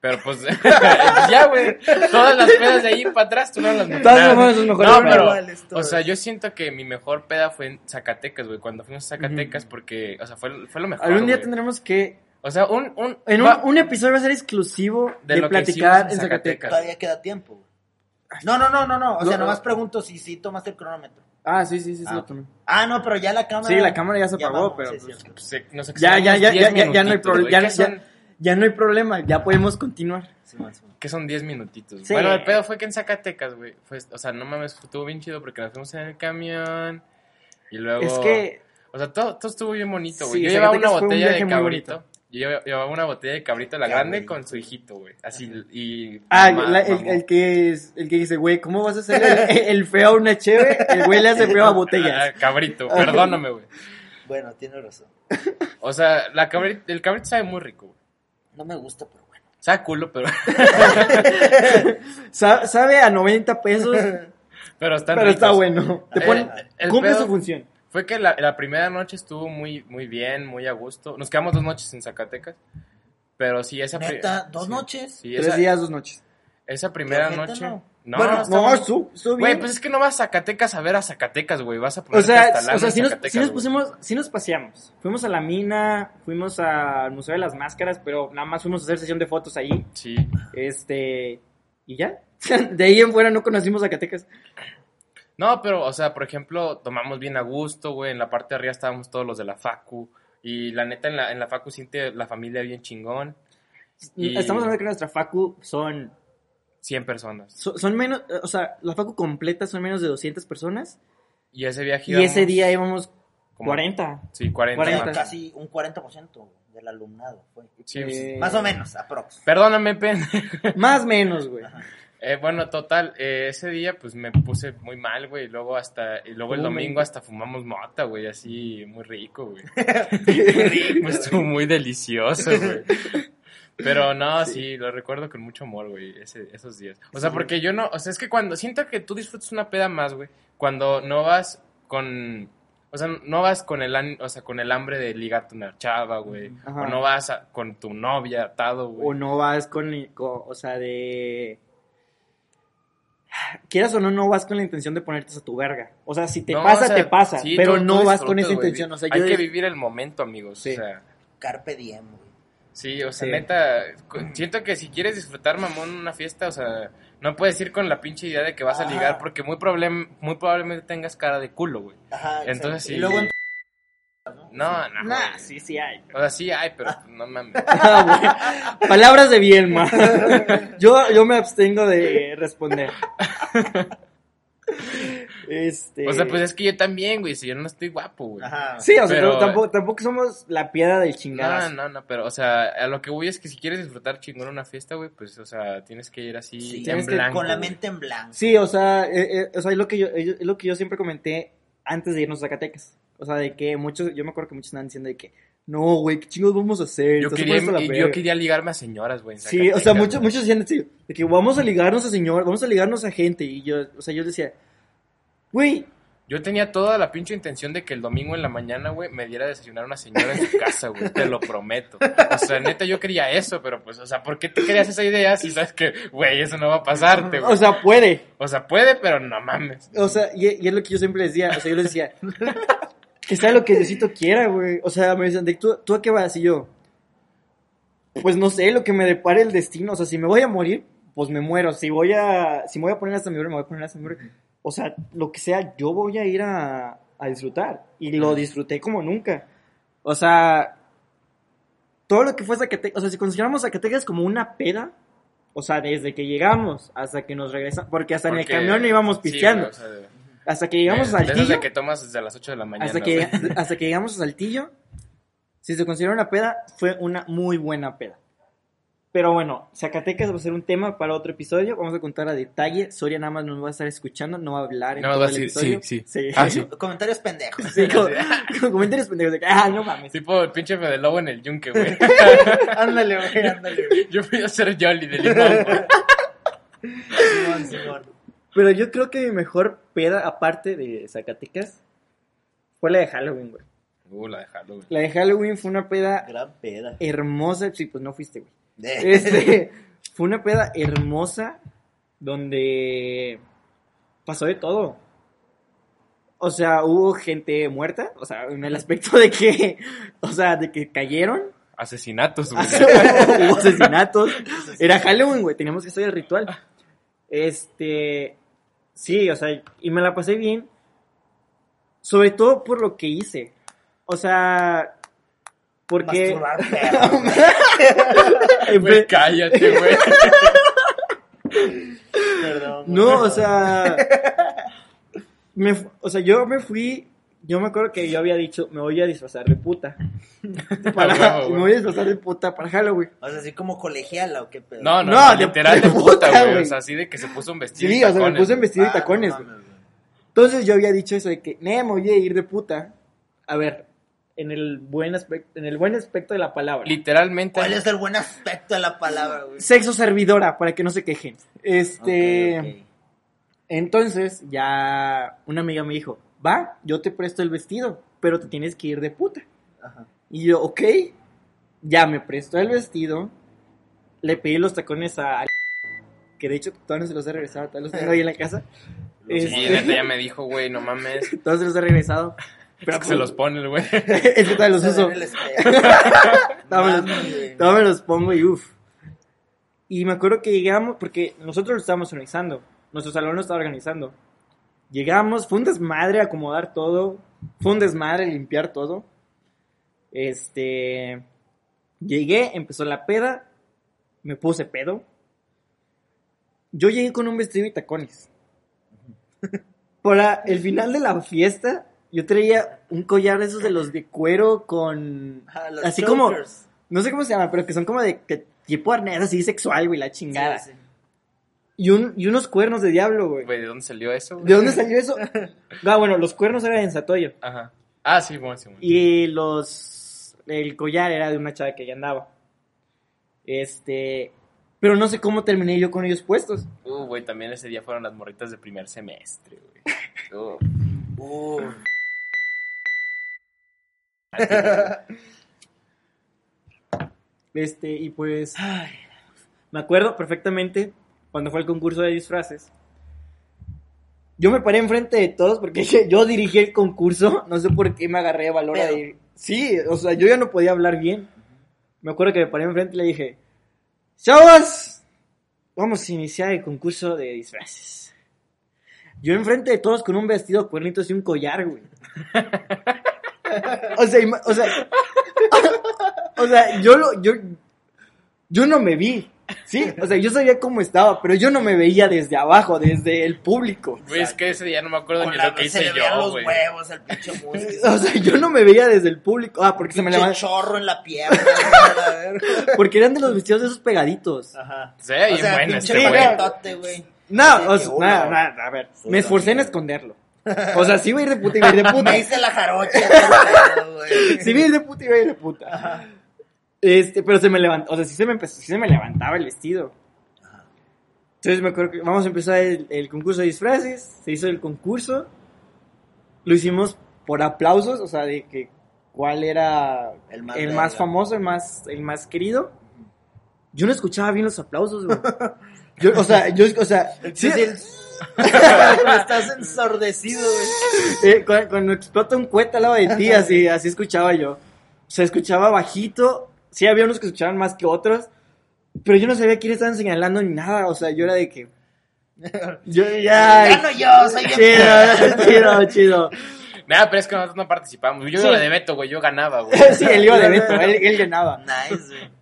Speaker 3: Pero pues, ya, güey. Todas las pedas de ahí para atrás tuvieron las
Speaker 1: Todas
Speaker 3: Nah,
Speaker 1: fueron sus mejores
Speaker 3: No,
Speaker 1: pedas.
Speaker 3: pero,
Speaker 2: Iguales
Speaker 3: o
Speaker 2: todas.
Speaker 3: sea,
Speaker 1: eh.
Speaker 3: yo siento que mi mejor peda fue en Zacatecas, güey. Cuando fuimos a Zacatecas, porque, o sea, fue, fue lo mejor.
Speaker 1: Algún día
Speaker 3: güey.
Speaker 1: tendremos que...
Speaker 3: O sea, un. un,
Speaker 1: En un,
Speaker 3: va-
Speaker 1: un episodio va a ser exclusivo
Speaker 3: De
Speaker 1: de,
Speaker 3: lo que
Speaker 1: platicar
Speaker 3: hicimos
Speaker 1: en
Speaker 3: en
Speaker 1: Zacatecas.
Speaker 2: Todavía queda tiempo, güey. No, no, no, no, no. O sea,
Speaker 1: No.
Speaker 2: nomás pregunto si sí tomaste el cronómetro.
Speaker 1: Ah, sí, sí, sí, sí,
Speaker 2: Ah.
Speaker 1: lo tomé.
Speaker 2: Ah, no, pero ya la cámara.
Speaker 1: Sí, la cámara ya se apagó,
Speaker 2: vamos,
Speaker 1: pero
Speaker 2: sí,
Speaker 1: pues-
Speaker 2: sí, sí.
Speaker 3: se- nos
Speaker 1: Ya, ya,
Speaker 3: excedimos
Speaker 1: ya, ya,
Speaker 3: 10
Speaker 1: ya, ya no hay
Speaker 3: minutitos,
Speaker 1: problema.
Speaker 3: güey.
Speaker 1: Ya,
Speaker 3: ¿Qué
Speaker 1: ya-
Speaker 3: son-
Speaker 1: ya no hay problema, ya podemos continuar.
Speaker 2: Simón, Simón.
Speaker 3: Que son 10 minutitos.
Speaker 1: Sí.
Speaker 3: Bueno, el pedo fue que en Zacatecas, güey. fue- O sea, no mames, estuvo bien chido porque nos fuimos en el camión. Y luego.
Speaker 1: Es que...
Speaker 3: O sea, todo, todo estuvo bien bonito, güey.
Speaker 1: Sí,
Speaker 3: yo llevaba una
Speaker 1: Zacatecas fue un
Speaker 3: botella
Speaker 1: viaje
Speaker 3: de
Speaker 1: muy
Speaker 3: cabrito. Yo lleva- llevaba una botella de cabrito, la grande,
Speaker 2: Cabrito.
Speaker 3: con su hijito, güey. Así, y...
Speaker 1: Ah,
Speaker 3: mamá,
Speaker 1: la- el,
Speaker 3: mamá.
Speaker 1: el que es- el que dice, güey, ¿cómo vas a hacer el, el feo a una cheve? El güey le hace feo a botellas.
Speaker 6: Ah.
Speaker 3: Ah, cabrito, perdóname, güey.
Speaker 2: Bueno, tienes razón.
Speaker 3: O sea, la cabrita, el cabrito sabe muy rico, güey.
Speaker 2: No me gusta, pero bueno.
Speaker 3: Sabe culo, pero,
Speaker 6: Sa- Sabe a 90 pesos,
Speaker 3: pero está
Speaker 6: pero está
Speaker 3: ricos.
Speaker 6: bueno. Te
Speaker 3: Eh,
Speaker 6: pone-
Speaker 3: el
Speaker 6: cumple
Speaker 3: pedo-
Speaker 6: su función.
Speaker 3: Fue que la, la primera noche estuvo muy, muy bien, muy a gusto. Nos quedamos dos noches en Zacatecas. Pero sí, esa pri-
Speaker 2: Neta, dos
Speaker 3: sí.
Speaker 2: noches.
Speaker 3: Sí,
Speaker 6: Tres
Speaker 3: esa,
Speaker 6: días, dos noches.
Speaker 3: esa primera
Speaker 2: Pero neta,
Speaker 3: noche.
Speaker 2: no.
Speaker 3: No,
Speaker 6: bueno,
Speaker 3: está
Speaker 6: no,
Speaker 3: muy-
Speaker 6: su, su bien.
Speaker 3: Güey, pues es que no vas a Zacatecas a ver a Zacatecas, güey. Vas a poner
Speaker 6: o sea, o sea, sí nos, sí nos pusimos, sí nos paseamos. Fuimos a la mina, fuimos al Museo de las Máscaras, pero nada más fuimos a hacer sesión de fotos ahí.
Speaker 3: Sí.
Speaker 6: Este, y ya. De ahí en fuera no conocimos Zacatecas.
Speaker 3: No, pero, o sea, por ejemplo, tomamos bien a gusto, güey. En la parte de arriba estábamos todos los de la Facu. Y la neta, en la, en la Facu siente la familia bien chingón. Y-
Speaker 6: Estamos hablando de que nuestra facu son
Speaker 3: 100 personas.
Speaker 6: So- Son, menos, eh, o sea, la facu completa son menos de 200 personas.
Speaker 3: Y ese viaje.
Speaker 6: Y
Speaker 3: íbamos
Speaker 6: ese día íbamos
Speaker 3: como-
Speaker 6: 40.
Speaker 3: Sí, 40.
Speaker 6: 40.
Speaker 3: más.
Speaker 2: Casi un 40% del alumnado fue.
Speaker 3: Sí, pues,
Speaker 6: Eh,
Speaker 2: Más o menos, aprox.
Speaker 3: Perdóname, pendejo.
Speaker 6: Más menos, güey.
Speaker 2: Ajá.
Speaker 3: Eh, bueno, total, eh, ese día pues me puse muy mal, güey, y luego hasta, y luego el
Speaker 6: ¿Cómo,
Speaker 3: domingo
Speaker 6: güey?
Speaker 3: hasta fumamos mota, güey, así muy rico, güey. Pues, Estuvo muy delicioso, güey. Pero no, sí. lo recuerdo con mucho amor, güey, ese- esos días. O sea,
Speaker 6: Sí.
Speaker 3: porque yo no, o sea, es que cuando, siento que tú disfrutas una peda más, güey, cuando no vas con, o sea, no vas con el, an- o sea, con el hambre de ligarte una chava, güey,
Speaker 6: Ajá.
Speaker 3: o no vas a- con tu novia atado, güey.
Speaker 6: O no vas con, con- o sea, de... Quieras o no, no vas con la intención de ponerte a tu verga. O sea, si te
Speaker 3: No,
Speaker 6: pasa,
Speaker 3: o sea,
Speaker 6: te pasa.
Speaker 3: sí,
Speaker 6: pero
Speaker 3: tú- tú
Speaker 6: no vas con
Speaker 3: disfrutas,
Speaker 6: esa
Speaker 3: güey.
Speaker 6: intención. O sea,
Speaker 3: Hay
Speaker 6: yo
Speaker 3: que vivir el momento, amigos.
Speaker 6: Sí.
Speaker 3: O sea,
Speaker 2: Carpe diem, güey.
Speaker 3: sí, o sea,
Speaker 6: Sí.
Speaker 3: neta, cu- siento que si quieres disfrutar, mamón, una fiesta, o sea, no puedes ir con la pinche idea de que vas a
Speaker 2: Ajá.
Speaker 3: ligar porque muy, problem- muy probablemente tengas cara de culo, güey.
Speaker 2: Ajá, exacto.
Speaker 3: Entonces sí.
Speaker 2: Y luego en-
Speaker 3: No, no.
Speaker 6: Nah,
Speaker 3: güey.
Speaker 6: sí, sí hay.
Speaker 3: O sea, sí hay, pero no mames.
Speaker 6: Ah, güey. Palabras de bien, ma. Yo, yo me abstengo de responder. Este...
Speaker 3: O sea, pues es que yo también, güey, si yo no estoy guapo, güey.
Speaker 2: Ajá.
Speaker 6: Sí, o sea,
Speaker 3: Pero-
Speaker 6: pero tampoco, tampoco somos la piedra del
Speaker 3: No,
Speaker 6: chingadazo.
Speaker 3: no, no, pero, o sea, a lo que voy es que si quieres disfrutar chingón una fiesta, güey, pues, o sea, tienes que ir así
Speaker 2: Sí,
Speaker 3: en
Speaker 6: tienes que-
Speaker 3: blanco.
Speaker 2: Con la
Speaker 3: güey.
Speaker 2: mente en blanco.
Speaker 6: Sí, o sea, eh, eh, o sea, es lo que yo, es lo que yo siempre comenté antes de irnos a Zacatecas. O sea, de que muchos, yo me acuerdo que muchos estaban diciendo de que, no, güey, ¿qué chingos vamos a hacer?
Speaker 3: Yo
Speaker 6: Estás
Speaker 3: quería,
Speaker 6: puesto a la
Speaker 3: y yo
Speaker 6: verga".
Speaker 3: quería ligarme a señoras, güey. en
Speaker 6: Sí, o sea,
Speaker 3: Zacatecas,
Speaker 6: muchos,
Speaker 3: güey.
Speaker 6: muchos decían así, de que vamos a ligarnos a señor, vamos a ligarnos a gente. Y yo, o sea, yo decía, güey,
Speaker 3: Yo tenía toda la pinche intención de que el domingo en la mañana, güey, me diera a desayunar una señora en su casa, güey. Te lo prometo. O sea, neta, yo quería eso, pero pues, o sea, ¿por qué te querías esa idea si sabes que, güey, eso no va a pasarte, güey?
Speaker 6: o sea, puede.
Speaker 3: O sea, puede, pero no mames.
Speaker 6: O sea, y, y es lo que yo siempre les decía, o sea, yo les decía, que sea lo que Diosito quiera, güey. O sea, me dicen, "¿De ¿tú, ¿tú a qué vas? Y yo, pues no sé, lo que me depare el destino. O sea, si me voy a morir, pues me muero. Si voy a, si me voy a poner hasta mi hora, me voy a poner hasta mi hora. O sea, lo que sea, yo voy a ir a, a disfrutar. Y lo disfruté como nunca. O sea, todo lo que fue Zacatecas, o sea, si consideramos Zacatecas como una peda, o sea, desde que llegamos hasta que nos regresamos, porque hasta en el
Speaker 3: Porque-
Speaker 6: camión íbamos
Speaker 3: sí,
Speaker 6: pisteando.
Speaker 3: güey, o sea, de-
Speaker 6: Hasta que llegamos
Speaker 3: de
Speaker 6: a
Speaker 3: esas de
Speaker 6: Saltillo.
Speaker 3: que tomas desde las 8 de la mañana.
Speaker 6: Hasta que,
Speaker 3: güey.
Speaker 6: hasta que llegamos a Saltillo. Si se considera una peda, fue una muy buena peda. Pero bueno, Zacatecas va a ser un tema para otro episodio. Vamos a contar a detalle. Soria nada más nos va a estar escuchando, no va a hablar en
Speaker 3: Nada más
Speaker 6: todo
Speaker 3: va a
Speaker 6: el
Speaker 3: decir,
Speaker 6: episodio.
Speaker 3: sí, sí.
Speaker 6: sí.
Speaker 3: Ah, sí.
Speaker 2: Comentarios pendejos.
Speaker 6: Sí, como- como comentarios pendejos de que, ah, no mames.
Speaker 3: Tipo el pinche Fede Lobo en el yunque, güey.
Speaker 2: ándale, güey, ándale, güey.
Speaker 3: Yo voy a ser Jolly de limón, güey.
Speaker 2: Simón, Simón.
Speaker 6: Pero yo creo que mi mejor peda, aparte de Zacatecas, fue la de Halloween, güey.
Speaker 3: Uh, la de Halloween.
Speaker 6: La de Halloween fue una peda
Speaker 2: Gran peda.
Speaker 6: hermosa. Sí, pues no fuiste, güey.
Speaker 2: Eh.
Speaker 6: Este, fue una peda hermosa donde pasó de todo. O sea, hubo gente muerta, o sea, en el aspecto de que, o sea, de que cayeron,
Speaker 3: Asesinatos, güey.
Speaker 6: hubo asesinatos. Era Halloween, güey, teníamos que hacer el ritual. Este, sí, o sea, y me la pasé bien, sobre todo por lo que hice. O sea, porque...
Speaker 2: Masturbar perros.
Speaker 6: en vez-
Speaker 3: Güey, cállate, güey.
Speaker 2: Perdón. güey.
Speaker 6: No, o sea, me fu- o sea, yo me fui, yo me acuerdo que yo había dicho, me voy a disfrazar de puta. Para-
Speaker 3: Ah, güey.
Speaker 6: me voy a disfrazar de puta para Halloween.
Speaker 2: O sea, así como colegiala o qué pedo.
Speaker 3: No, no,
Speaker 6: No, de-
Speaker 3: literal de,
Speaker 6: de
Speaker 3: puta,
Speaker 6: puta,
Speaker 3: güey. O
Speaker 6: güey.
Speaker 3: sea, así de que se puso un vestido.
Speaker 6: Sí,
Speaker 3: y
Speaker 6: o sea, me
Speaker 3: tacones,
Speaker 6: puse en
Speaker 3: güey.
Speaker 6: vestido
Speaker 2: Ah,
Speaker 6: y tacones.
Speaker 2: no
Speaker 6: güey.
Speaker 2: mames, güey.
Speaker 6: Entonces yo había dicho eso de que, "Nee, me voy a ir de puta. A ver, en el buen aspecto, en el buen aspecto de la palabra.
Speaker 3: Literalmente.
Speaker 2: ¿Cuál es el buen aspecto de la palabra, güey?
Speaker 6: Sexo servidora, para que no se quejen. Este,
Speaker 2: Ok, ok.
Speaker 6: entonces ya una amiga me dijo, va, yo te presto el vestido, pero te tienes que ir de puta.
Speaker 2: Ajá.
Speaker 6: Y yo, ok, ya me prestó el vestido, le pedí los tacones a... Que de hecho todavía no se los he regresado, todavía los tengo ahí en la casa.
Speaker 3: Sí,
Speaker 6: Este,
Speaker 3: neta, ella me dijo, güey, no mames.
Speaker 6: Todos se los he regresado. Pero
Speaker 3: Es que se los pone el güey.
Speaker 6: es que todavía los uso.
Speaker 2: En el espejo.
Speaker 6: Todavía me los-
Speaker 2: Mames, güey.
Speaker 6: todavía me los pongo y uff. Y me acuerdo que llegamos, porque nosotros lo estábamos organizando. Nuestro salón lo estaba organizando. Llegamos, fue un desmadre acomodar todo. Fue un desmadre limpiar todo. Este. Llegué, empezó la peda. Me puse pedo. Yo llegué con un vestido y tacones. Para el final de la fiesta, yo traía un collar de esos de los de cuero con.
Speaker 2: Ajá, los
Speaker 6: Así como-
Speaker 2: chokers.
Speaker 6: No sé cómo se llama, pero que son como de que tipo arnés así sexual, güey, la chingada.
Speaker 2: Sí, sí.
Speaker 6: Y, un, y unos cuernos de diablo, güey.
Speaker 3: Güey, ¿de dónde salió eso? güey?
Speaker 6: ¿De dónde salió eso? Ah, bueno, los cuernos eran en Satoyo.
Speaker 3: Ajá. Ah, sí, bueno, sí, bueno.
Speaker 6: Y los. El collar era de una chava que ya andaba. Este. Pero no sé cómo terminé yo con ellos puestos.
Speaker 3: Uh, güey, también ese día fueron las morritas de primer semestre, güey. Uh,
Speaker 2: Uh,
Speaker 6: Este, y pues. ay, me acuerdo perfectamente cuando fue el concurso de disfraces. Yo me paré enfrente de todos porque yo dirigí el concurso. No sé por qué me agarré de valor a
Speaker 2: Pero-
Speaker 6: dir- Sí, o sea, yo ya no podía hablar bien. Me acuerdo que me paré enfrente y le dije: ¡Chavos! Vamos a iniciar el concurso de disfraces. Yo enfrente de todos con un vestido, cuernitos y un collar, güey. o sea, ima- o sea, o sea, yo lo, yo, yo no me vi, ¿sí? O sea, yo sabía cómo estaba, pero yo no me veía desde abajo, desde el público.
Speaker 3: Güey, es que ese día no me acuerdo ni
Speaker 2: con la-
Speaker 3: lo que
Speaker 2: se
Speaker 3: hice
Speaker 2: le veían
Speaker 3: yo,
Speaker 2: los
Speaker 3: güey.
Speaker 2: huevos, el pinche músico.
Speaker 6: O sea, yo no me veía desde el público. Ah, porque se me
Speaker 2: Pinche
Speaker 6: levantó.
Speaker 2: chorro en la pierna. güey, a la verga.
Speaker 6: Porque eran de los vestidos de esos pegaditos.
Speaker 2: Ajá.
Speaker 3: Sí, bien
Speaker 2: o sea,
Speaker 3: bueno
Speaker 2: pinche
Speaker 3: este güey.
Speaker 2: baguetote, güey.
Speaker 6: No, o
Speaker 2: Sí,
Speaker 6: sea,
Speaker 2: que
Speaker 6: nada,
Speaker 2: uno.
Speaker 6: nada, a ver. Me esforcé en esconderlo. O sea, sí iba a ir de puta, iba a ir de puta.
Speaker 2: Me hice la jarocha. pero, güey.
Speaker 6: Sí iba a ir de puta, iba a ir de puta. Este, pero se me levantó, o sea, sí se me empezó, sí se me levantaba el vestido. Entonces me acuerdo que vamos a empezar el, el concurso de disfraces, se hizo el concurso, lo hicimos por aplausos, o sea, de que cuál era
Speaker 2: El más
Speaker 6: el
Speaker 2: verga.
Speaker 6: más famoso, el más, el más querido. Yo no escuchaba bien los aplausos, güey. Yo, o sea, yo, o sea, sí,
Speaker 2: Sí, sí. Estás ensordecido, güey.
Speaker 6: eh, cuando, cuando explota un cohete al lado de ti, así, así escuchaba yo. Se escuchaba bajito, sí había unos que escuchaban más que otros, pero yo no sabía quién estaban señalando ni nada, o sea, yo era de que... Yo ya...
Speaker 2: Gano yo, soy bien
Speaker 6: Chido, chido, chido.
Speaker 3: Nada, pero es que nosotros no participamos. Yo
Speaker 6: Sí.
Speaker 3: iba de Beto, güey, yo ganaba, güey.
Speaker 6: Sí, él iba de Beto, él, él ganaba.
Speaker 2: Nice, güey.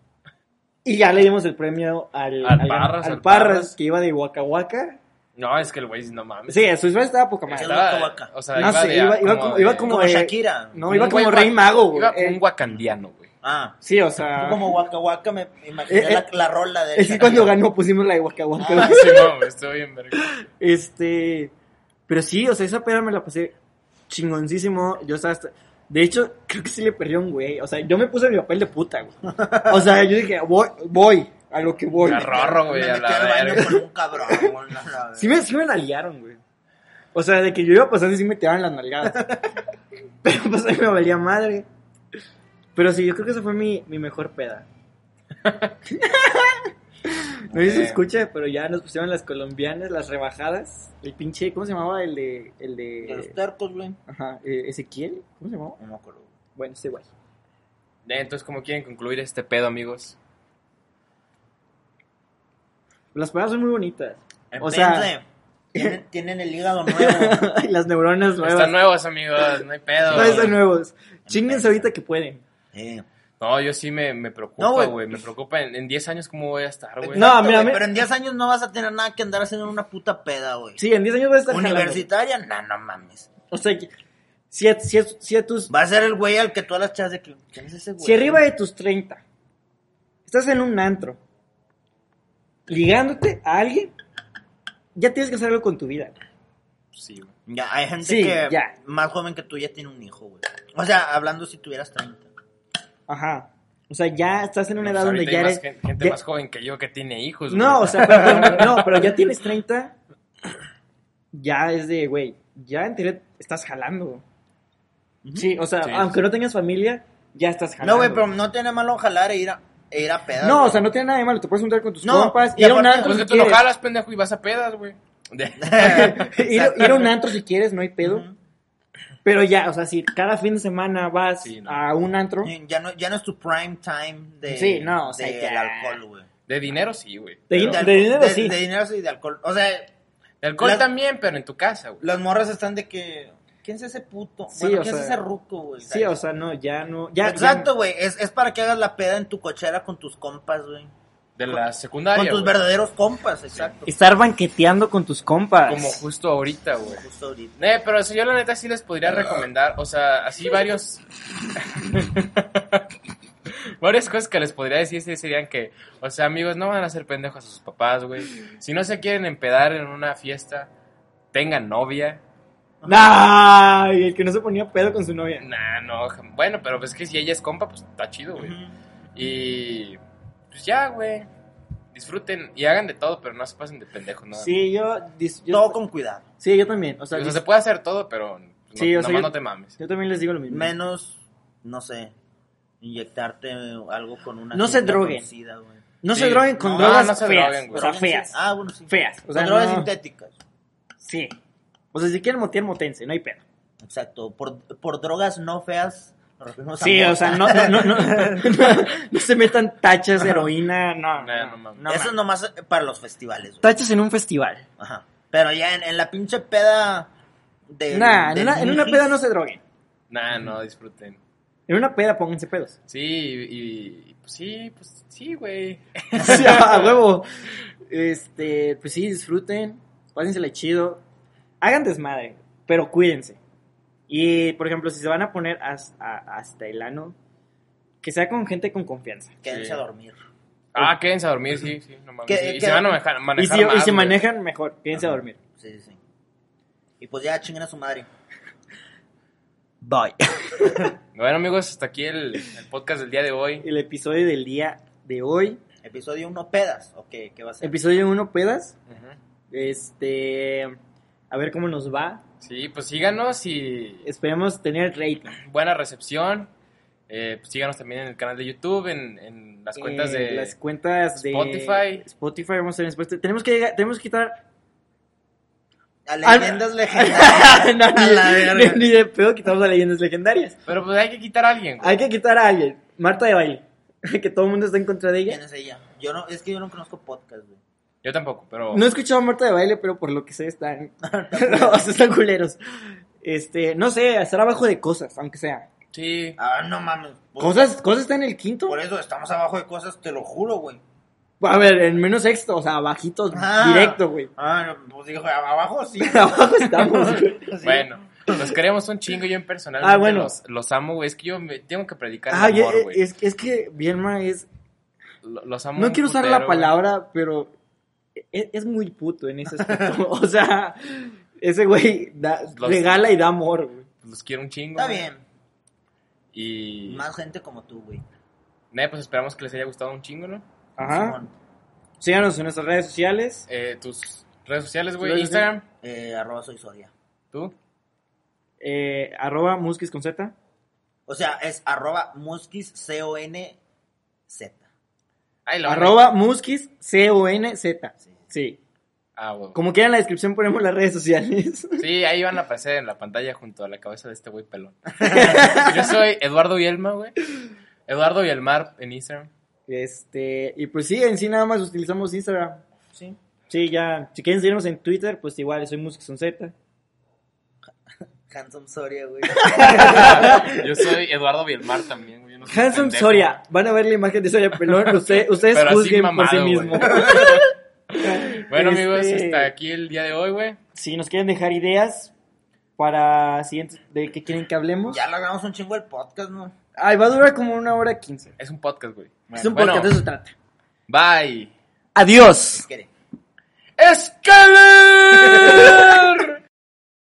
Speaker 6: Y ya le dimos el premio al,
Speaker 3: Al
Speaker 6: gan-
Speaker 3: Parras,
Speaker 6: al
Speaker 3: al
Speaker 6: Parras,
Speaker 3: Parras.
Speaker 6: que iba de Waka Waka.
Speaker 3: No, es que el güey, no mames.
Speaker 6: Sí, su disfraz estaba poca madre.
Speaker 3: Estaba-
Speaker 2: Huacahuaca.
Speaker 3: o sea,
Speaker 6: No
Speaker 3: iba,
Speaker 6: sé,
Speaker 3: de-
Speaker 6: iba- iba como- iba
Speaker 3: de-
Speaker 6: como-
Speaker 2: Como
Speaker 6: eh,
Speaker 2: Shakira.
Speaker 6: No, iba
Speaker 3: un güey
Speaker 6: como rey
Speaker 3: guac-
Speaker 6: mago, güey.
Speaker 3: Iba como
Speaker 6: Eh,
Speaker 3: un wakandiano, güey.
Speaker 2: Ah.
Speaker 6: Sí, o sea...
Speaker 2: Como Waka Waka me imaginé
Speaker 6: Eh, eh.
Speaker 2: la, la rola de
Speaker 6: Es que cuando ganó pusimos la de Waka Waka. güey.
Speaker 3: Ah, Sí, no, güey, estuvo bien verga.
Speaker 6: Este, pero sí, o sea, esa peda me la pasé chingoncísimo. Yo estaba hasta- de hecho, creo que sí le perdí a un güey. O sea, yo me puse mi papel de puta, güey. O sea, yo dije, voy, voy, a lo que voy.
Speaker 3: La rorro, güey, a
Speaker 2: Me metí
Speaker 3: la
Speaker 2: al baño
Speaker 3: verga.
Speaker 2: con un cabrón, güey, la verga.
Speaker 6: Sí me, sí me nalguearon, güey. O sea, de que yo iba pasando y sí me tiraban las nalgadas. pero pues ahí me valía madre. Pero sí, yo creo que esa fue mi, mi mejor peda. No sé si se
Speaker 3: Bien.
Speaker 6: escucha, pero ya nos pusieron las colombianas, las rebajadas. El pinche, ¿cómo se llamaba? El de. El de.
Speaker 2: De los tercos, güey.
Speaker 6: Ajá, eh, Ezequiel, ¿cómo se llamaba?
Speaker 2: No me acuerdo.
Speaker 6: Bueno, ese güey.
Speaker 3: Ya, Entonces, ¿cómo quieren concluir este pedo, amigos?
Speaker 6: Las palabras son muy bonitas. O
Speaker 2: O
Speaker 6: sea-
Speaker 2: sea, tienen, tienen el hígado nuevo.
Speaker 6: Y las neuronas nuevas.
Speaker 3: Están nuevos, amigos, no hay pedo.
Speaker 6: Todos están nuevos. Chinguense ahorita que pueden.
Speaker 2: Eh.
Speaker 3: No, yo sí me, me preocupa,
Speaker 2: No, güey.
Speaker 3: güey. me preocupa en en 10 años cómo voy a estar, güey.
Speaker 6: No,
Speaker 2: Exacto,
Speaker 6: Ah, mira,
Speaker 2: güey,
Speaker 6: me-
Speaker 2: Pero en 10 años no vas a tener nada que andar haciendo una puta peda, güey.
Speaker 6: Sí, en 10 años vas a estar jalando.
Speaker 2: Universitaria, no, no mames.
Speaker 6: O sea, que- si a, si a- si a tus...
Speaker 2: Va a ser el güey al que todas las chavas de que. ¿Quién es ese güey?
Speaker 6: Si arriba de tus 30 estás en un antro ligándote a alguien, ya tienes que hacer algo con tu vida.
Speaker 3: Sí, güey.
Speaker 2: Ya, hay gente
Speaker 6: Sí,
Speaker 2: que
Speaker 6: ya.
Speaker 2: más joven que tú ya tiene un hijo, güey. O sea, hablando si tuvieras 30.
Speaker 6: Ajá. O sea, ya estás en una
Speaker 3: Pues
Speaker 6: edad donde
Speaker 3: ahorita
Speaker 6: ya
Speaker 3: hay
Speaker 6: eres.
Speaker 3: más gen- gente
Speaker 6: ya-
Speaker 3: más joven que yo que tiene hijos,
Speaker 6: No,
Speaker 3: güey.
Speaker 6: o sea, pero, pero- no, pero ya tienes 30. Ya es de, güey, ya en teoría estás jalando. Sí, o sea,
Speaker 3: Sí.
Speaker 6: aunque no tengas familia, ya estás jalando.
Speaker 2: No, güey, pero no tiene malo jalar e ir a, e ir a pedas.
Speaker 6: No,
Speaker 2: güey.
Speaker 6: o sea, no tiene nada de malo. Te puedes juntar con tus
Speaker 2: No,
Speaker 6: compas,
Speaker 2: y
Speaker 6: ir a un
Speaker 2: aparte,
Speaker 6: antro
Speaker 3: Pues
Speaker 6: si
Speaker 3: que tú no
Speaker 6: quieres.
Speaker 3: jalas, pendejo, y vas a pedas, güey. De-
Speaker 6: ir, ir a un antro si quieres, no hay pedo. Pero ya, o sea, si cada fin de semana vas
Speaker 3: Sí, no.
Speaker 6: a un antro,
Speaker 2: Ya no, ya no es tu prime time de,
Speaker 6: Sí, no, o sea,
Speaker 2: de
Speaker 6: ya.
Speaker 2: el alcohol, güey.
Speaker 3: De dinero sí, güey.
Speaker 6: De
Speaker 3: Pero-
Speaker 6: dinero. dinero,
Speaker 2: de,
Speaker 6: sí.
Speaker 2: De dinero sí, de alcohol. O sea,
Speaker 3: de alcohol
Speaker 2: Las-
Speaker 3: también, pero en tu casa, güey.
Speaker 2: las morras están de que. ¿Quién es ese puto?
Speaker 6: Sí,
Speaker 2: bueno,
Speaker 6: o
Speaker 2: ¿quién es
Speaker 6: sea,
Speaker 2: ese ruco, güey?
Speaker 6: sí, o sea, no, ya no. Ya,
Speaker 2: Exacto, güey. Es, es para que hagas la peda en tu cochera con tus compas, güey.
Speaker 3: De la secundaria,
Speaker 2: Con tus
Speaker 3: güey.
Speaker 2: verdaderos compas, exacto.
Speaker 6: ya- Estar banqueteando con tus compas.
Speaker 3: Como justo ahorita, güey.
Speaker 2: Justo ahorita.
Speaker 3: Eh, pero eso yo la neta sí les podría recomendar, o sea, así varios... Varias cosas que les podría decir sí serían que, o sea, amigos, no van a ser pendejos a sus papás, güey. Si no se quieren empedar en una fiesta, tengan novia.
Speaker 6: Ay, el que no se ponía pedo con su novia.
Speaker 3: Nah, no, jam- bueno, pero pues es que si ella es compa, pues está chido, güey.
Speaker 2: Ujú.
Speaker 3: Y pues ya, güey. Disfruten y hagan de todo, pero no se pasen de pendejos, ¿no?
Speaker 6: Sí, yo, dis- yo-
Speaker 2: Todo con cuidado.
Speaker 6: sí, yo también. O
Speaker 3: O sea,
Speaker 6: sea, dis-
Speaker 3: se puede hacer todo, pero no,
Speaker 6: Sí, o
Speaker 3: nomás
Speaker 6: sea, yo-
Speaker 3: no te mames.
Speaker 6: yo también les digo lo mismo.
Speaker 2: Menos, no sé, inyectarte algo con una.
Speaker 6: No se
Speaker 2: agenda
Speaker 6: droguen.
Speaker 2: con sida, güey.
Speaker 6: no
Speaker 3: sí.
Speaker 6: se droguen con
Speaker 2: No,
Speaker 6: drogas
Speaker 3: Ah, no se
Speaker 6: feas.
Speaker 3: droguen, güey.
Speaker 6: o sea,
Speaker 2: Droguense.
Speaker 6: feas.
Speaker 2: Ah, bueno, sí.
Speaker 6: Feas, o sea,
Speaker 2: Con drogas
Speaker 6: no-
Speaker 2: sintéticas.
Speaker 6: Sí. O sea, si quieren motear, motense, no hay pedo.
Speaker 2: Exacto. Por, por drogas no feas. nos referimos a
Speaker 6: Sí,
Speaker 2: mota.
Speaker 6: o sea, no, no, no, no, no se metan tachas, heroína, no.
Speaker 3: Nah,
Speaker 6: no,
Speaker 3: no mames.
Speaker 6: no
Speaker 2: Eso es
Speaker 6: mames.
Speaker 2: nomás eh, para los festivales, güey.
Speaker 6: Tachas en un festival.
Speaker 2: Ajá. Pero ya en, en la pinche peda de.
Speaker 6: Nah,
Speaker 2: de
Speaker 6: en una, en una
Speaker 2: ninis,
Speaker 6: peda no se droguen.
Speaker 3: Nah, no, disfruten.
Speaker 6: En una peda pónganse pedos.
Speaker 3: Sí, y, y, pues sí, pues sí, güey.
Speaker 6: Sí, a huevo. Este, pues sí, disfruten, pásensela chido. Hagan desmadre, pero cuídense. Y, por ejemplo, si se van a poner has- a- hasta el ano, que sea con gente con confianza.
Speaker 2: Quédense
Speaker 3: Sí.
Speaker 2: a dormir.
Speaker 3: Ah, quédense a dormir, sí, sí, no mames.
Speaker 2: ¿Qué-
Speaker 3: Sí, y
Speaker 2: qué-
Speaker 3: se van a manejar,
Speaker 6: Y
Speaker 3: manejar
Speaker 6: si, y
Speaker 3: más,
Speaker 6: si
Speaker 3: güey.
Speaker 6: manejan, mejor, quédense a dormir.
Speaker 2: Sí, sí, sí. Y pues ya chinguen a su madre.
Speaker 6: Bye.
Speaker 3: Bueno, amigos, hasta aquí el, el podcast del día de hoy.
Speaker 6: El episodio del día de hoy.
Speaker 2: Episodio 1 pedas. ¿O qué, qué va a ser?
Speaker 6: Episodio 1, pedas.
Speaker 3: Ujú.
Speaker 6: Este, a ver cómo nos va.
Speaker 3: Sí, pues síganos y
Speaker 6: Esperemos tener rating.
Speaker 3: buena recepción. Eh, pues, síganos también en el canal de YouTube, en, en las cuentas
Speaker 6: Eh,
Speaker 3: de...
Speaker 6: las cuentas de
Speaker 3: Spotify.
Speaker 6: Spotify vamos a tener Spotify. Tenemos que llegar- tenemos que quitar
Speaker 2: A leyendas legendarias.
Speaker 6: no, ni,
Speaker 2: A la
Speaker 6: de-
Speaker 2: verga.
Speaker 6: ni de pedo quitamos a leyendas legendarias.
Speaker 3: Pero pues hay que quitar a alguien, güey.
Speaker 6: Hay que quitar a alguien, Marta de baile, que todo el mundo está en contra de
Speaker 2: ¿Quién
Speaker 6: ella.
Speaker 2: es ella? Yo no, es que yo no conozco podcast, güey.
Speaker 3: Yo tampoco, pero...
Speaker 6: No he escuchado a Marta de baile, pero por lo que sé están no, están culeros. Este, no sé, estar abajo de cosas, aunque sea.
Speaker 3: Sí,
Speaker 2: Ah, no mames. Por-
Speaker 6: Cosas, cosas está en el quinto.
Speaker 2: Por eso estamos abajo de cosas, te lo juro, güey.
Speaker 6: A ver, en menos sexto, o sea, abajito
Speaker 2: Ah.
Speaker 6: directo, güey.
Speaker 2: Ah, no, pues dijo, abajo sí.
Speaker 6: Abajo estamos, güey.
Speaker 3: bueno. Los queremos un chingo, yo en personal
Speaker 6: Ah, bueno.
Speaker 3: los, los amo, güey. Es que yo me- tengo que predicar
Speaker 6: Ah,
Speaker 3: el amor,
Speaker 6: ye-
Speaker 3: güey.
Speaker 6: es, es que Bielma es
Speaker 3: Lo- Los amo
Speaker 6: No
Speaker 3: un
Speaker 6: quiero usar
Speaker 3: putero,
Speaker 6: la
Speaker 3: güey.
Speaker 6: palabra, pero es, es muy puto en ese aspecto. o sea, ese güey da-
Speaker 3: Los-
Speaker 6: regala y da amor, güey.
Speaker 3: Los quiero un chingo.
Speaker 2: Está
Speaker 3: güey.
Speaker 2: bien.
Speaker 3: Y.
Speaker 2: Más gente como tú, güey.
Speaker 3: Nada, pues esperamos que les haya gustado un chingo, ¿no?
Speaker 6: Ajá.
Speaker 2: Simón.
Speaker 6: Síganos en nuestras redes sociales.
Speaker 3: Eh, tus redes sociales, güey.
Speaker 6: Redes
Speaker 3: Instagram,
Speaker 2: Eh, arroba soy Soria.
Speaker 3: tú.
Speaker 6: Eh, arroba musquis con Z.
Speaker 2: O sea, es arroba muskis C-O-N-Z.
Speaker 3: Ay, la
Speaker 6: Arroba musquis C-O-N-Z.
Speaker 2: Sí.
Speaker 6: Sí.
Speaker 3: Ah, güey.
Speaker 6: Como quiera en la descripción ponemos las redes sociales.
Speaker 3: Sí, ahí van a aparecer en la pantalla junto a la cabeza de este güey pelón. Yo soy Eduardo Bielma, güey. Eduardo Bielmar en Instagram.
Speaker 6: este, y pues sí, en sí nada más utilizamos Instagram.
Speaker 2: Sí.
Speaker 6: Sí, ya. Si quieren seguirnos en Twitter, pues igual, soy musquis con Z.
Speaker 2: Handsome Soria, güey.
Speaker 3: Yo soy Eduardo Bielmar también, güey. yo no soy
Speaker 6: Handsome
Speaker 3: pendejo.
Speaker 6: Soria. Van a ver la imagen de Soria Pelón. Usted- ustedes
Speaker 3: Pero así
Speaker 6: juzguen por
Speaker 3: mamado,
Speaker 6: sí
Speaker 3: güey.
Speaker 6: mismo.
Speaker 3: Bueno, amigos,
Speaker 6: Este-
Speaker 3: hasta aquí el día de hoy, güey.
Speaker 6: si nos quieren dejar ideas para siguientes de que quieren que hablemos.
Speaker 2: Ya largamos un chingo el podcast, ¿no?
Speaker 6: Ay, va a durar como una hora quince.
Speaker 3: Es un podcast, güey.
Speaker 6: es un
Speaker 3: Bueno,
Speaker 6: podcast, de eso se trata.
Speaker 3: Bye.
Speaker 6: Adiós.
Speaker 2: ¿Qué quiere?
Speaker 3: ¡Escalar!